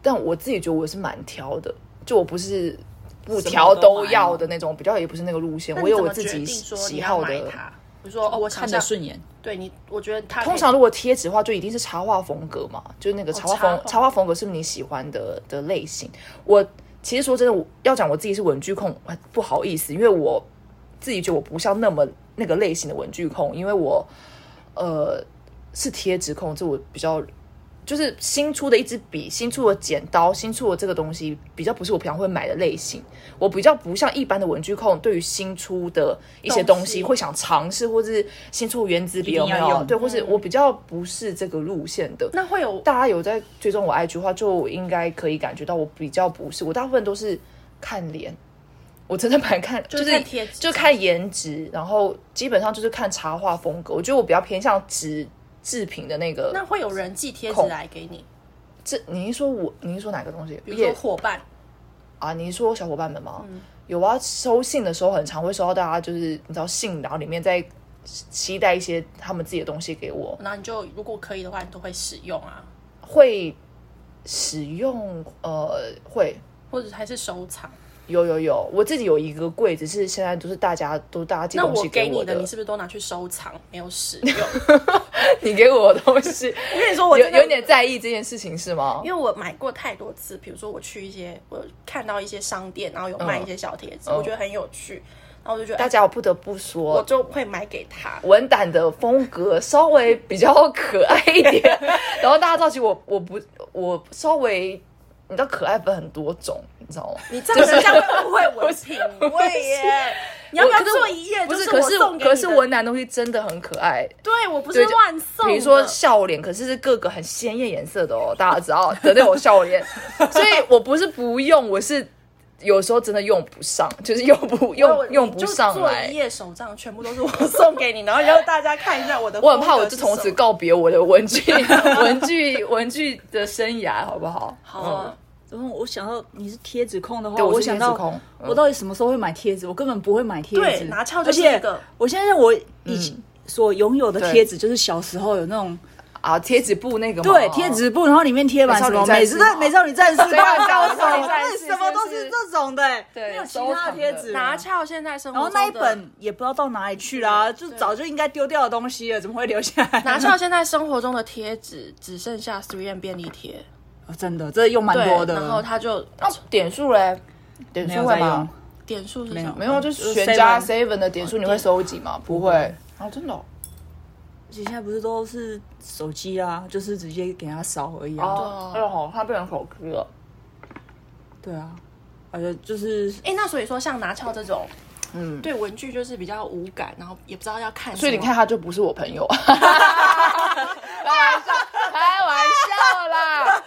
[SPEAKER 4] 但我自己觉得我是蛮挑的，就我不是不挑都要的那种，比较也不是那个路线，
[SPEAKER 3] 哦那
[SPEAKER 4] 我
[SPEAKER 3] 你
[SPEAKER 4] 有
[SPEAKER 3] 怎
[SPEAKER 4] 我
[SPEAKER 3] 么
[SPEAKER 4] 自
[SPEAKER 3] 决
[SPEAKER 4] 己
[SPEAKER 3] 定说你
[SPEAKER 4] 喜
[SPEAKER 3] 要
[SPEAKER 4] 好
[SPEAKER 3] 买
[SPEAKER 4] 的。
[SPEAKER 3] 它？比如说哦，
[SPEAKER 2] 我
[SPEAKER 3] 我
[SPEAKER 2] 看
[SPEAKER 3] 看
[SPEAKER 2] 着
[SPEAKER 3] 到
[SPEAKER 2] 顺眼，
[SPEAKER 3] 对你，我觉得他
[SPEAKER 4] 通常如果贴纸的话，就一定是插画风格嘛，就是
[SPEAKER 2] 哦
[SPEAKER 4] 那个插画风、
[SPEAKER 3] 插画
[SPEAKER 4] 插画风格是不是你喜欢的的类型？我其实说真的，我要讲我自己是文具控，哎不好意思，因为我自己觉得我不像那么那个类型的文具控，因为我呃是贴纸控，这我比较。就是新出的一支笔、新出的剪刀、新出的这个东西，比较不是我平常会买的类型。我比较不像一般的文具控，对于新出的一些东
[SPEAKER 3] 东
[SPEAKER 4] 西
[SPEAKER 3] 西
[SPEAKER 4] 会想尝试，或是新出的原子笔有没
[SPEAKER 2] 嗯一定要
[SPEAKER 4] 有？
[SPEAKER 2] 用
[SPEAKER 4] 对，或
[SPEAKER 3] 嗯
[SPEAKER 4] 是我比较不是这个路线的。
[SPEAKER 3] 那会有
[SPEAKER 4] 大家有在追踪我 IG 的话，就应该可以感觉到我比较不是，我大部分都是看脸，我真的蛮看，就是
[SPEAKER 3] 看贴纸
[SPEAKER 4] 就看颜值，然后基本上就是看插画风格。我觉得我比较偏向纸制品的那个。
[SPEAKER 3] 那会有人寄贴纸
[SPEAKER 4] 孔
[SPEAKER 3] 来给你，
[SPEAKER 4] 这你是说我？你是说哪个东西？
[SPEAKER 3] 比如说嗯
[SPEAKER 4] 也
[SPEAKER 3] 伙伴，
[SPEAKER 4] 啊，你是说小伙伴们吗？有啊，收信的时候很常会收到大家就是你知道信，然后里面再期待一些他们自己的东西给我。
[SPEAKER 3] 然后你就如果可以的话，你都会使用啊，
[SPEAKER 4] 会使用，呃，会
[SPEAKER 3] 或者还是收藏。
[SPEAKER 4] 有有有，我自己有一个柜子是现在都是大家都大家寄
[SPEAKER 3] 那
[SPEAKER 4] 东
[SPEAKER 3] 我
[SPEAKER 4] 西
[SPEAKER 3] 给
[SPEAKER 4] 我
[SPEAKER 3] 你
[SPEAKER 4] 的，
[SPEAKER 3] 的，你是不是都拿去收藏，没有使用？
[SPEAKER 4] 你给我的东西，
[SPEAKER 3] 我跟你说， 我
[SPEAKER 4] 有
[SPEAKER 3] 真的
[SPEAKER 4] 有点在意这件事情是吗
[SPEAKER 3] 因？为我买过太多次，比如说我去一些，我看到一些商店，然后有卖一些小贴纸，
[SPEAKER 4] 嗯
[SPEAKER 3] 我觉得很有趣，然后我就觉得，
[SPEAKER 4] 大
[SPEAKER 3] 哎
[SPEAKER 4] 家我不得不
[SPEAKER 3] 我
[SPEAKER 4] 说，
[SPEAKER 3] 就会买给他。
[SPEAKER 4] 文胆的风格稍微比较可爱一点， 然后大家知道，其实我我不我稍微。你知道可爱分很多种，你知道吗？
[SPEAKER 3] 你这样人家会不会我品味耶？ 你要不
[SPEAKER 4] 我
[SPEAKER 3] 要
[SPEAKER 4] 可是我
[SPEAKER 3] 做一页？
[SPEAKER 4] 不，
[SPEAKER 3] 就是我
[SPEAKER 4] 可是
[SPEAKER 3] 送给你
[SPEAKER 4] 可是
[SPEAKER 3] 的
[SPEAKER 4] 文胆东西真的很可爱，
[SPEAKER 3] 对我不
[SPEAKER 4] 对
[SPEAKER 3] 是
[SPEAKER 4] 就
[SPEAKER 3] 乱送的，
[SPEAKER 4] 比如说笑脸，可是是各个很鲜艳颜色的哦，大家知道的那种笑脸。所以我不是不用，我是有时候真的用不上，就是用不
[SPEAKER 3] 我
[SPEAKER 4] 用用不
[SPEAKER 3] 就
[SPEAKER 4] 上
[SPEAKER 3] 做
[SPEAKER 4] 来
[SPEAKER 3] 一。页手账，全部都是我送给你，然后让大家看一下我的。
[SPEAKER 4] 我很怕，我就从此。告别我的文具文具文具的生涯，好不好？嗯
[SPEAKER 3] 好啊，
[SPEAKER 2] 然后我想到你是贴纸控的话，
[SPEAKER 4] 对我是
[SPEAKER 2] 想
[SPEAKER 4] 贴纸控
[SPEAKER 2] 到
[SPEAKER 4] 嗯
[SPEAKER 2] 我到底什么时候会买贴纸？我根本不会买贴
[SPEAKER 3] 对
[SPEAKER 2] 纸，
[SPEAKER 3] 拿翘
[SPEAKER 2] 而
[SPEAKER 3] 就是
[SPEAKER 2] 且
[SPEAKER 3] 一个
[SPEAKER 2] 我现在我以前所拥有的
[SPEAKER 4] 嗯对
[SPEAKER 2] 贴纸就是小时候有那种
[SPEAKER 4] 啊，贴纸布那个哦吗
[SPEAKER 2] 对贴纸布，然后里面贴满
[SPEAKER 4] 美少
[SPEAKER 2] 什
[SPEAKER 4] 女
[SPEAKER 2] 么
[SPEAKER 4] 战
[SPEAKER 2] 美
[SPEAKER 4] 士
[SPEAKER 2] 式
[SPEAKER 4] 吗
[SPEAKER 2] 美少女战士、灌
[SPEAKER 4] 对啊
[SPEAKER 2] 篮高
[SPEAKER 4] 美少女
[SPEAKER 2] 手，
[SPEAKER 4] 战士
[SPEAKER 2] 对，什么都是这种的，欸
[SPEAKER 4] 对
[SPEAKER 2] 没有其
[SPEAKER 4] 收藏
[SPEAKER 2] 他
[SPEAKER 4] 的
[SPEAKER 2] 的贴纸了
[SPEAKER 3] 拿翘现在生活
[SPEAKER 2] 然后
[SPEAKER 3] 中的
[SPEAKER 2] 那一本也不知道到哪里去啦、就早就应该丢掉的东西了，怎么会留下来？
[SPEAKER 3] 拿翘现在生活中的贴纸 只剩下 Three M 便利贴，
[SPEAKER 2] 哦真的，这用蛮
[SPEAKER 3] 对
[SPEAKER 2] 多，的。
[SPEAKER 3] 然后他就
[SPEAKER 4] 那点数嘞？点
[SPEAKER 2] 没
[SPEAKER 4] 数
[SPEAKER 2] 有
[SPEAKER 4] 会
[SPEAKER 2] 在用
[SPEAKER 4] 吗？，
[SPEAKER 3] 点数是什么
[SPEAKER 4] 没有，就
[SPEAKER 2] 就是
[SPEAKER 4] 是全家
[SPEAKER 2] seven
[SPEAKER 4] seven 的点数你会收集吗？不会啊，真的哦
[SPEAKER 2] 现在不是都是手机啊，就是直接给它扫而已啊。
[SPEAKER 4] 哦，哎呦，好哦怕被人口吃了。
[SPEAKER 2] 对啊，而且就是
[SPEAKER 3] 哎、那所以说像拿翘这种，
[SPEAKER 4] 嗯
[SPEAKER 3] 嗯，对文具就是比较无感，然后也不知道要看什么。
[SPEAKER 4] 所以你看，他就不是我 朋友。开玩笑，开玩 笑啦，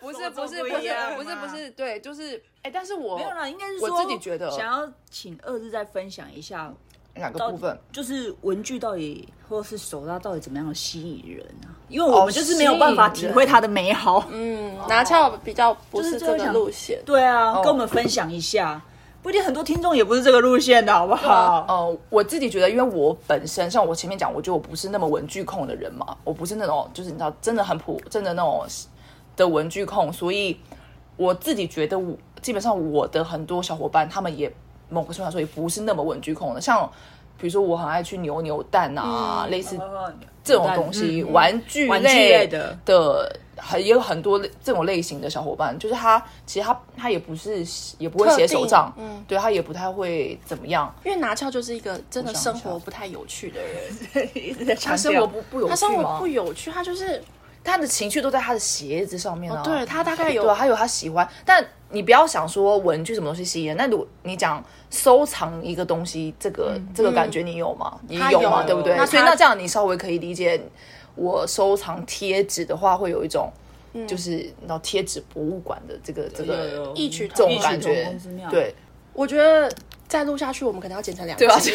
[SPEAKER 4] 不是不是不
[SPEAKER 2] 不一
[SPEAKER 4] 是
[SPEAKER 2] 样嘛
[SPEAKER 4] 不是不是，对，就是哎，但是我
[SPEAKER 2] 没有啦，应该是
[SPEAKER 4] 我
[SPEAKER 2] 说
[SPEAKER 4] 自己觉得
[SPEAKER 2] 想要请二日再分享一下
[SPEAKER 4] 哪个
[SPEAKER 2] 到
[SPEAKER 4] 部分？
[SPEAKER 2] 就是文具到底或是手搭到底怎么样的吸引人啊？因为我
[SPEAKER 4] 哦
[SPEAKER 2] 们就是没有办法体会它的美好。
[SPEAKER 3] 嗯，拿翘比较不
[SPEAKER 2] 就是是
[SPEAKER 3] 这
[SPEAKER 2] 最
[SPEAKER 3] 个
[SPEAKER 2] 想
[SPEAKER 3] 路线。
[SPEAKER 2] 对
[SPEAKER 4] 哦
[SPEAKER 2] 啊，跟我们分享一下，不一定很多听众也不是这个路线的好不好？
[SPEAKER 4] 呃，我自己觉得，因为我本身像我前面讲，我觉得我不是那么文具控的人嘛，我不是那种就是你知道真的很普真的那种的文具控，所以我自己觉得我基本上我的很多小伙伴他们也某个程度来说也不是那么文具控的，像比如说我很爱去扭扭蛋啊，
[SPEAKER 2] 嗯
[SPEAKER 4] 类似这种东西，玩具
[SPEAKER 2] 玩具类的
[SPEAKER 4] 的，很也有很多类这种类型的小伙伴，就是他其实他他也不是也不会写手账，
[SPEAKER 3] 特定嗯
[SPEAKER 4] 对他也不太会怎么样，
[SPEAKER 3] 因为拿翘就是一个真的
[SPEAKER 4] 我想
[SPEAKER 3] 生
[SPEAKER 4] 一下
[SPEAKER 3] 活不太有趣的人，
[SPEAKER 2] 一直在强
[SPEAKER 4] 他生活不不有趣吗？
[SPEAKER 3] 他生活不有趣，他就是
[SPEAKER 4] 他的情绪都在他的鞋子上面啊。
[SPEAKER 3] 哦，对他大概
[SPEAKER 4] 对啊，
[SPEAKER 3] 有
[SPEAKER 4] 还有他喜欢，但你不要想说文具什么东西吸引人。那如果你讲收藏一个东西，这个、这个感觉你有吗？
[SPEAKER 3] 嗯
[SPEAKER 4] 你
[SPEAKER 3] 他
[SPEAKER 4] 有吗？
[SPEAKER 3] 有
[SPEAKER 4] 对不对？
[SPEAKER 3] 那
[SPEAKER 4] 所以
[SPEAKER 3] 他
[SPEAKER 4] 那这样你稍微可以理解，我收藏贴纸的话，会有一种。
[SPEAKER 3] 嗯
[SPEAKER 4] 就是那贴纸博物馆的这个这个
[SPEAKER 3] 异曲
[SPEAKER 4] 这
[SPEAKER 3] 同
[SPEAKER 4] 种
[SPEAKER 3] 工
[SPEAKER 4] 感
[SPEAKER 2] 同
[SPEAKER 4] 觉
[SPEAKER 2] 工之，妙
[SPEAKER 4] 对
[SPEAKER 3] 我觉得再录下去，我们可能要剪成两
[SPEAKER 4] 对吧？
[SPEAKER 3] 集。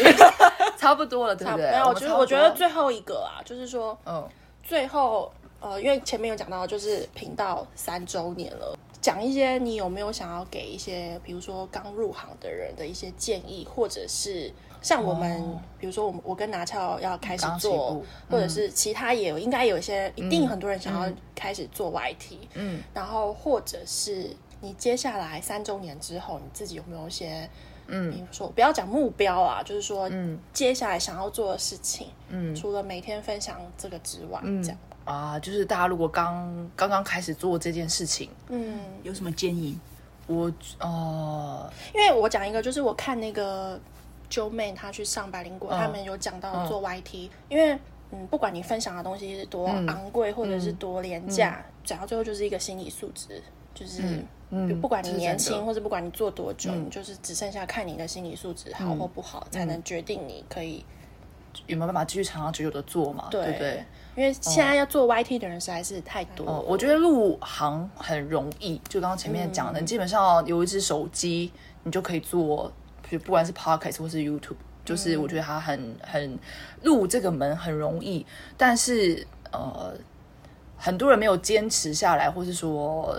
[SPEAKER 4] 差不多了，对不对？啊
[SPEAKER 3] 没有，
[SPEAKER 4] 我
[SPEAKER 3] 我
[SPEAKER 4] 们
[SPEAKER 3] 觉
[SPEAKER 4] 差
[SPEAKER 3] 得
[SPEAKER 4] 不
[SPEAKER 3] 我觉得
[SPEAKER 4] 多
[SPEAKER 3] 最后一个啊，就是说
[SPEAKER 4] 嗯，
[SPEAKER 3] 最后呃，因为前面有讲到，就是频道三周年了，讲一些你有没有想要给一些，比如说刚入行的人的一些建议，或者是像我们，比如说我们我跟拿翘要开始
[SPEAKER 4] 哦嗯刚起
[SPEAKER 3] 做
[SPEAKER 4] 步，
[SPEAKER 3] 或者是其他也有应该有一些，一定很多人想要开始做 YT，嗯，然后或者是你接下来三周年之后，你自己有没有一些嗯，比如说不要讲目标啊，就是说，嗯，接下来想要做的事情，嗯，除了每天分享这个之外，这样，
[SPEAKER 4] 啊，就是大家如果刚刚刚开始做这件事情，
[SPEAKER 3] 嗯，
[SPEAKER 2] 有什么建议？
[SPEAKER 4] 我呃，
[SPEAKER 3] 因为我讲一个，就是我看那个九妹她去上百灵
[SPEAKER 4] 嗯
[SPEAKER 3] 果，他们有讲到做 YT，、因为嗯，不管你分享的东西是多
[SPEAKER 4] 嗯
[SPEAKER 3] 昂贵或者是多廉价，讲、到最后就是一个心理素质，就是。不管你
[SPEAKER 4] 嗯是
[SPEAKER 3] 年
[SPEAKER 4] 真
[SPEAKER 3] 轻，
[SPEAKER 4] 的嗯
[SPEAKER 3] 或者不管你做多久，你就是只剩下看你的心理素质好或不好，才能决定你可以
[SPEAKER 4] 有没有办法继续长长久久的做嘛？对不对？
[SPEAKER 3] 因为现在要做 YT 的人实在是太多了
[SPEAKER 4] 哦，我觉得入行很容易，就刚刚前面
[SPEAKER 3] 嗯
[SPEAKER 4] 讲的，你基本上有一只手机，你就可以做，比如不管是 podcast 或是 YouTube，就是
[SPEAKER 3] 嗯
[SPEAKER 4] 我觉得它很很入这个门很容易，但是呃，很多人没有坚持下来，或是说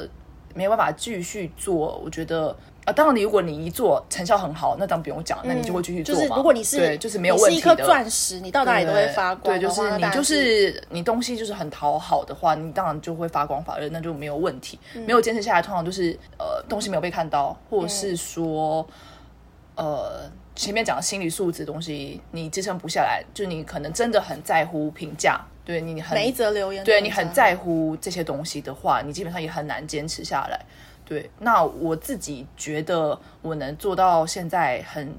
[SPEAKER 4] 没有办法继续做，我觉得。啊，当然，你如果你一做成效很好，那当然不用讲，那你就会继续
[SPEAKER 3] 嗯
[SPEAKER 4] 做
[SPEAKER 3] 就是
[SPEAKER 4] 嘛。
[SPEAKER 3] 如果你
[SPEAKER 4] 对
[SPEAKER 3] 是
[SPEAKER 4] 就是没有问题
[SPEAKER 3] 你是一颗
[SPEAKER 4] 的
[SPEAKER 3] 钻石，你到哪里都会发光。
[SPEAKER 4] 对，对就是
[SPEAKER 3] 然后
[SPEAKER 4] 你
[SPEAKER 3] 当然
[SPEAKER 4] 就是你东西就是很讨好的话，你当然就会发光发热，那就没有问题。
[SPEAKER 3] 嗯
[SPEAKER 4] 没有坚持下来，通常就是呃东西没有被看到，或者是说、呃前面讲的心理素质的东西你支撑不下来，就你可能真的很在乎评价，对你你很
[SPEAKER 3] 每一则留言，
[SPEAKER 4] 对你很，在乎这些东西的话，你基本上也很难坚持下来。对，那我自己觉得我能做到现在很，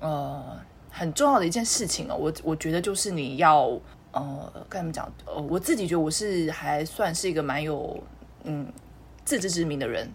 [SPEAKER 4] 呃，很重要的一件事情哦，我我觉得就是你要，呃，该怎么讲？呃，我自己觉得我是还算是一个蛮有，嗯，自知之明的人。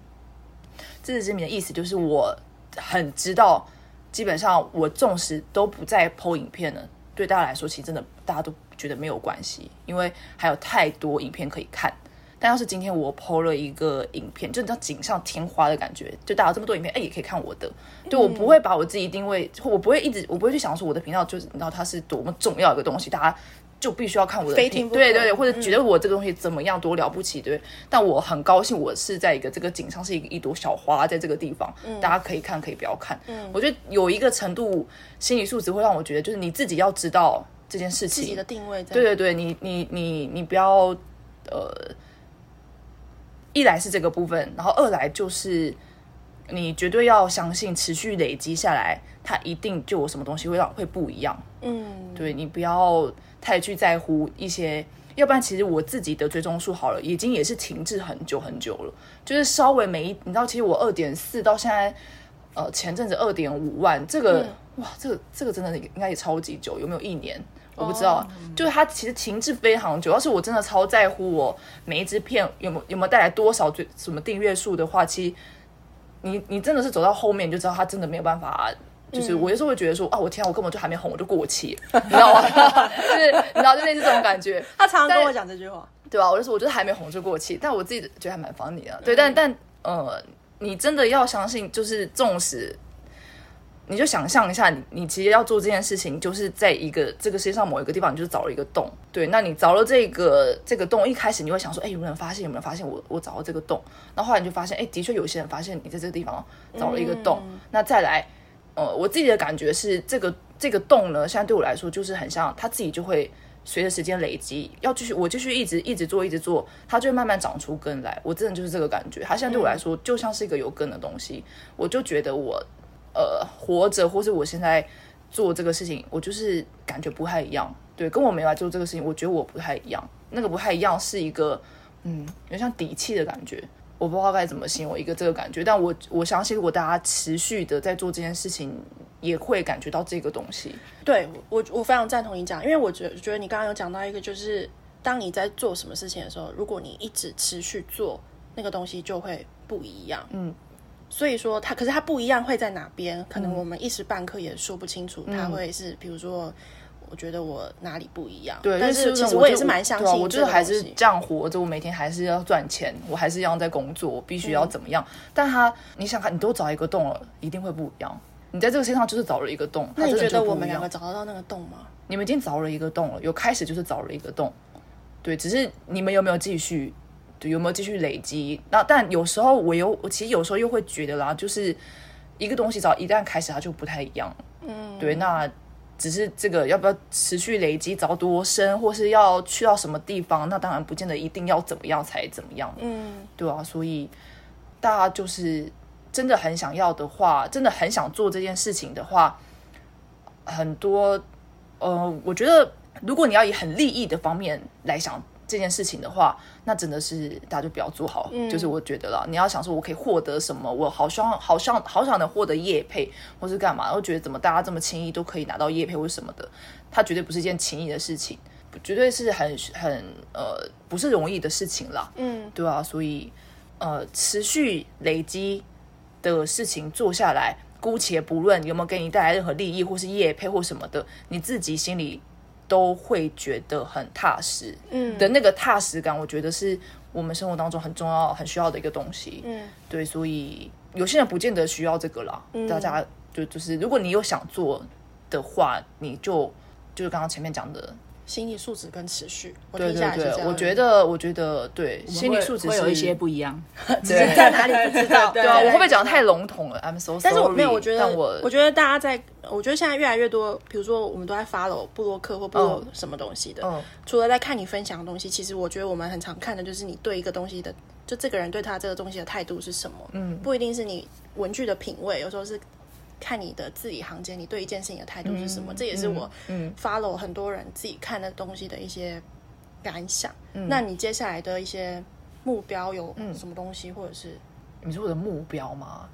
[SPEAKER 4] 自知之明的意思就是我很知道，基本上我纵使都不再剖影片了，对大家来说，其实真的大家都觉得没有关系，因为还有太多影片可以看。但要是今天我剖了一个影片，就你知道锦上添花的感觉，就大家有这么多影片，哎、也可以看我的。对我
[SPEAKER 3] 嗯
[SPEAKER 4] 不会把我自己定位，或我不会一直，我不会去想说我的频道就是你知道它是多么重要的一个东西，大家就必须要看我的
[SPEAKER 3] 非
[SPEAKER 4] 频，
[SPEAKER 3] 听不
[SPEAKER 4] 对
[SPEAKER 3] 可
[SPEAKER 4] 对对，或者
[SPEAKER 3] 嗯
[SPEAKER 4] 觉得我这个东西怎么样多了不起，对。但我很高兴，我是在一个这个景上是一个一朵小花，在这个地方，
[SPEAKER 3] 嗯
[SPEAKER 4] 大家可以看，可以不要看。我觉得有一个程度心理素质会让我觉得，就是你自己要知道这件事情，
[SPEAKER 3] 自己的定位在
[SPEAKER 4] 对对对，你你你你不要呃，一来是这个部分，然后二来就是你绝对要相信，持续累积下来，它一定就有什么东西会让会不一样。
[SPEAKER 3] 嗯，
[SPEAKER 4] 对你不要太去在乎一些，要不然其实我自己的追踪数好了，已经也是停滞很久很久了，就是稍微每一，你知道，其实我二点四到现在，呃，前阵子二点五万，这个、哇，这个这个真的应该也超级久，有没有一年？我不知道，就是它其实停滞非常久。要是我真的超在乎我每一支片有没有有没有带来多少最什么订阅数的话，其实你你真的是走到后面你就知道它真的没有办法。就是我有时候会觉得说啊，我天啊，我根本就还没红，我就过期了，你知道吗？ 就是你知道，就类似这种感觉。
[SPEAKER 3] 他常常
[SPEAKER 4] 但
[SPEAKER 3] 跟我讲这句话，
[SPEAKER 4] 对吧、我就说，我就是还没红就过期，但我自己觉得还蛮防你的。对，但但呃，你真的要相信，就是纵使你就想象一下，你你其实要做这件事情，就是在一个这个世界上某一个地方，你就凿了一个洞。对，那你凿了这个这个洞，一开始你会想说，哎，有没有人发现？有没有人发现我我凿了这个洞？然后后来你就发现，哎，的确有些人发现你在这个地方凿了一个洞。那再来，呃，我自己的感觉是，这个这个洞呢，现在对我来说就是很像，它自己就会随着时间累积，要继续我继续一直一直做一直做，它就会慢慢长出根来。我真的就是这个感觉，它现在对我来说就像是一个有根的东西，我就觉得我呃活着，或是我现在做这个事情，我就是感觉不太一样。对，跟我没来做这个事情，我觉得我不太一样。那个不太一样是一个，嗯，有像底气的感觉。我不知道该怎么形容一个这个感觉，但我我相信，如果大家持续的在做这件事情，也会感觉到这个东西。
[SPEAKER 3] 对我我非常赞同你讲，因为我觉觉得你刚刚有讲到一个，就是当你在做什么事情的时候，如果你一直持续做那个东西，就会不一样，嗯。所以说它，可是它不一样会在哪边？可
[SPEAKER 4] 嗯
[SPEAKER 3] 能我们一时半刻也说不清楚，它会是比如说，我觉得我哪里不一样，
[SPEAKER 4] 对，
[SPEAKER 3] 但
[SPEAKER 4] 因为
[SPEAKER 3] 是
[SPEAKER 4] 其
[SPEAKER 3] 其
[SPEAKER 4] 实
[SPEAKER 3] 实
[SPEAKER 4] 我
[SPEAKER 3] 也是蛮相信
[SPEAKER 4] 对
[SPEAKER 3] 这
[SPEAKER 4] 啊
[SPEAKER 3] 个东西，
[SPEAKER 4] 我就是还是这样活着，我每天还是要赚钱，我还是要在工作，我必须要怎么样？但他，你想看，你都找一个洞了，一定会不一样。你在这个世界上就是找了一个洞，
[SPEAKER 3] 那
[SPEAKER 4] 它
[SPEAKER 3] 你
[SPEAKER 4] 真的
[SPEAKER 3] 觉
[SPEAKER 4] 就
[SPEAKER 3] 得
[SPEAKER 4] 不
[SPEAKER 3] 我
[SPEAKER 4] 一
[SPEAKER 3] 们
[SPEAKER 4] 样
[SPEAKER 3] 两个找得到那个洞吗？
[SPEAKER 4] 你们已经凿了一个洞了，有开始就是凿了一个洞，对，只是你们有没有继续，对，有没有继续累积？那但有时候我有，我其实有时候又会觉得啦，就是一个东西只要一旦开始，它就不太一样了，嗯，对，那。只是这个要不要持续累积，凿多深，或是要去到什么地方，那当然不见得一定要怎么样才怎么样，嗯，对啊，所以大家就是真的很想要的话，真的很想做这件事情的话，很多呃，我觉得如果你要以很利益的方面来想这件事情的话，那真的是大家就不要做好。就是我觉得啦，你要想说我可以获得什么，我好希望好像好想能获得业配或是干嘛，我觉得怎么大家这么轻易都可以拿到业配或什么的，它绝对不是一件轻易的事情，绝对是很很呃不是容易的事情啦。
[SPEAKER 3] 嗯，
[SPEAKER 4] 对啊，所以呃，持续累积的事情做下来，姑且不论有没有给你带来任何利益，或是业配或什么的，你自己心里都会觉得很踏实。嗯，的那个踏实感，我觉得是我们生活当中很重要、很需要的一个东西。
[SPEAKER 3] 嗯，
[SPEAKER 4] 对，所以有些人不见得需要这个啦。大家就就是，如果你有想做的话，你就就是刚刚前面讲的，
[SPEAKER 3] 心理素质跟持续，我
[SPEAKER 4] 对
[SPEAKER 3] 听下
[SPEAKER 4] 对
[SPEAKER 3] 来是这
[SPEAKER 4] 对，
[SPEAKER 3] 样。
[SPEAKER 4] 我觉得，我觉得对，心理素质
[SPEAKER 2] 会
[SPEAKER 4] 是
[SPEAKER 2] 有一些不一 样。
[SPEAKER 4] 对
[SPEAKER 3] 在哪里不知道，
[SPEAKER 4] 对啊，我会不会
[SPEAKER 3] 对
[SPEAKER 4] 讲得太笼统了？I'm so sorry。
[SPEAKER 3] 但是我没有，我觉得，
[SPEAKER 4] 但我
[SPEAKER 3] 我觉得大家在，我觉得现在越来越多，比如说我们都在 follow 布洛克或布洛
[SPEAKER 4] 嗯
[SPEAKER 3] 什么东西的，
[SPEAKER 4] 嗯
[SPEAKER 3] 除了在看你分享的东西，其实我觉得我们很常看的就是你对一个东西的，就这个人对他这个东西的态度是什么，嗯，不一定是你文具的品味，有时候是看你的字里行间，你对一件事情的态度是什
[SPEAKER 4] 嗯
[SPEAKER 3] 么，这也是我 follow 很多人自己看的东西的一些感想。
[SPEAKER 4] 嗯
[SPEAKER 3] 那你接下来的一些目标有什么东西，或者是
[SPEAKER 4] 你说我的目标吗？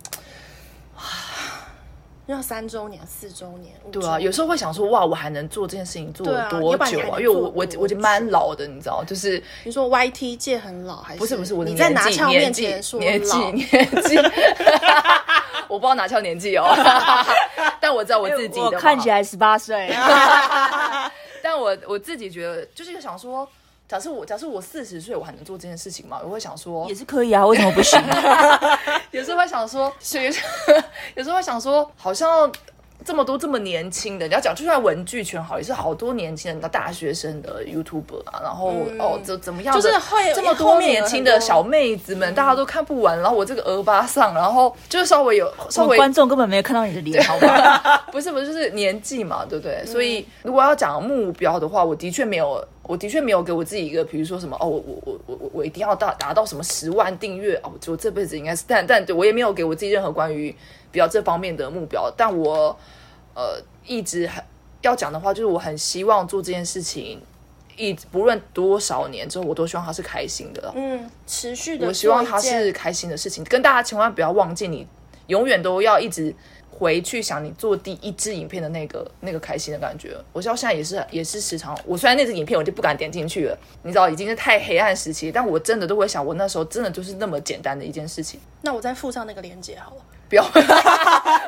[SPEAKER 3] 要三周年、四周年，五
[SPEAKER 4] 对
[SPEAKER 3] 周
[SPEAKER 4] 啊，
[SPEAKER 3] 年
[SPEAKER 4] 有时候会想说，哇，我还能做这件事情做
[SPEAKER 3] 对啊
[SPEAKER 4] 多
[SPEAKER 3] 要不然你
[SPEAKER 4] 久
[SPEAKER 3] 还
[SPEAKER 4] 啊？
[SPEAKER 3] 能
[SPEAKER 4] 因为我
[SPEAKER 3] 做
[SPEAKER 4] 我
[SPEAKER 3] 多
[SPEAKER 4] 我已经蛮老的，你知道，就是
[SPEAKER 3] 你说 YT 界很老还是
[SPEAKER 4] 不是不是我的
[SPEAKER 3] 你在
[SPEAKER 4] 年
[SPEAKER 3] 拿
[SPEAKER 4] 纪
[SPEAKER 3] 翘面
[SPEAKER 4] 年纪
[SPEAKER 3] 前说
[SPEAKER 4] 年纪
[SPEAKER 3] 老？
[SPEAKER 4] 年纪， 我不知道拿翘年纪哦， 但我知道我自己 的
[SPEAKER 2] 我
[SPEAKER 4] 嘛
[SPEAKER 2] 看起来十八 岁，
[SPEAKER 4] 但我我自己觉得，就是想说，假设我假设我四十岁，我还能做这件事情吗？我会想 说
[SPEAKER 2] 也，是可以啊，为什么不 行？
[SPEAKER 4] 有时候会想说，是有时候 有时候会想说，好像这么多这么年轻的，你要讲，就算文具圈好，也是好多年轻人，那大学生的 YouTuber 啊，然后、哦怎怎么样
[SPEAKER 3] 嗯
[SPEAKER 4] 的，
[SPEAKER 3] 就是会有
[SPEAKER 4] 这么
[SPEAKER 3] 后
[SPEAKER 4] 多
[SPEAKER 3] 面有
[SPEAKER 4] 年轻的
[SPEAKER 3] 很多
[SPEAKER 4] 小妹子们，大家都看不完，然后我这个鹅巴上，然后就是稍微有稍
[SPEAKER 2] 我们
[SPEAKER 4] 微
[SPEAKER 2] 观众根本没有看到你的脸，好吗？
[SPEAKER 4] 不是不是，就是年纪嘛，对不对？所以如果要讲目标的话，我的确没有，我的确没有给我自己一个，比如说什么哦，我我我我我我一定要达达到什么十万订阅哦，我这辈子应该是， 但但对我也没有给我自己任何关于比较这方面的目标，但我呃一直很要讲的话，就是我很希望做这件事情，一直不论多少年之后，我都希望它是开心的啦。
[SPEAKER 3] 嗯，持续的，
[SPEAKER 4] 我希望它是开心的事情。跟大家千万不要忘记你，永远都要一直回去想你做第一支影片的那个那个开心的感觉。我知道现在也是也是时常，我虽然那支影片我就不敢点进去了，你知道已经是太黑暗时期，但我真的都会想，我那时候真的就是那么简单的一件事情。
[SPEAKER 3] 那我再附上那个链接好了。
[SPEAKER 4] 不要，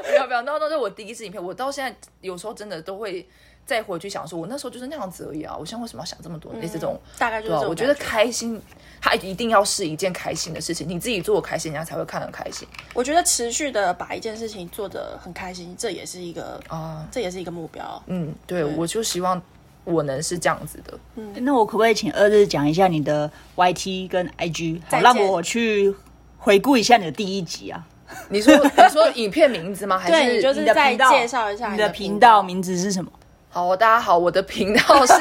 [SPEAKER 4] 不要，不要！那那是我第一支影片，我到现在有时候真的都会再回去想，说我那时候就是那样子而已啊。我现在为什么要想这么多？类似这种，
[SPEAKER 3] 大概就是
[SPEAKER 4] 对啊
[SPEAKER 3] 这种
[SPEAKER 4] 我觉得
[SPEAKER 3] 感觉
[SPEAKER 4] 开心，它一定要是一件开心的事情，你自己做开心，人家才会看得开心
[SPEAKER 3] 我觉得持续的把一件事情做得很开心，这也是一个，
[SPEAKER 4] 啊。
[SPEAKER 3] 这也是一个目标。
[SPEAKER 4] 嗯，对，我就希望我能是这样子的。
[SPEAKER 2] 那我可不可以请二日讲一下你的 YT 跟 IG，好
[SPEAKER 3] 再见
[SPEAKER 2] 让我去回顾一下你的第一集啊？
[SPEAKER 4] 你 说，你说影片名字吗？还
[SPEAKER 3] 对，
[SPEAKER 4] 是
[SPEAKER 3] 你就
[SPEAKER 2] 你
[SPEAKER 3] 是
[SPEAKER 2] 的
[SPEAKER 3] 再
[SPEAKER 2] 频道
[SPEAKER 3] 介绍一下
[SPEAKER 2] 你
[SPEAKER 3] 的
[SPEAKER 2] 的频道名字是什么？
[SPEAKER 4] 好，大家好，我的频道是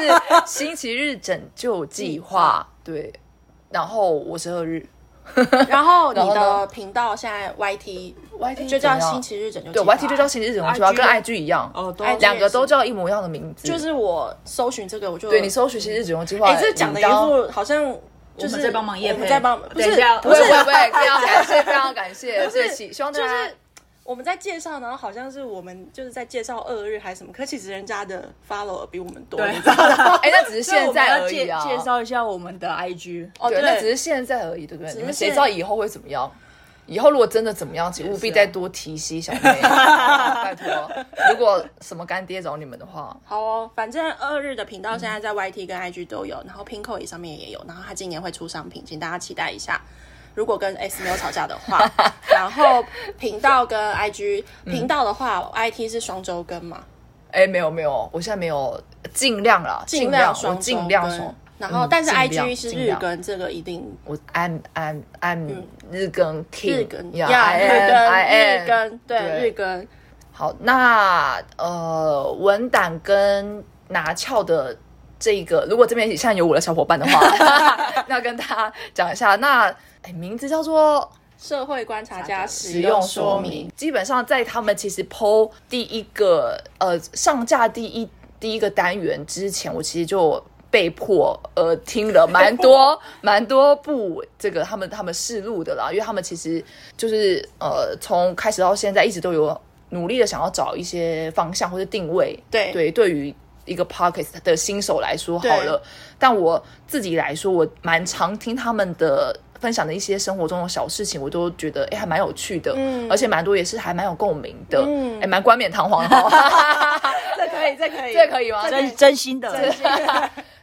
[SPEAKER 4] 星期日拯救计 划，对，然后我是二日
[SPEAKER 3] 然后你
[SPEAKER 4] 然后呢
[SPEAKER 3] 的频道现在 YT
[SPEAKER 4] ，YT
[SPEAKER 3] 就叫
[SPEAKER 4] 怎么样
[SPEAKER 3] 星期日啊拯救计
[SPEAKER 4] 对
[SPEAKER 3] 划
[SPEAKER 4] ，YT 就叫星期日拯救计划，
[SPEAKER 2] IG
[SPEAKER 4] 跟 IG 一样，
[SPEAKER 2] 哦都
[SPEAKER 3] 哎
[SPEAKER 4] 两个都叫一模一样的名字。
[SPEAKER 3] 就是我搜寻这个，我就
[SPEAKER 4] 对你搜寻“星期日拯救计划”，
[SPEAKER 3] 哎，这讲的一
[SPEAKER 4] 你当
[SPEAKER 3] 副好像就是
[SPEAKER 2] 我们在帮忙业配
[SPEAKER 3] 我们在帮，不
[SPEAKER 2] 等一
[SPEAKER 3] 是
[SPEAKER 2] 下
[SPEAKER 3] 不
[SPEAKER 4] 不会
[SPEAKER 3] 是
[SPEAKER 4] 不会不会， 非常感谢，非常感谢，对，希希望大
[SPEAKER 3] 就
[SPEAKER 4] 家
[SPEAKER 3] 是我们在介绍，然后好像是我们就是在介绍二日还是什么，可其实人家的 follower 比我们多，你知道吗？
[SPEAKER 4] 哎，那只是 现在而
[SPEAKER 2] 所以我
[SPEAKER 4] 已
[SPEAKER 2] 们要
[SPEAKER 4] 啊，
[SPEAKER 2] 介介绍一下我们的 IG，
[SPEAKER 3] 哦对
[SPEAKER 4] 对，那只是现在而已，对不对？
[SPEAKER 3] 是
[SPEAKER 4] 你们谁知道以后会怎么样？以后如果真的怎么样，
[SPEAKER 3] 啊
[SPEAKER 4] 请务必再多提携 小妹，拜托。如果什么干爹找你们的话，
[SPEAKER 3] 好哦，反正二日的频道现在在 YT 跟 IG 都有，然后 Pinko 也上面也有，然后他今年会出商品，请大家期待一下。如果跟 S 没有吵架的 话，然后频道跟 IG
[SPEAKER 4] 嗯
[SPEAKER 3] 频道的话、i t 是双周更嘛，
[SPEAKER 4] 哎，没有没有，我现在没有，尽量啦，尽
[SPEAKER 3] 量
[SPEAKER 4] 我
[SPEAKER 3] 双周
[SPEAKER 4] 尽
[SPEAKER 3] 更，
[SPEAKER 4] 量双。
[SPEAKER 3] 然后
[SPEAKER 4] 嗯
[SPEAKER 3] 但是
[SPEAKER 4] 尽量
[SPEAKER 3] IG 是
[SPEAKER 4] 尽
[SPEAKER 3] 日
[SPEAKER 4] 量
[SPEAKER 3] 更，这个一定
[SPEAKER 4] 我 I'm I'm I'm 日更 king，
[SPEAKER 3] 嗯日更
[SPEAKER 4] yeah,
[SPEAKER 3] 呀
[SPEAKER 4] I am, 嗯 I
[SPEAKER 3] 日更
[SPEAKER 4] am
[SPEAKER 3] 日更对
[SPEAKER 4] 对
[SPEAKER 3] 日更，
[SPEAKER 4] 好，那呃，文胆跟拿翘的这个，如果这边现 在有我的小伙伴的话，那跟大家讲一下，那哎，名字叫做
[SPEAKER 3] 社会观察家使
[SPEAKER 4] 使用
[SPEAKER 3] 用
[SPEAKER 4] 说
[SPEAKER 3] 说
[SPEAKER 4] 明
[SPEAKER 3] 明。。
[SPEAKER 4] 基本上在他们其实剖第一个呃上架第一第一个单元之前，我其实就。被迫呃听了蛮多 蛮多部这个他们他们试录的啦，因为他们其实就是呃从开始到现在一直都有努力的想要找一些方向或者定位，
[SPEAKER 3] 对
[SPEAKER 4] 对，对于一个 p o c k e t 的新手来说好
[SPEAKER 3] 对
[SPEAKER 4] 了，但我自己来说，我蛮常听他们的分享的一些生活中的小事情，我都觉得哎、诶还蛮有趣的，
[SPEAKER 3] 嗯
[SPEAKER 4] 而且蛮多也是还蛮有共鸣的，
[SPEAKER 3] 嗯
[SPEAKER 4] 哎蛮、冠冕堂皇的哦，
[SPEAKER 3] 这可 以，这可以，
[SPEAKER 4] 这可以 吗？
[SPEAKER 2] 真真心的，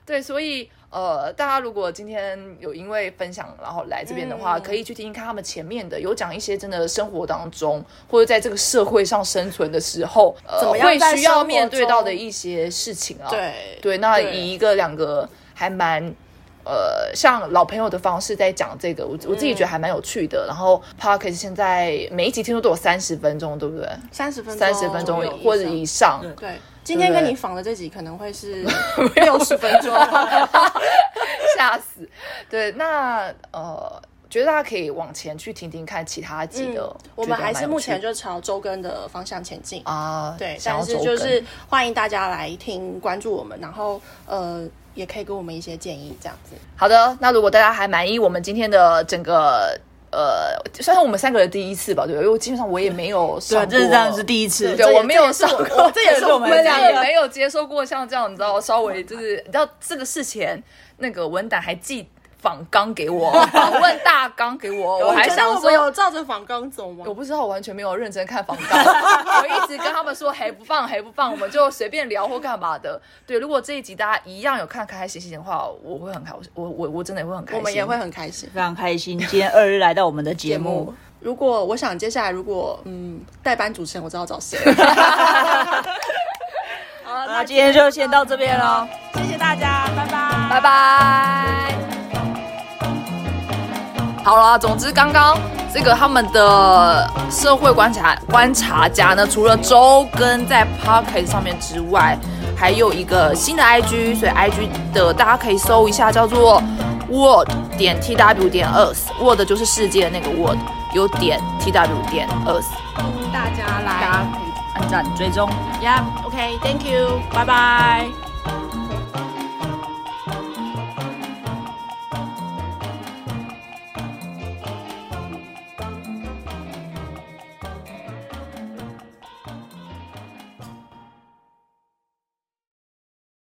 [SPEAKER 4] 对，所以呃，大家如果今天有因为分享然后来这边的话，
[SPEAKER 3] 嗯
[SPEAKER 4] 可以去听听看他们前面的有讲一些真的生活当中或者在这个社会上生存的时候，呃，
[SPEAKER 3] 怎么样
[SPEAKER 4] 会
[SPEAKER 3] 在
[SPEAKER 4] 需要
[SPEAKER 3] 生活
[SPEAKER 4] 面对到的
[SPEAKER 3] 中
[SPEAKER 4] 一些事情啊。
[SPEAKER 3] 对
[SPEAKER 4] 对，那
[SPEAKER 3] 对
[SPEAKER 4] 以一个两个还蛮。呃，像老朋友的方式在讲这个，我我自己觉得还蛮有趣的。然后 p o d c a s t 现在每一集听说都有三十分钟，对不对？
[SPEAKER 3] 三十分钟，
[SPEAKER 4] 三十分钟
[SPEAKER 6] 有
[SPEAKER 4] 或者以
[SPEAKER 6] 以
[SPEAKER 4] 上，
[SPEAKER 3] 对。今天跟你访的这集可能会是六十分钟，
[SPEAKER 4] 啊
[SPEAKER 3] 嗯
[SPEAKER 4] 吓死！对，那呃，觉得大家可以往前去听听看其他集的。
[SPEAKER 3] 嗯我们还是目前
[SPEAKER 4] 就
[SPEAKER 3] 就朝周更的方向前进。
[SPEAKER 4] 啊，
[SPEAKER 3] 对，
[SPEAKER 4] 想
[SPEAKER 3] 但
[SPEAKER 4] 要
[SPEAKER 3] 是
[SPEAKER 4] 周
[SPEAKER 3] 就
[SPEAKER 4] 更
[SPEAKER 3] 是欢迎大家来听、关注我们，然后呃，也可以给我们一些建议，这样子。
[SPEAKER 4] 好的。那如果大家还满意我们今天的整个。呃，算是我们三个的第一次吧，对吧？因为基本上我也没有上
[SPEAKER 2] 对，
[SPEAKER 4] 过，
[SPEAKER 2] 这是这样是第一次，
[SPEAKER 4] 对，我没有上过，
[SPEAKER 2] 这也是我们
[SPEAKER 4] 两
[SPEAKER 2] 这也是我们两
[SPEAKER 4] 个
[SPEAKER 2] 个
[SPEAKER 4] 没有接受过像这样，你知道，稍微就是，你知道这个事前那个文胆还寄访纲给我，访问大纲给我，我还
[SPEAKER 3] 觉得
[SPEAKER 4] 想
[SPEAKER 3] 我
[SPEAKER 4] 说
[SPEAKER 3] 们有照着仿纲走吗
[SPEAKER 4] 我？不知道，我完全没有认真看访纲，我一直跟他们说还不放，还不放，我们就随便聊或干嘛的。对，如果这一集大家一样有看开开心心的话，我会很开，我我我真的也会很开心，
[SPEAKER 3] 我们也会很开心。
[SPEAKER 2] 非常开心，今天二日来到我们的节目，，
[SPEAKER 3] 如果我想接下来如果嗯代班主持人，我知道找谁。
[SPEAKER 6] 好，
[SPEAKER 2] 那今天就先到这边喽。
[SPEAKER 3] 谢谢大家，拜拜。
[SPEAKER 4] 拜拜。好啦，总之刚刚这个他们的社会观察观察家呢，除了周更在 Pocket 上面之外，还有一个新的 IG，所以 IG 的大家可以搜一下，叫做 Word 点 T W 点 Earth，Word 就是世界的那个 Word，有点 T W 点 Earth，
[SPEAKER 3] 大家
[SPEAKER 4] 大
[SPEAKER 3] 来
[SPEAKER 4] 家可以按赞追踪。
[SPEAKER 3] ，Yeah，OK，Thank、you，拜拜。